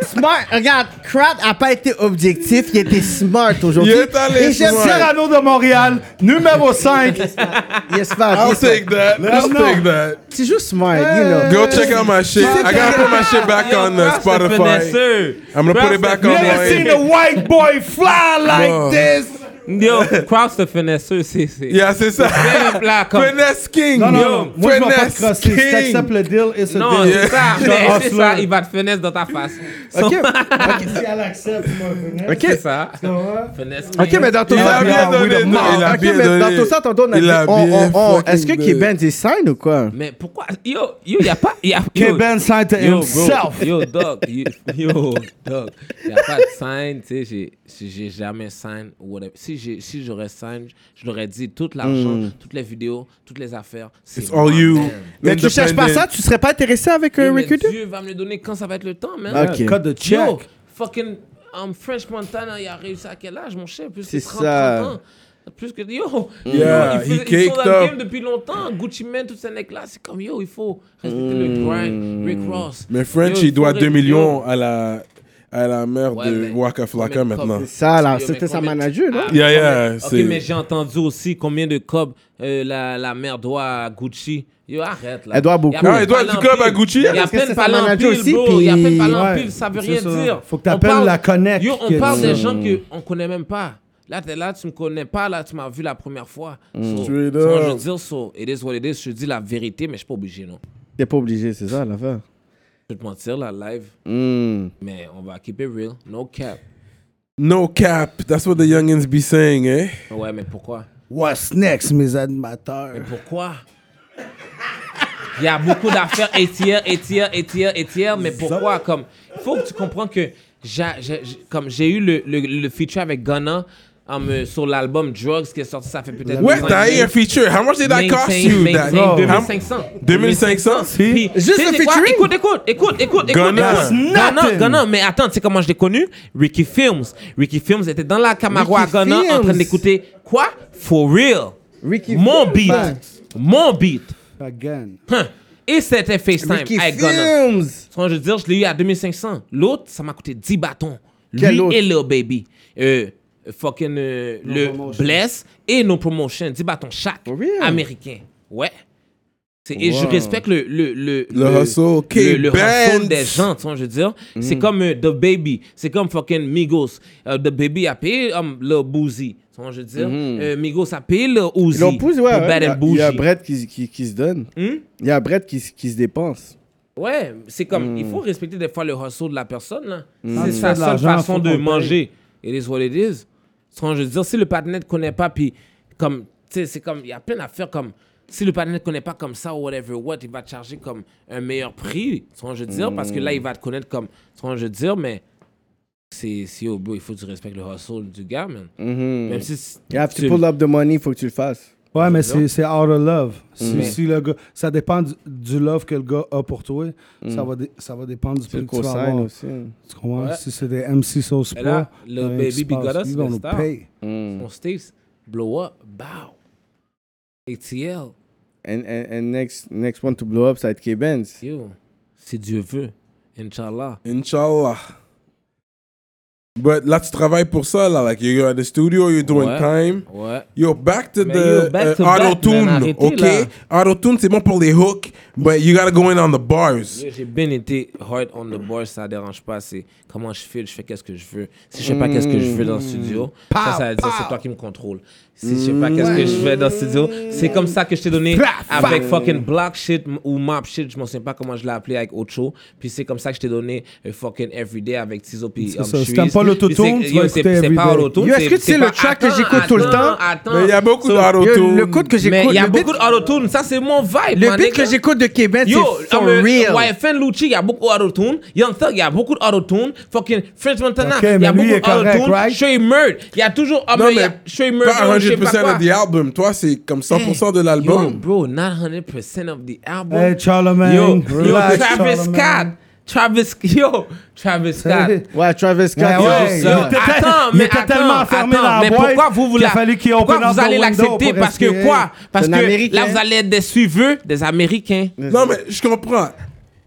smart. Regarde, Crowd a pas été objectif, il était smart aujourd'hui. Il est allé Et j'aime smart. ça. Cyrano de Montréal, numéro 5. Il est smart. il I'll est smart. take that. Let's take that. Tu joues smart, you know. Go check out my shit. I gotta put my shit back on uh, Spotify. I'm gonna put it back Never seen a online. white boy fly like Bro. this. Yo, Krauss le finesseux, c'est. c'est- Yeah, c'est ça. Simple, là, comme- Finesse King. Non, yo. non, moi je vais pas te Finesse crosser. Si t'acceptes King. le deal, et ce Non, deal. c'est ça. Yeah. mais C'est ça, il va te finesse dans ta face. So, Si elle accepte, moi, Ok. C'est ça. Moi, Finesse. Ok, mais dans tout Il ça, a bien donné. non, Il a Ok, bien mais dans donné. tout ça, ton don a dit, Il a on- bien on- on- fucking est-ce que donné. Keben design ou quoi? Mais pourquoi? Yo, yo, y a pas. Y a, yo, K-Ben signed to yo, himself. Bro, yo, dog. Yo, yo, dog. Y a pas de sign, tu sais. j'ai- si J'ai jamais sign. ou whatever. Si j'ai- si j'aurais sign, je l'aurais dit tout l'argent, toutes les vidéos, toutes les affaires. C'est Hmm. It's all moi, you. man. Mais tu cherches pas Independent. ça, tu serais pas intéressé avec Yo, euh, mais Rick Rude? Dieu va me le donner quand ça va être le temps, man. Ok. Cut the check. Yo, fucking um, French Montana, il a réussi à quel âge, mon cher? Plus C'est que 30, ça. 30 ans. Plus que. Yo, Yeah, yo, il he faisait- ils sont caked dans le up. game depuis longtemps. Gucci Mane, tous ces mecs-là, c'est comme yo, il faut respecter le grind. Rick Ross. Mais French, Yo, Hmm. il doit faut 2 ré- millions yo. à la, à la mère Ouais, de mais- Waka Flocka mais- maintenant. C'est ça, là, Yo, c'était mais sa combien de- manager, là. Ah, Yeah, yeah, combien- c'est- Ok, mais j'ai entendu aussi combien de cob euh, la, la mère doit à Gucci. Yo, arrête là. Elle doit beaucoup. Ah, elle doit du cob à Gucci? Il y a Parce que peine c'est pas sa manager l'empile, aussi, bro. Il y a puis- peine pas l'empile, Ouais, ça veut c'est rien ça. dire. Faut que t'appelles On parle- la Connect Yo, on que- parle des Mm. gens qu'on connaît même pas. Là, t'es là, tu me connais pas, là, tu m'as vu la première fois. Mm. So, Straight tu vois, up. je veux dire, so, it is what it is. Je te dis la vérité, mais je suis pas obligé, non. T'es pas obligé, c'est ça, l'affaire. Je vais te mentir, là, live, Hmm. mais on va keep it real. No cap. No cap. That's what the youngins be saying, eh? Ouais, mais pourquoi? What's next, mes animateurs? Pourquoi? Il y a beaucoup d'affaires étières, étières, étières, étières, mais pourquoi? Comme, il faut que tu comprennes que j'a- j'a- j'- comme j'ai eu le, le, le feature avec Ghana um, euh, sur l'album Drugs qui est sorti, ça fait peut-être. Ouais, deux ans t'as et demi. eu un feature. How much did that cost Maintain- you? maintain That? How- 2500. 2500? Puis, tu Juste sais le c'est quoi? featuring? Écoute, écoute, écoute, écoute, écoute. Ghana. écoute. Ghana, Ghana, mais attends, tu sais comment je l'ai connu? Ricky Films. Ricky Films était dans la Camaro à Ricky Ghana en train Films. d'écouter quoi? For real. Ricky Mon Films. beat. Facts. Mon beat. Again. Hein. Et c'était FaceTime Ricky avec Ghana. Films! Ce que je veux dire, je l'ai eu à 2500. L'autre, ça m'a coûté 10 bâtons. Quel Lui autre? et Lil Baby. Euh, fucking euh, le Bless et nos promotions. 10 bâtons chaque. For real? Américain. Ouais. C'est- Et je respecte le... Le, le, Le hustle, ok, le, le hustle Benz. des gens, tu vois, je veux dire. Mm. C'est comme euh, The Baby. C'est comme fucking Migos. Euh, The Baby a payé um, le Boozy. Tu vois, je veux dire. Euh, Migos a payé le Uzi. Ils pousse, Mm-hmm. ouais. pour ouais. Bad Il and y a- Il y a Bougie. Brett qui, qui, qui se donne. Hmm? Il y a Brett qui, se- qui se dépense. Ouais, c'est comme, il faut respecter des fois le hustle de la personne, là. tu C'est fais sa Ah, de seule l'argent, façon faut qu'on de paye. manger. It is what it is. Tu vois, Je veux dire, si le partenaire ne connaît pas, puis comme, tu sais, c'est comme, il y a plein d'affaires comme, si le partenaire ne connaît pas comme ça, ou whatever what, il va te charger comme un meilleur prix, tu vois, je veux dire, parce que là, il va te connaître comme, tu vois, je veux dire, mais c'est, c'est au bout, il faut que tu respectes le hustle du gars, man. Hmm. Même si c'est- You have to tu- pull up the money, faut que tu le fasses. Ouais, mais c'est c'est out of love. Si, Mm. si le gars, ça dépend du, du love que le gars a pour toi. Mm. Ça, va dé- ça va dépendre du C'est le prix que tu vas cosign avoir. aussi. Tu comprends? Si c'est des MC Sauce Et Pro, là, le rien baby qui se big passe. goddess, Ils vont le nous star. payer. Hmm. Mon States, blow up, bow. ATL, And, and, and next, next one to blow up, ça va être K-Benz. yo, si Dieu veut, Inch'Allah. Inch'Allah. But là, tu travailles pour ça, là. Like, you're at the studio, you're doing Ouais. time. Ouais. Yo, back to Mais the yo, back uh, to back, man, auto-tune, arrêtez, OK? Auto-tune, c'est bon pour les hooks, but you gotta go in on the bars. Yo, J'ai bien été hard on the board, ça dérange pas. C'est comment je file, je fais qu'est-ce que je veux. Si je sais pas qu'est-ce que je veux dans le Hmm. studio, ça, ça veut dire c'est toi qui me contrôle. Si je sais pas qu'est-ce que je veux dans le studio, c'est comme ça que je t'ai donné avec fucking black shit m- ou map shit, je m'en souviens pas comment je l'ai appelé avec Ocho. Puis c'est comme ça que je t'ai donné euh, fucking everyday avec Tizo puis um, ça, si Suisse. t'aimes pas l'autotune, Puis c'est- tu vas yo, c'est- écouter C'est pas Everyday. l'autotune. Yo, est-ce que tu sais le pas- track que attends, j'écoute tout le temps? attends. Mais il y a beaucoup So- Yo, d'auto-tune. le coup que Mais j'écoute, il y a le beat- beaucoup d'autotune, ça c'est mon vibe. le my beat que nigga. j'écoute de K-Benz, Yo, c'est for I'm a- real. YFN Lucci, il y a beaucoup d'autotune. Young Thug, il y a beaucoup d'autotune. Fucking French Montana, Ok, il y a mais lui, il beaucoup est correct, d'autotune. right? Shay Murd, il y a toujours. Ah, Non, mais il y a mais Shay Murd, Pas je sais pas 100% quoi. of the album. Toi, c'est comme 100% de Eh, Yo, l'album. bro, not 100% of the album. Hey, Charlemagne, Yo, yo, relax, Travis Charlemagne. Scott. Travis, yo, Travis Scott. Ouais, Travis Scott. Ouais, Yo, ouais, ça- il était attends, il mais était attends, tellement enfermé attends, dans la mais boîte pourquoi vous qu'il voulez, a fallu qu'il pourquoi open up vous the allez window l'accepter pour parce que respirer. quoi Parce C'est que un Américain. là vous allez être des suiveurs, des Américains. Non, mais je comprends.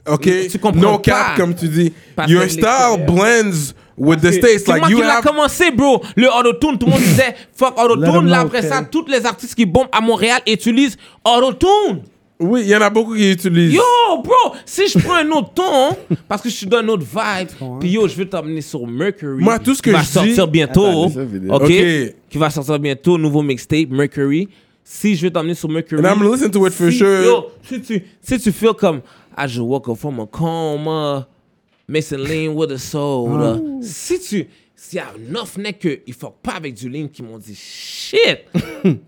OK? Tu comprends no pas. cap, comme tu dis. Parce Your que style blends with the States. C'est Like, moi you qui l'a have... commencé, bro. Le autotune, tout le monde disait fuck autotune. them Là know, après okay. ça, tous les artistes qui bombent à Montréal utilisent autotune. Oui, il y en a beaucoup qui utilisent. Yo, bro, si je prends un autre ton, hein, parce que je te donne un autre vibe, puis yo, je veux t'emmener sur Mercury. Moi, tout ce que qui va je sortir dis- bientôt, Attends, laisse-le finir. ok, Ok. qui va sortir bientôt, nouveau mixtape Mercury. Si je veux t'emmener sur Mercury, And I'm listening to it for si, sure. Yo, si tu, si tu feel comme I just woke up from a coma, missing lean with a soda. Si tu, s'il y a 9 necks qu'ils fuck pas avec du lean qui m'ont dit shit,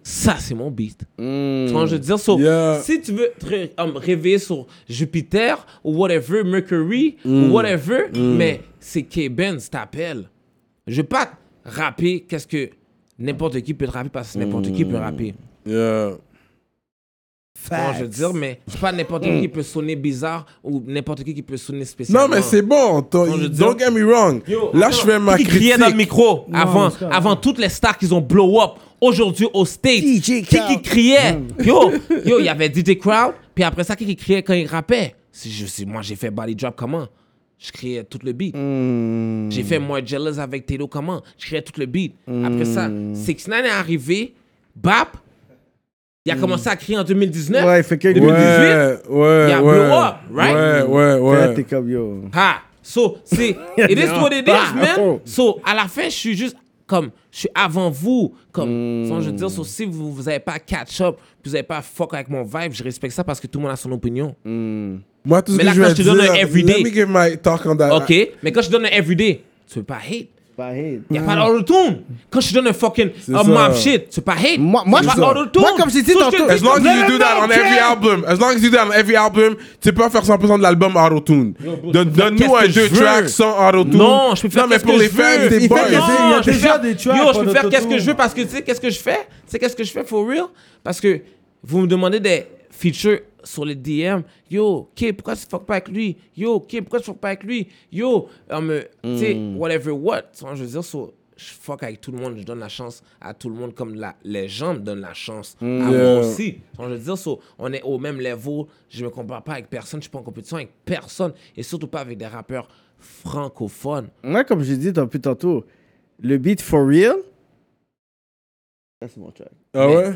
ça c'est mon beat. Tu vois, je veux dire, so, Hmm. Yeah. si tu veux te ré- um, réveiller sur Jupiter ou whatever, Mercury Hmm. ou whatever, mais c'est K-Benz t'appelle. Je vais pas rapper qu'est-ce que n'importe qui peut te rapper parce que n'importe qui peut Hmm. rapper. Yeah. Tu vois, je veux dire, mais c'est pas n'importe qui qui peut sonner bizarre ou n'importe qui qui peut sonner spécial. Hmm. Non, mais c'est bon. Ton- Non, je veux Don't dire- get me wrong. Là, je fais ma Qui criait dans le critique. micro avant, avant toutes les stars qu'ils ont blow up aujourd'hui au States. qui qui criait Yo, yo, il y avait DJ Crowd, puis après ça, qui qui criait quand il rappait si je, si Moi, j'ai fait Body Drop comment Je criais tout le beat. Hmm. J'ai fait More Jealous avec Tato comment Je criais tout le beat. Après ça, 6 9 est arrivé, bap, il a commencé à crier en 2019. Ouais, il fait que lui. Hmm. Ouais, 2018, ouais, ouais. y a Blow Up, right? Ouais, ouais, Ouais, T'es ouais. comme yo. Ah, so, c'est. It is what it Ah. is, Oh. man. So, à la fin, je suis juste comme. Je suis avant vous. Comme. Hmm. so, je veux dire, so, si vous vous avez pas catch up, puis vous avez pas fuck avec mon vibe, je respecte ça parce que tout le monde a son opinion. Hmm. Moi, tout ce Mais que là, je quand vais je te donne dire... un everyday- Let me give my talk on that. OK? Mais quand je donne un everyday, tu veux pas hate. Pas hate. Y a pas d'autotune. Quand je donne un fucking un ça. mob shit, tu veux pas hate. Moi- moi, Y a je- pas d'autotune. moi, comme je t'ai dit So, te tantôt- dis As long comme- as you do that on every album, as long as you do that on every album, tu peux pas faire 100% de l'album auto-tune. Donne- Donne-nous qu'est-ce un que je deux veux. tracks sans auto-tune. Non, je peux faire Non, mais qu'est-ce pour que les je veux. fans, des Il fait boys. que c'est- Non, il y a je peux déjà faire- des tracks Yo, je en peux faire qu'est-ce que autotune. je veux parce que tu sais qu'est-ce que je fais C'est qu'est-ce que je fais for real Parce que vous me demandez des features sur les DM. Yo, K, pourquoi tu fuck pas avec lui Yo, K, pourquoi tu fuck pas avec lui Yo, um, euh, tu sais, whatever what. Tu vois, je veux dire, so, je fuck avec tout le monde, je donne la chance à tout le monde comme la, les gens me donnent la chance à moi aussi. Tu vois, je veux dire, so, on est au même level, je me compare pas avec personne, je suis pas en compétition avec personne et surtout pas avec des rappeurs francophones. Moi, comme j'ai dit depuis tantôt, le beat for real. Ça, c'est mon track. Ah ouais?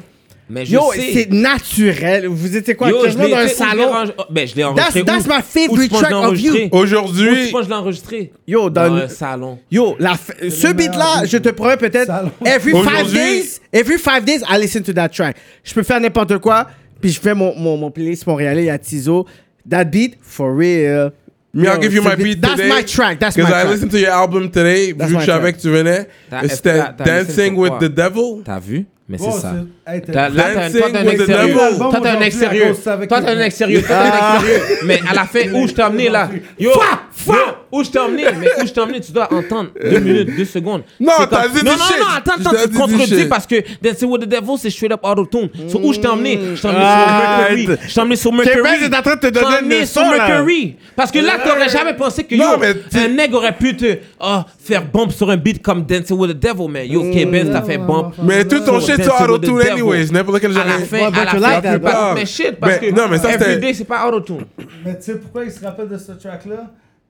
Mais je Yo, sais- c'est naturel. Vous étiez quoi? Yo, je quasiment l'ai dans un fait- où je l'ai salon. rangé- oh, Ben, je l'ai enregistré. That's, that's où? my Où tu favorite penses que track je l'ai of you. enregistré? Où tu Aujourd'hui, penses que je l'ai enregistré? Yo, dans, Dans un salon. yo la f- ce le meilleur beat-là, beat. je te promets peut-être, Salon. every five Aujourd'hui- days, every five days, I listen to that track. Je peux faire n'importe quoi, puis je fais mon, mon, mon playlist montréalais, il y a Tizo. That beat, for real. me, I'll Yo, give you ce my beat That's today. my track, that's my Because I track. listened to your album today, That's vu que my je savais track. que tu venais. T'as- C'était t'as- t'as listened Dancing sur with quoi? the Devil. T'as vu? Mais Oh, c'est ça. c'est- hey, t'as- Là, là, t'as un- toi, t'as un Dancing with the extérieur. devil. Toi, t'as un L'album extérieur. aujourd'hui, à cause Toi, avec t'as un les- extérieur. Toi, t'as un extérieur. Mais à la fin, où je t'ai emmené là? Yo! Yo, Où je t'ai emmené? Mais où je t'ai emmené, tu dois entendre. Deux minutes, deux secondes. Non, C'est t'as dit Non, du non, shit. non, attends, Je attends, tu t'ai dit te du contredis shit. parce que Dancing with the Devil, c'est straight up out of tune. So, où je t'ai emmené? Je t'ai emmené Arrête. sur Mercury. Je t'ai emmené sur Mercury. Kevin est en train de te Je t'ai donner emmené une sur leçon, là. Mercury. Parce que là, t'aurais jamais pensé que yo, Non, mais tu- un nègre aurait pu te ah, faire bombe sur un beat comme Dancing with the Devil, mais yo, K-Benz Mm. t'a fait bombe. Mais tout ton So, shit, Dancing sur with the auto-tune Devil. anyways. N'importe quel À la genre. fin, à la but you like fin, that, c'est pas bro. mais shit parce Mais- que non, mais ça, c'était- everyday c'est pas auto-tune. Mais tu sais pourquoi il se rappelle de ce track-là?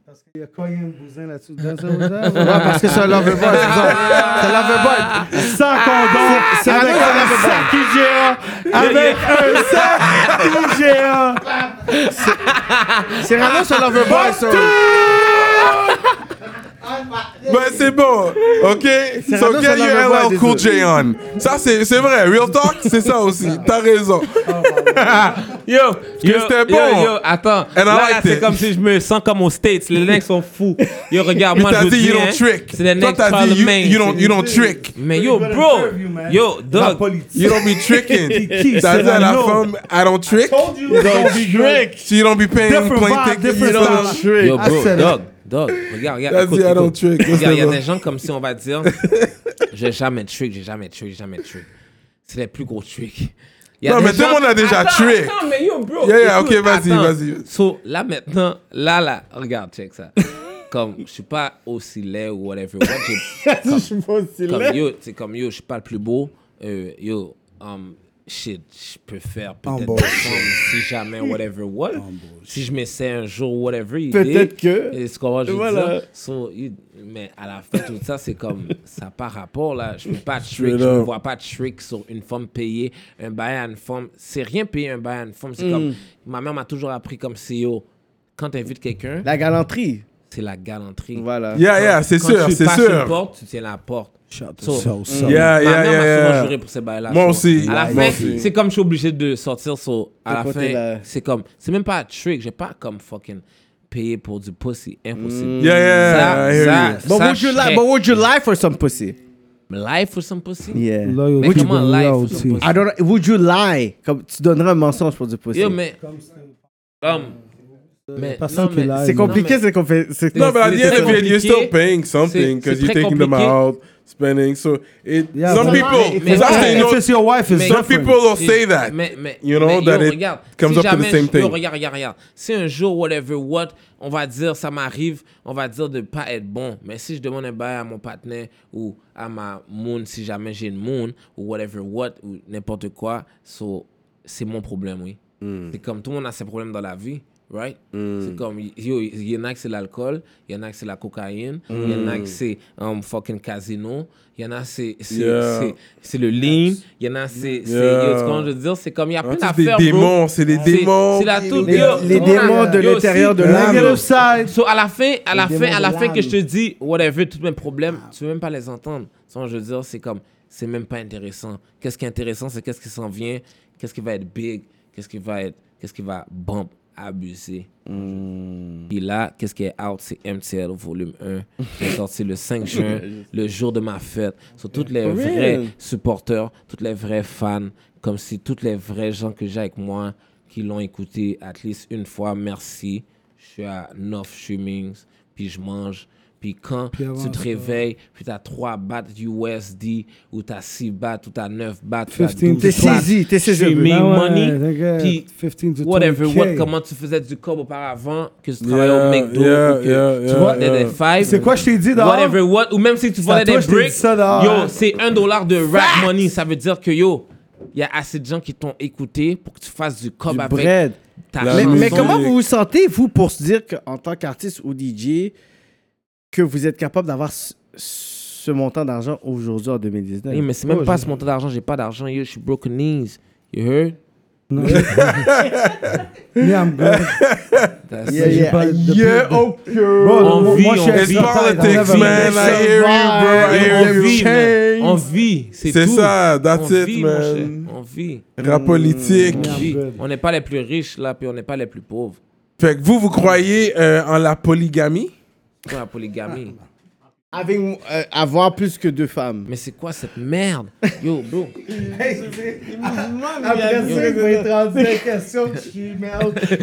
Parce qu'il y a cogné un bousin là-dessus. Dans un bousin, Ouais, voilà. parce que ça love boy, c'est ça. Ça love boy. Sans condom, C'est un avec autre un album. sac IGA, avec un sac IGA. C'est vraiment ça love boy, ça. Mais Bah, c'est bon, ok? So Cyrano, ça get l'a même pas your LL dit Cool J on. Ça, c'est c'est vrai. Real talk, c'est ça aussi. T'as raison. Yo, yo, c'était yo, bon. yo, attends. And Là, I là, liked it. c'est comme si je me sens comme aux States. Les mecs sont fous. Yo, regarde, moi, Il t'a je vous dit dis, you hein, don't trick. C'est les mecs Toi, qui t'as parlent dit you- main. you don't- you don't trick. Mais yo, bro. Yo, La dog. politique. You don't be tricking. qui, T'as dit à la Cyrano? femme, I don't trick. So you don't be paying Different plain vibe, ticket. You different don't vibe. trick. Yo, bro, said it. dog, dog, regarde, regarde. That's écoute, the I don't écoute. trick. That's Regarde, il y a the- des gens comme si on va dire, j'ai jamais trick, j'ai jamais trick, j'ai jamais trick. C'est les plus gros tricks. y a Non, des mais tout le gens- monde a déjà Attends, trick. Attends, mais yo, bro. Yeah, yeah, écoute, ok, vas-y, attends. vas-y. So, là, maintenant, là, là, regarde, check ça. Comme, je suis pas aussi laid ou whatever. Moi, j'ai- Je suis pas aussi comme, laid. yo, c'est comme, yo, je suis pas le plus beau. Euh, yo, um, shit, je peux faire peut-être Embauche. des formes, si jamais, whatever, what. Si je m'essaie un jour, whatever, il Peut-être est- que. Et ce qu'on je veux Voilà. dire. So, il- mais à la fin, tout ça, c'est comme, ça n'a pas rapport, là. Je peux pas trick, Straight je ne up. vois pas trick sur une femme payée, un bail à une femme. C'est rien payer un bail à une femme. C'est Mm. comme, ma mère m'a toujours appris comme CEO. Quand tu invites quelqu'un, La galanterie. c'est la galanterie. Voilà. Yeah, yeah, c'est Quand sûr, tu c'est passes une sûr. porte, tu tiens la porte. So, Yeah, Ma Ah, mère yeah, m'a yeah, souvent yeah. juré pour ces bails-là. Moi so, aussi. À la Moi fin, aussi. c'est comme je suis obligé de sortir. So, à la côté fin, là. c'est comme. C'est même pas un trick. J'ai pas comme fucking payé pour du pussy. Impossible. Mm. Yeah, yeah, I hear you. ça, But ça, would, you je lie, serais- but would you lie for some pussy? Life or some pussy? Yeah. Mais Loyalty, comment bro, life loyalty. sur le poste? I don't know. Would you lie? Comme tu donnerais un mensonge pour du pussy. Yo, mais. Comme. Mais. personne non, qui mais- lie. c'est compliqué, Non, c'est qu'on fait. c'est- No, but at C'est the très end of it, you're still compliqué. paying C'est- something because c'est you're très taking them compliqué. out, spending. So it, Yeah, some but- people, Mais- ça, c'est mais- une If autre- it's your wife, it's Ah, Mais- some different. people will say Et- that. Mais, mais, You know, mais that yo, it regarde, comes si up to the jamais- same yo, thing. regarde, regarde, regarde. Si un jour, whatever what, on va dire, ça m'arrive, on va dire de pas être bon. Mais si je demande un bail à mon partenaire ou à ma moon, si jamais j'ai une moon, ou whatever what, ou n'importe quoi, so, c'est mon problème, oui. Hmm. C'est comme tout le monde a ses problèmes dans la vie. Right? C'est comme, yo, il y en a que c'est l'alcool, il y en a que c'est la cocaïne, il y en a Hmm. que c'est um, fucking casino, il y en a c'est c'est- Yeah. c'est- c'est le lean, il y en a c'est c'est- Yeah. Ah, yo, tu comprends, je veux dire, c'est comme il y a plein C'est des d'affaires. bro. démons, c'est des C'est- démons. C'est la toute. Les, yo, les on a- démons de yo, l'intérieur si- de l'âme. Negative side. So, à la fin, à la fin, démons à de la fin que l'âme. je te dis, whatever, tous mes problèmes, tu veux même pas les entendre. Tu vois, je veux dire, c'est comme, c'est même pas intéressant. Qu'est-ce qui est intéressant, c'est qu'est-ce qui s'en vient, qu'est-ce qui va être big, qu'est-ce qui va être, qu'est-ce qui va bump, abuser. Mm. Puis là, qu'est-ce qui est out, c'est MTL volume 1, qui est sorti le 5 juin, le jour de ma fête. Sur toutes les For vrais real? supporters, toutes les vrais fans, comme si toutes les vrais gens que j'ai avec moi qui l'ont écouté at least une fois, merci. Je suis à 9 streamings, puis je mange. Puis quand avant tu te ça. réveilles, puis t'as 3 bahts USD, ou t'as 6 bahts, ou t'as 9 bahts, ou t'as 15, 12 t'es bahts, saisi, t'es saisi. streaming Ben ouais, nigga, money, puis 15 to whatever, 20K. what, comment tu faisais du cob auparavant, que tu travaillais au McDo, yeah, ou que yeah, tu yeah, vendais yeah. des fives. C'est quoi je t'ai dit dehors? Whatever what, ou même si tu à vendais toi, des je t'ai dit bricks, ça dehors. yo, c'est un dollar de rap money, ça veut dire que yo, il y a assez de gens qui t'ont écouté pour que tu fasses du cob avec Bread. ta La Euh, Mais, chanson. mais Amazon. comment Oh, vous vous sentez, vous, pour se dire qu'en tant qu'artiste ou DJ, que vous êtes capable d'avoir ce, ce montant d'argent aujourd'hui en 2019? Hey, mais c'est même Oh, pas je- ce montant d'argent, j'ai pas d'argent, yo, je suis broken knees. You heard? Non. Yeah, I'm good. That's Yeah, it. J'ai yeah. pas- Yeah, okay. Bro, On moi, vit, moi, je suis on It's vit. retired, politics, I never- man. I hear you, bro. I On hear you. vit, man. on Change. vit, c'est tout. C'est ça, that's on it, vit, mon cher. man. On vit, Rap politique. on Yeah, I'm vit. good. On n'est pas les plus riches là, puis on n'est pas les plus pauvres. Fait que vous, vous croyez euh, en la polygamie? C'est quoi la polygamie? Avec, euh, avoir plus que deux femmes. Mais c'est quoi cette merde? Yo, bro. Je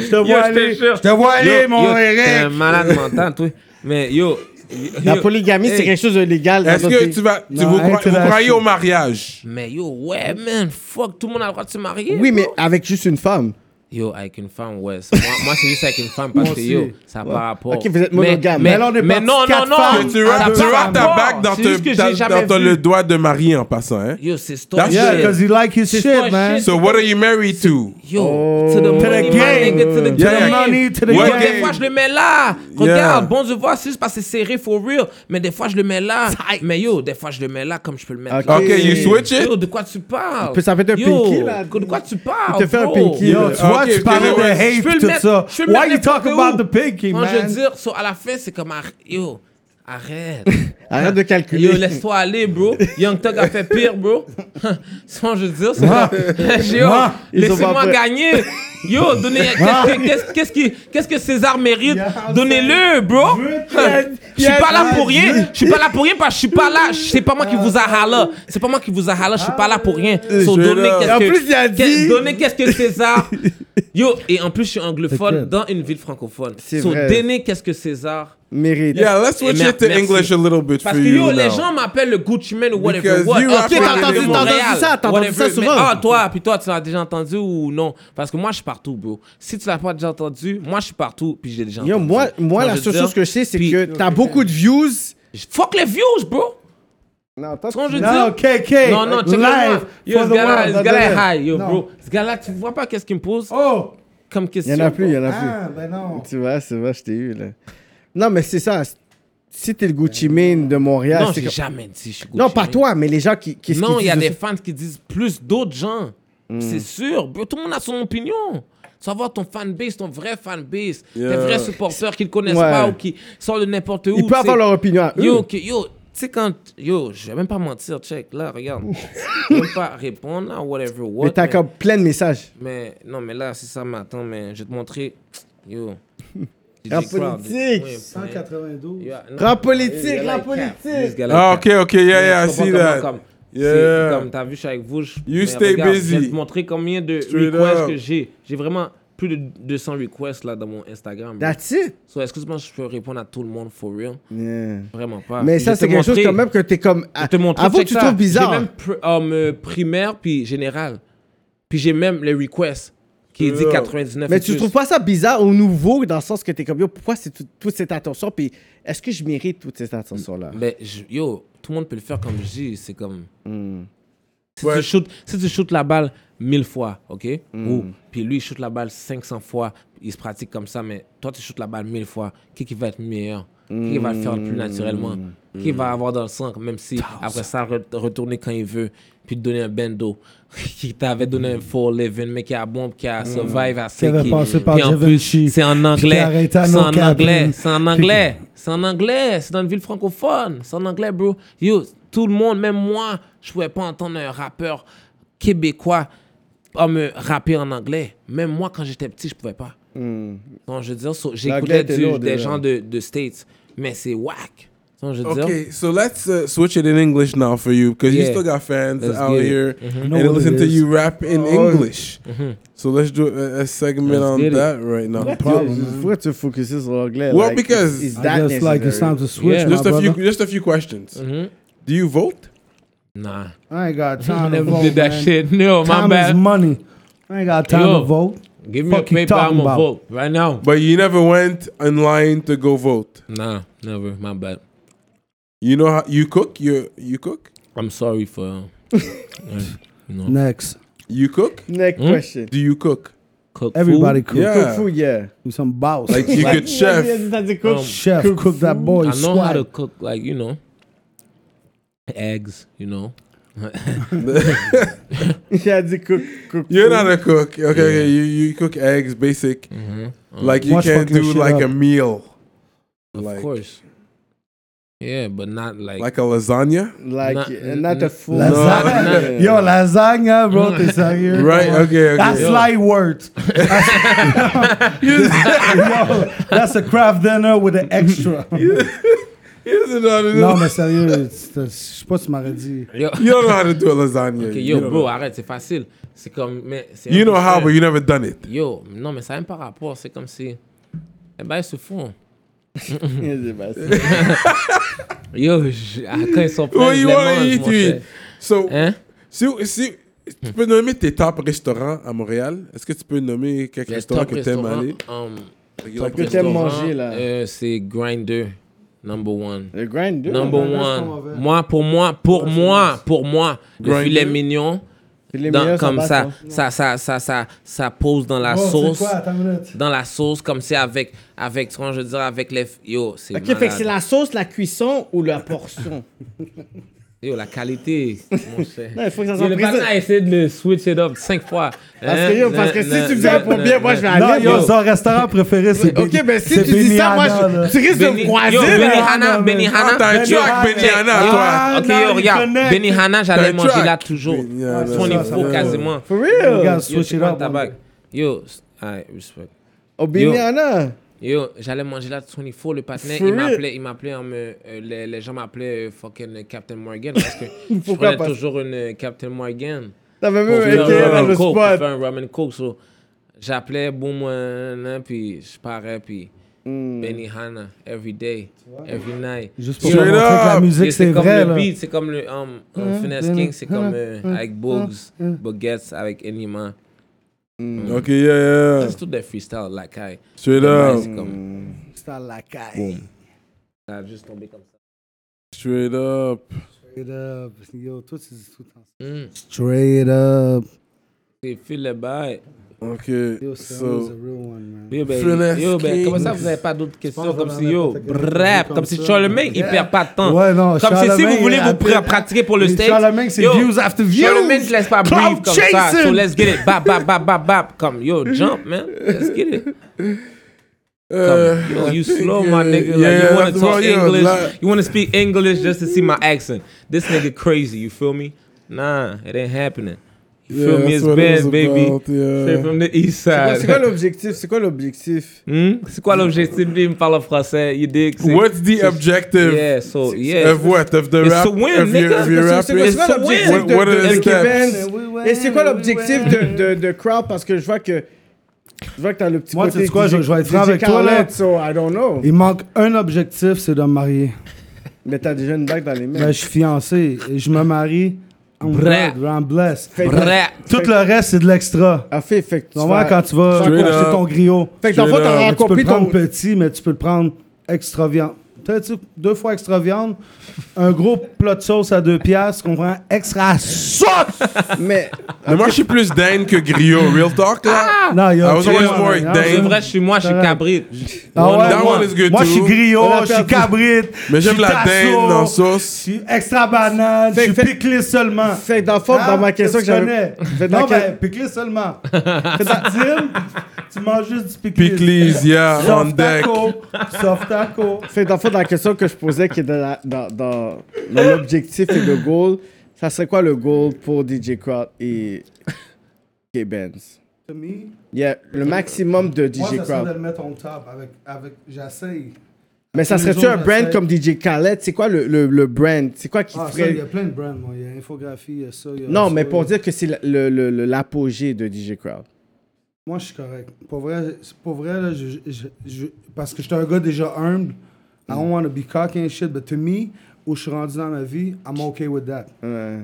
te vois aller. Je te vois aller, Yo, mon yo, T'es un euh, Eric. malade mental, toi. Mais yo. yo, La polygamie, c'est hey. quelque chose de légal. dans Est-ce notre que pays. tu vas, tu Non, vous, cro- vous international. croyez au mariage? Mais yo, ouais, man, fuck, tout le monde a le droit de se marier. Oui, bro. mais avec juste une femme. Yo, avec une femme, ouais. c'est- Moi, moi c'est juste avec une femme parce que yo, ça n'a pas rapport. Ok, vous êtes Mais- monogame. Mais, Mais là, on est mais parti non, non, quatre non. femmes. Tu Ah, ça rap, n'a tu pas rap ta rapport. bague dans, C'est te- juste que j'ai dans- jamais dans ton- vu. le doigt de mari en passant, hein? Yo, c'est story. That's Yeah, shit. because you like his shit, toi, man. shit. So what are you married to? Yo, to the money, my game. nigga, to the Yeah, yeah. game. To the Yo, game. Des fois, je le mets là. Yeah. Regarde, bon, je vois, c'est juste parce que c'est serré, for real. Mais des fois, je le mets là. Mais yo, des fois, je le mets là comme je peux le mettre Ok. là. Ok, you switch it? Yo, de quoi tu parles? peut- ça peut être un Yo, pinky, là. De quoi tu parles? Il te fait un Ah, bro? pinky, Yo, là. tu vois, Ok, tu parlais ok, de ouais. Je hate peux le tout mettre- ça. je peux le Why mettre you talk n'importe about où. the pinky, Moi, je veux man? dire, so, à la fin, c'est comme. arr- Yo, arrête. Arrête de calculer. Yo, laisse-toi aller, bro. Young Thug a fait pire, bro. Sans je veux dire, c'est Ah. Yo, Ah. Ils ont pas laissez-moi peur. gagner. Yo, donnez. Qu'est-ce que, qu'est-ce- qu'est-ce qui- qu'est-ce que César mérite Yeah, Donnez-le, bro. Je suis pas là pour rien. Je suis pas là pour rien parce que je suis pas là. C'est pas moi qui vous a râlé. C'est pas moi Ah, qui vous a râlé. Je suis pas là pour rien. So, Je suis donnez là. qu'est-ce En que. plus, il a qu'est- dit- Donnez qu'est-ce que César. Yo, et en plus, je suis anglophone T'inquiète. dans une ville francophone. C'est so, vrai. déné, qu'est-ce que César Mérite. Yeah, let's switch mer- it to merci. English a little bit Parce for que you yo, les now. gens m'appellent le Gucci Man ou whatever Because what. you Ok, are from t'as entendu, Montréal. t'as entendu ça, t'as entendu ça souvent. Ah, toi, puis toi, tu l'as déjà entendu ou non Parce que moi, je suis partout, bro. Si tu l'as pas déjà entendu, moi, je suis partout, puis j'ai déjà entendu. Yo, moi, moi la je veux seule dire, chose que je sais, c'est puis- que t'as beaucoup de views. Fuck les views, bro. Non, toi, Tu comprends ce que je veux Non, dire KK. Non, non, check live. Yo, for ce the gars-là, world, ce gars-là est high, yo, Non. bro. Ce gars-là, tu vois pas qu'est-ce qu'il me pose Oh! comme Il y question en a plus, il y en a plus. Ah, ben non. Tu vois, c'est vrai, je t'ai eu, là. Non, mais c'est ça. Si t'es le Gucci Euh, Mane de Montréal, Non, c'est j'ai comme- jamais dit je suis Gucci Non, pas Mane. toi, mais les gens qui... qui Non, qui il y a disent des fans qui disent plus d'autres gens. Hmm. C'est sûr. bro, Tout le monde a son opinion. Savoir ton fanbase, ton vrai fanbase, tes vrais supporters qui ne connaissent Ouais. pas ou qui sortent de n'importe où. Ils peuvent tu sais. avoir leur opinion à eux. Yo, que- yo, tu sais quand. Yo, je vais même pas mentir, check. Là, regarde. je vais même pas répondre là, whatever, what. mais t'as comme plein de messages. mais- non, mais là, c'est ça, mais attends, mais je vais te montrer. Yo. DJ La Crowd, politique. oui, 192. yeah, ah, non. La politique, Yeah, la like cap. This politique. guy like Ah, cap. ok, ok, yeah, yeah, I Je comprends see comment, that. Comme, c'est- Yeah. comme t'as vu, je suis avec vous. Je, You mais stay regarde, busy. Je vais te montrer combien de Straight requests up. que j'ai. J'ai vraiment plus de 200 requests là dans mon Instagram. bro. That's it. So, excuse-moi, je peux répondre à tout le monde for real. Yeah. Vraiment pas. Mais Je ça, vais c'est te quelque chose montrer- quand même que t'es comme... Je vais te montrer. Avant, check tu ça. trouves bizarre. J'ai même pr- um, euh, primaire puis général. Puis j'ai même les requests qui dit Yeah. 99. Mais et tu plus. trouves pas ça bizarre ou nouveau dans le sens que t'es comme yo, pourquoi c'est tout- toute cette attention Puis est-ce que je mérite toute cette attention-là Mais je- yo, tout le monde peut le faire comme je dis. C'est comme. Si, Ouais. tu shoot, si tu shootes la balle 1000 fois, ok? Ou, puis lui, il shoot la balle 500 fois, il se pratique comme ça, mais toi, tu shootes la balle 1000 fois, qui, qui va être meilleur? Qui va le faire le plus naturellement? Qui va avoir dans le sang, même si après ça, re- retourner quand il veut, puis te donner un bendo, qui t'avait donné un faux living, mais qui a bombe, qui a survive à Qui avait 5 passé par Puis en Givenchy, plus, c'est en puis qui a anglais. arrêté à C'est en nos anglais. cabines. C'est en anglais. C'est en anglais. C'est dans une ville francophone. C'est en anglais, bro. Yo, tout le monde, même moi, je pouvais pas entendre un rappeur québécois pas me rapper en anglais. Même moi, quand j'étais petit, je pouvais pas. Donc, je veux dire, so- L'anglais j'écoutais était du- lourd, des déjà. gens de, de States, mais c'est whack. Donc, je veux dire, Okay, so let's uh, switch it in English now for you because you Yeah. still got fans Let's out get it. here and Know they what listen it to is. you rap in English. So let's do a, a segment Let's on get it. that right now. Yo, Pourquoi tu focuses sur l'anglais Well, like, because is that I just like it's necessary? time to switch, Yeah. my Just a few, brother. just a few questions. Mm-hmm. Do you vote? hmm? nah. I ain't got I time to never vote, did that man. shit. No, my Time is bad. money. I ain't got time Yo. to vote. Give me a fuck you paper, I'm talking gonna about? vote right now. But you never went online to go vote. Nah, never. My bad. You know how you cook? You you cook? I'm sorry for. uh, no. Next. You cook? Next question. Do you cook? Cook Everybody food. cook. Yeah. Kung Fu, yeah. Do some bows. Like you could chef. Um, Chef, cook, that boy. I know how to swag. cook, like you know, eggs. You know, Il a dit cook, cook. You're not a cook. Okay, okay. You you cook eggs, basic. Mm. Like you Watch can't fucking do shit like up. a meal, of Like- course. Yeah, but not like, like a lasagna. Like, Not- uh, not, a fool. Lasagna. Yo, lasagna, bro. T'es sérieux? Right? Okay. That's Okay. like words. Yo, that's a craft dinner with an extra. You don't know how to do- non, mais sérieux, c'est- je sais pas si tu m'aurais dit. yo, You don't know how to do a lasagna. okay, you yo, don't bro, know. arrête, c'est facile. C'est comme, mais c'est You know how, but impossible. you never done it. Yo, non, mais ça a même pas rapport. C'est comme si, eh ben ils se font. Yo, je- ah, quand ils sont pleins, What je you les want to mange, eat? mon You cher. eat. So, Hein? si, si tu peux nommer tes top restaurants à Montréal, est-ce que tu peux nommer quelques Les restaurants top que t'aimes restaurants, aller? um, Like, you top like- que t'aimes restaurants, manger, là. euh, c'est Grinder, number one. Le grind, dude. Number Grinder, c'est pas one. mauvais. Moi, pour moi, pour moi, pour moi, le Grinder. filet mignon, Filet dans- mignon, ça comme passe, ça hein. ça, ça, ça, ça, ça pose dans la Oh, c'est sauce. quoi? Attends une minute. Dans la sauce, comme c'est avec, avec, tu comprends, je veux dire, avec les. Yo, c'est. Ok, fait que c'est malade. la sauce, la cuisson ou la portion Yo, la qualité, mon cher. Non, il faut que ça Yo, soit Le patron a présent. essayé de le switch it up cinq fois. Hein? Parce que, Eh, yo, parce que si tu me dis un pour bien, moi je vais Non, aller. yo, yo. son restaurant préféré, c'est Ok, mais si c'est tu dis ça, moi Benihana, là. je- tu risques de me croiser. Yo, là. Benihana, mais- Benihana. Ah, t'as un track, Benihana, toi. Ah, Ok, non, yo, il regarde. connecte. Benihana, T'as j'allais un manger track. là toujours. Benihana, ça, ça 24 va. quasiment. For real. Regarde, Yo, switch tu it prends le up. tabac. Yo, s- alright, respect. Au Biniana. Yo, j'allais manger là 24, le partenaire, For il real? m'appelait, il m'appelait, en me- euh, les, les gens m'appelaient euh, fucking euh, Captain Morgan parce que je Pourquoi prenais pas? toujours une euh, Captain Morgan. T'avais Pour même faire un un dans rum le and coke, pour spot. faire un rum and coke, so J'appelais boum, euh, euh, puis je parais, puis Benny Hanna, every day, every night. Hmm. Juste pour Straight montrer que la up. musique, c'est comme vrai, le là. beat, c'est comme le um, um, Finesse mm, King, c'est comme mm, euh, mm, avec Bogues, Boguettes, avec Enima. Ok, yeah, yeah. C'est tout des freestyles, la caille. Straight up. C'est comme, C'est à la caille. ça a juste tombé comme ça. Straight up. Straight up. Yo, toi, tu dis tout le temps. Mm. Straight up. C'est feel le bail. Ok. Yo, Sarah's a So, real one, man. Yo, ben, Finesse yo, ben, King. comment ça, vous n'avez pas d'autres questions? pense Comme qu'on si, en a yo, pas fait quelques-unes bref, comme comme si ça. Charlemagne, il Yeah. perd pas de temps. Ouais, non, Comme si, si Charlemagne, vous voulez il vous appelle- pr- pratiquer pour le stage. Charlemagne, c'est views after views. Charlemagne te laisse pas Cloud breathe comme ça. chasing. So let's get it. Bap, bap, bap, bap, bap. Comme, yo, jump, man. Let's get it. euh, Yo, I you think, slow, my uh, nigga. yeah, like, you want that's to talk right, yeah, English. like- you want to speak English just to see my accent. This nigga crazy, you feel me? Nah, it ain't happening. You Yeah, feel me? that's It's what it was bad, baby. about, yeah. Straight from the east side. C'est quoi l'objectif? C'est quoi l'objectif? Hmm? C'est quoi l'objectif? Lui, il me parle en français. You dig? C'est- What's the objective Yeah, so, yeah. of what? Of the It's rap? to win, of your, nigga. of your That's rap? what I'm saying. race? It's to win. What, what are the Eric steps? Evans. Et c'est quoi l'objectif de, de, de crowd? Parce que je vois que. Je vois que t'as le petit Moi, côté. tu sais quoi, DJ je- je vais être franc avec toi, là. Khaled, So I don't know. Il manque un objectif, c'est de me marier. Mais t'as déjà une bague dans les mains. Ben, je suis fiancé et je me marie. I'm Brrr. good, I'm blessed. Fait que- Brrr. Tout le reste, c'est de l'extra. Ah, fait, fait que tu Tu vas voir vas- quand tu vas Straight acheter up. ton griot. Fait que dans le fond, Straight up. t'as Tu peux le accompli ton. prendre petit, mais tu peux le prendre extra viande. Peut-être tu sais, deux fois extra viande, un gros plat de sauce à deux piastres, qu'on prend Ah, extra sauce. Mais. Mais moi, je suis plus dinde que griot. Real talk, Ah! là? Non, yo, I was tu sais, always moi, more non, Dave. C'est vrai, chez moi, je suis cabri. Ah ouais, That moi, one is good moi, je suis too. griot, On a je suis perdu. cabrite. Mais je j'aime suis la tasso, dinde en Je sauce. suis extra banane, je suis fait- piclé seulement. Fait que dans le fond, Ah, dans ma question que tu j'avais. connais. Fait que dans Non, que- ben, piclé seulement. Fais ta dîme, tu manges juste du piclé. Pickles, yeah, on Soft deck. taco, soft taco. Fait que dans le fond, dans la question que je posais, qui est dans, la- dans, dans, dans l'objectif et le goal, ça serait quoi le goal pour DJ Crowd et K-Benz? To me, Yeah, le maximum de Moi, DJ ça serait de Crowd. le mettre on top avec, avec j'essaye. Mais ça tous les serait-tu un autres, brand j'essaie. comme DJ Khaled? C'est quoi le, le, le brand? C'est quoi qui Ah, ça, ferait... il y a plein de brands, moi. Il y a infographie, il y a ça. il Y a Non, ça, mais il y a- pour dire que c'est l'apogée le, le, le- l'apogée de DJ Crowd. Moi, je suis correct. Pour vrai, c'est- pour vrai là, je, je- je- parce que j'étais un gars déjà humble. I don't want to be cocky and shit, but to me, où je suis rendu dans ma vie, I'm okay with that.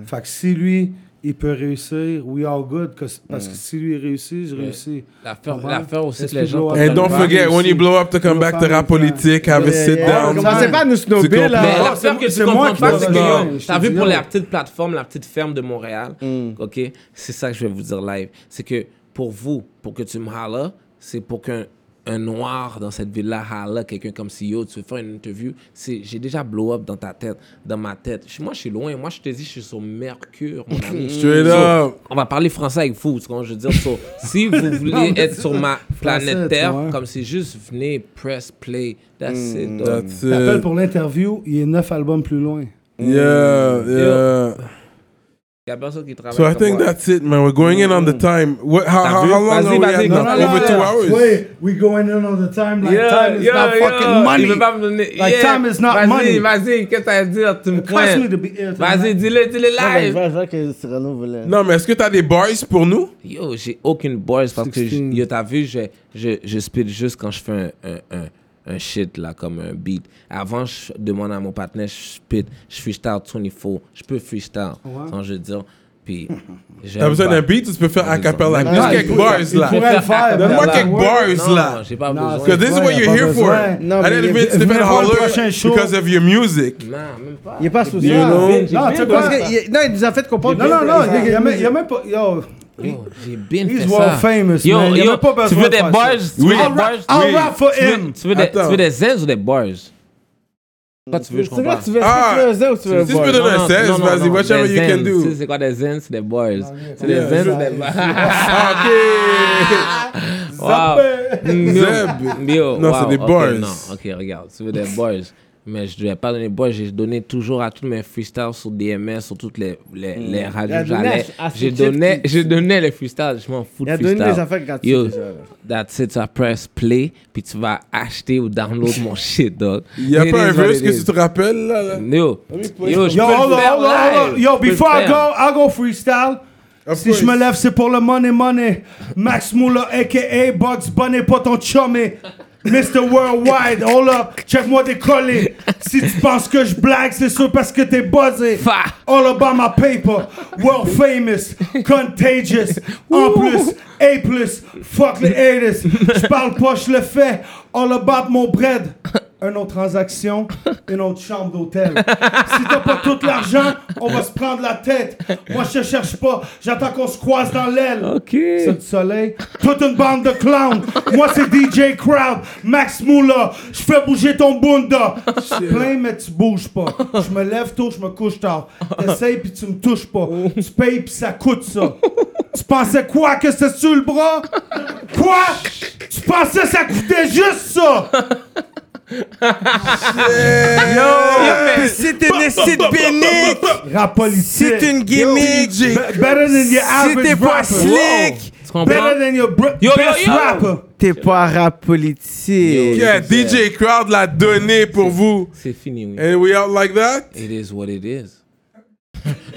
Fait que si lui, il peut réussir, we all good. cause- parce que si lui réussit, je réussis. L'affaire Comprends? l'affaire aussi Est-ce que les que je gens. dois- portent And dans don't le Parle forget, when aussi. you blow up to come back to rap politique, have a sit Yeah, down. Commencez pas à nous snobber, Tu Mais là. comprends? l'affaire que tu Ah, c'est moi comprends qui pas, dois c'est que savoir. yo, Je t'as te vu dis, pour yo. la petite plateforme, la petite ferme de Montréal, Mm. ok? C'est ça que je vais vous dire live. C'est que pour vous, pour que tu me halas, c'est pour qu'un un noir dans cette ville-là hala quelqu'un comme si yo, tu veux faire une interview, c'est j'ai déjà blow up dans ta tête, dans ma tête. Je- Moi, je suis loin. Moi, je te dis, je suis sur Mercure, mon ami. Straight up. On va parler français avec vous, tu comprends? Je veux dire, so, si vous voulez être sur ma planète Français, Terre, toi, Mm. hein. comme c'est juste venez, press, play, that's it. dog. That's L'appel it. pour l'interview, il est neuf albums plus loin. Yeah, yeah. Y a personne qui travaille So I comme think moi. that's it, man. We're going in on the time. What, how, how, vu? how long Vas-y, are we vas-y, at Non, now? non, Over non, two non. hours. Wait, we going in on the time like time is not fucking Il veut money. pas me donner. Like, time is not vas-y, money. Vas-y, qu'est-ce que t'as à dire? Tu me It costs me to crains. be here tonight. Vas-y, dis-le, dis-le Je live. vois- je vois que Cyrano voulait... Non, mais est-ce que t'as des bars pour nous? Yo, j'ai aucune boys parce que, j- 16. yo, t'as vu, je, je, je speed juste quand je fais un, un, un, un shit, là, comme un beat. Avant, je demande à mon partenaire, je speed, je freestyle 24, je peux freestyle, sans je veux dire. Puis, j'aime T'as besoin d'un pas. beat ou tu peux faire a cappella? Non, Juste il quelques faut- bars, il là. faut- pourrait le faire, Donne-moi Là. quelques bars, Non, là. j'ai pas Non, besoin. Because this is Ouais, what y a you're pas here for. Non, besoin. I mais didn't il y a- even venez Stephen voir le prochain Holler show. because of your music. Non, même pas. Il n'est pas sous You know? Non, tu sais quoi? Parce que, il- non, il nous a fait comprendre Non, que- non, non, il y a- il y a même- il y a même pas. Yo, Yo, j'ai bien He's fait world ça. famous, yo, man. Il y yo, avait pas besoin tu veux de des faire bars? ça. Tu veux Oui. des I'll bars? I'll rap for Tu veux- him. Tu veux des- tu Attends. veux des zens ou des bars? Toi, tu veux, je C'est comprends. vrai, tu veux Ah. tu veux un zé ou tu veux un Si boy? tu peux donner un Non, 16, non, non, vas-y, non, whatever des you can zens. Tu sais, do. Ah, c'est quoi des zens? C'est des bars. C'est des yeah, zens je- ou des Ah, ok. bars? Zeb. Yo, Non, wow, c'est des ok, bars. Non, ok, regarde, tu veux des bars. Mais je ne devais pas donner bars. J'ai donné toujours à tous mes freestyles sur DMS, sur toutes les, les, Mm. les radios Il a que donné à- j'allais. à ce J'ai type donné, qui- j'ai donné les freestyles. Je m'en fous Il de a donné freestyle. des affaires gratuites Yo, déjà, là. that's it. Tu vas press play, puis tu vas acheter ou download mon shit, dog. Il n'y a It pas is un what verse it que is. tu te rappelles, là? là? Yo, yo, je peux Yo, le hold on, faire hold on, hold on. live. Yo, Je peux le before I faire. go, I go freestyle. Si je me lève, c'est pour le money money. Max Moula, a.k.a. Bugs Bunny, pas ton chummy. Mr. Worldwide, hold up, check-moi décoller. Si tu penses que je blague, c'est sûr parce que t'es buzzé. All about my paper, world famous, contagious. En plus, A+, plus, fuck les haters. Je parle pas, je le fais. All about mon bread. Une autre transaction, une autre chambre d'hôtel. Si t'as pas tout l'argent, on va se prendre la tête. Moi, je cherche pas. J'attends qu'on se croise dans l'aile. Ok. C'est du soleil. Toute une bande de clowns. Moi, c'est DJ Crowd. Max Moula. Je fais bouger ton bunda. Je te plains, mais tu bouges pas. Je me lève tôt, je me couche tard. T'essayes, puis tu me touches pas. Tu payes, puis ça coûte ça. Tu pensais quoi que c'est sur le bras? Quoi? Tu pensais que ça coûtait juste ça? C'est une esti de pénique. Rap politique. C'est une gimmick. Oh, Be- Better than your Si average t'es pas rapper. slick, Tu comprends? Better than your br- Yo, yo, best yo. rapper. T'es pas rap politique. Yeah, DJ Crowd l'a donné pour vous. C'est fini, oui. And we out like that? It is what it is.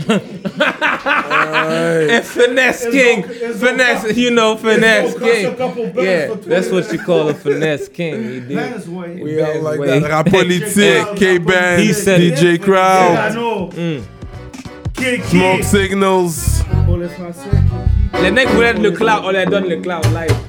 Hey. And finesse king. Finesse, you know, finesse king. Yeah, that's what you call a finesse king. He did. Benz way. We out like Way. that. Rap politique, K-Band, He said it. DJ Crowd, Cyrano. Smoke Signals. Pour les Français. Les mecs voulaient le cloud, on leur donne le cloud live.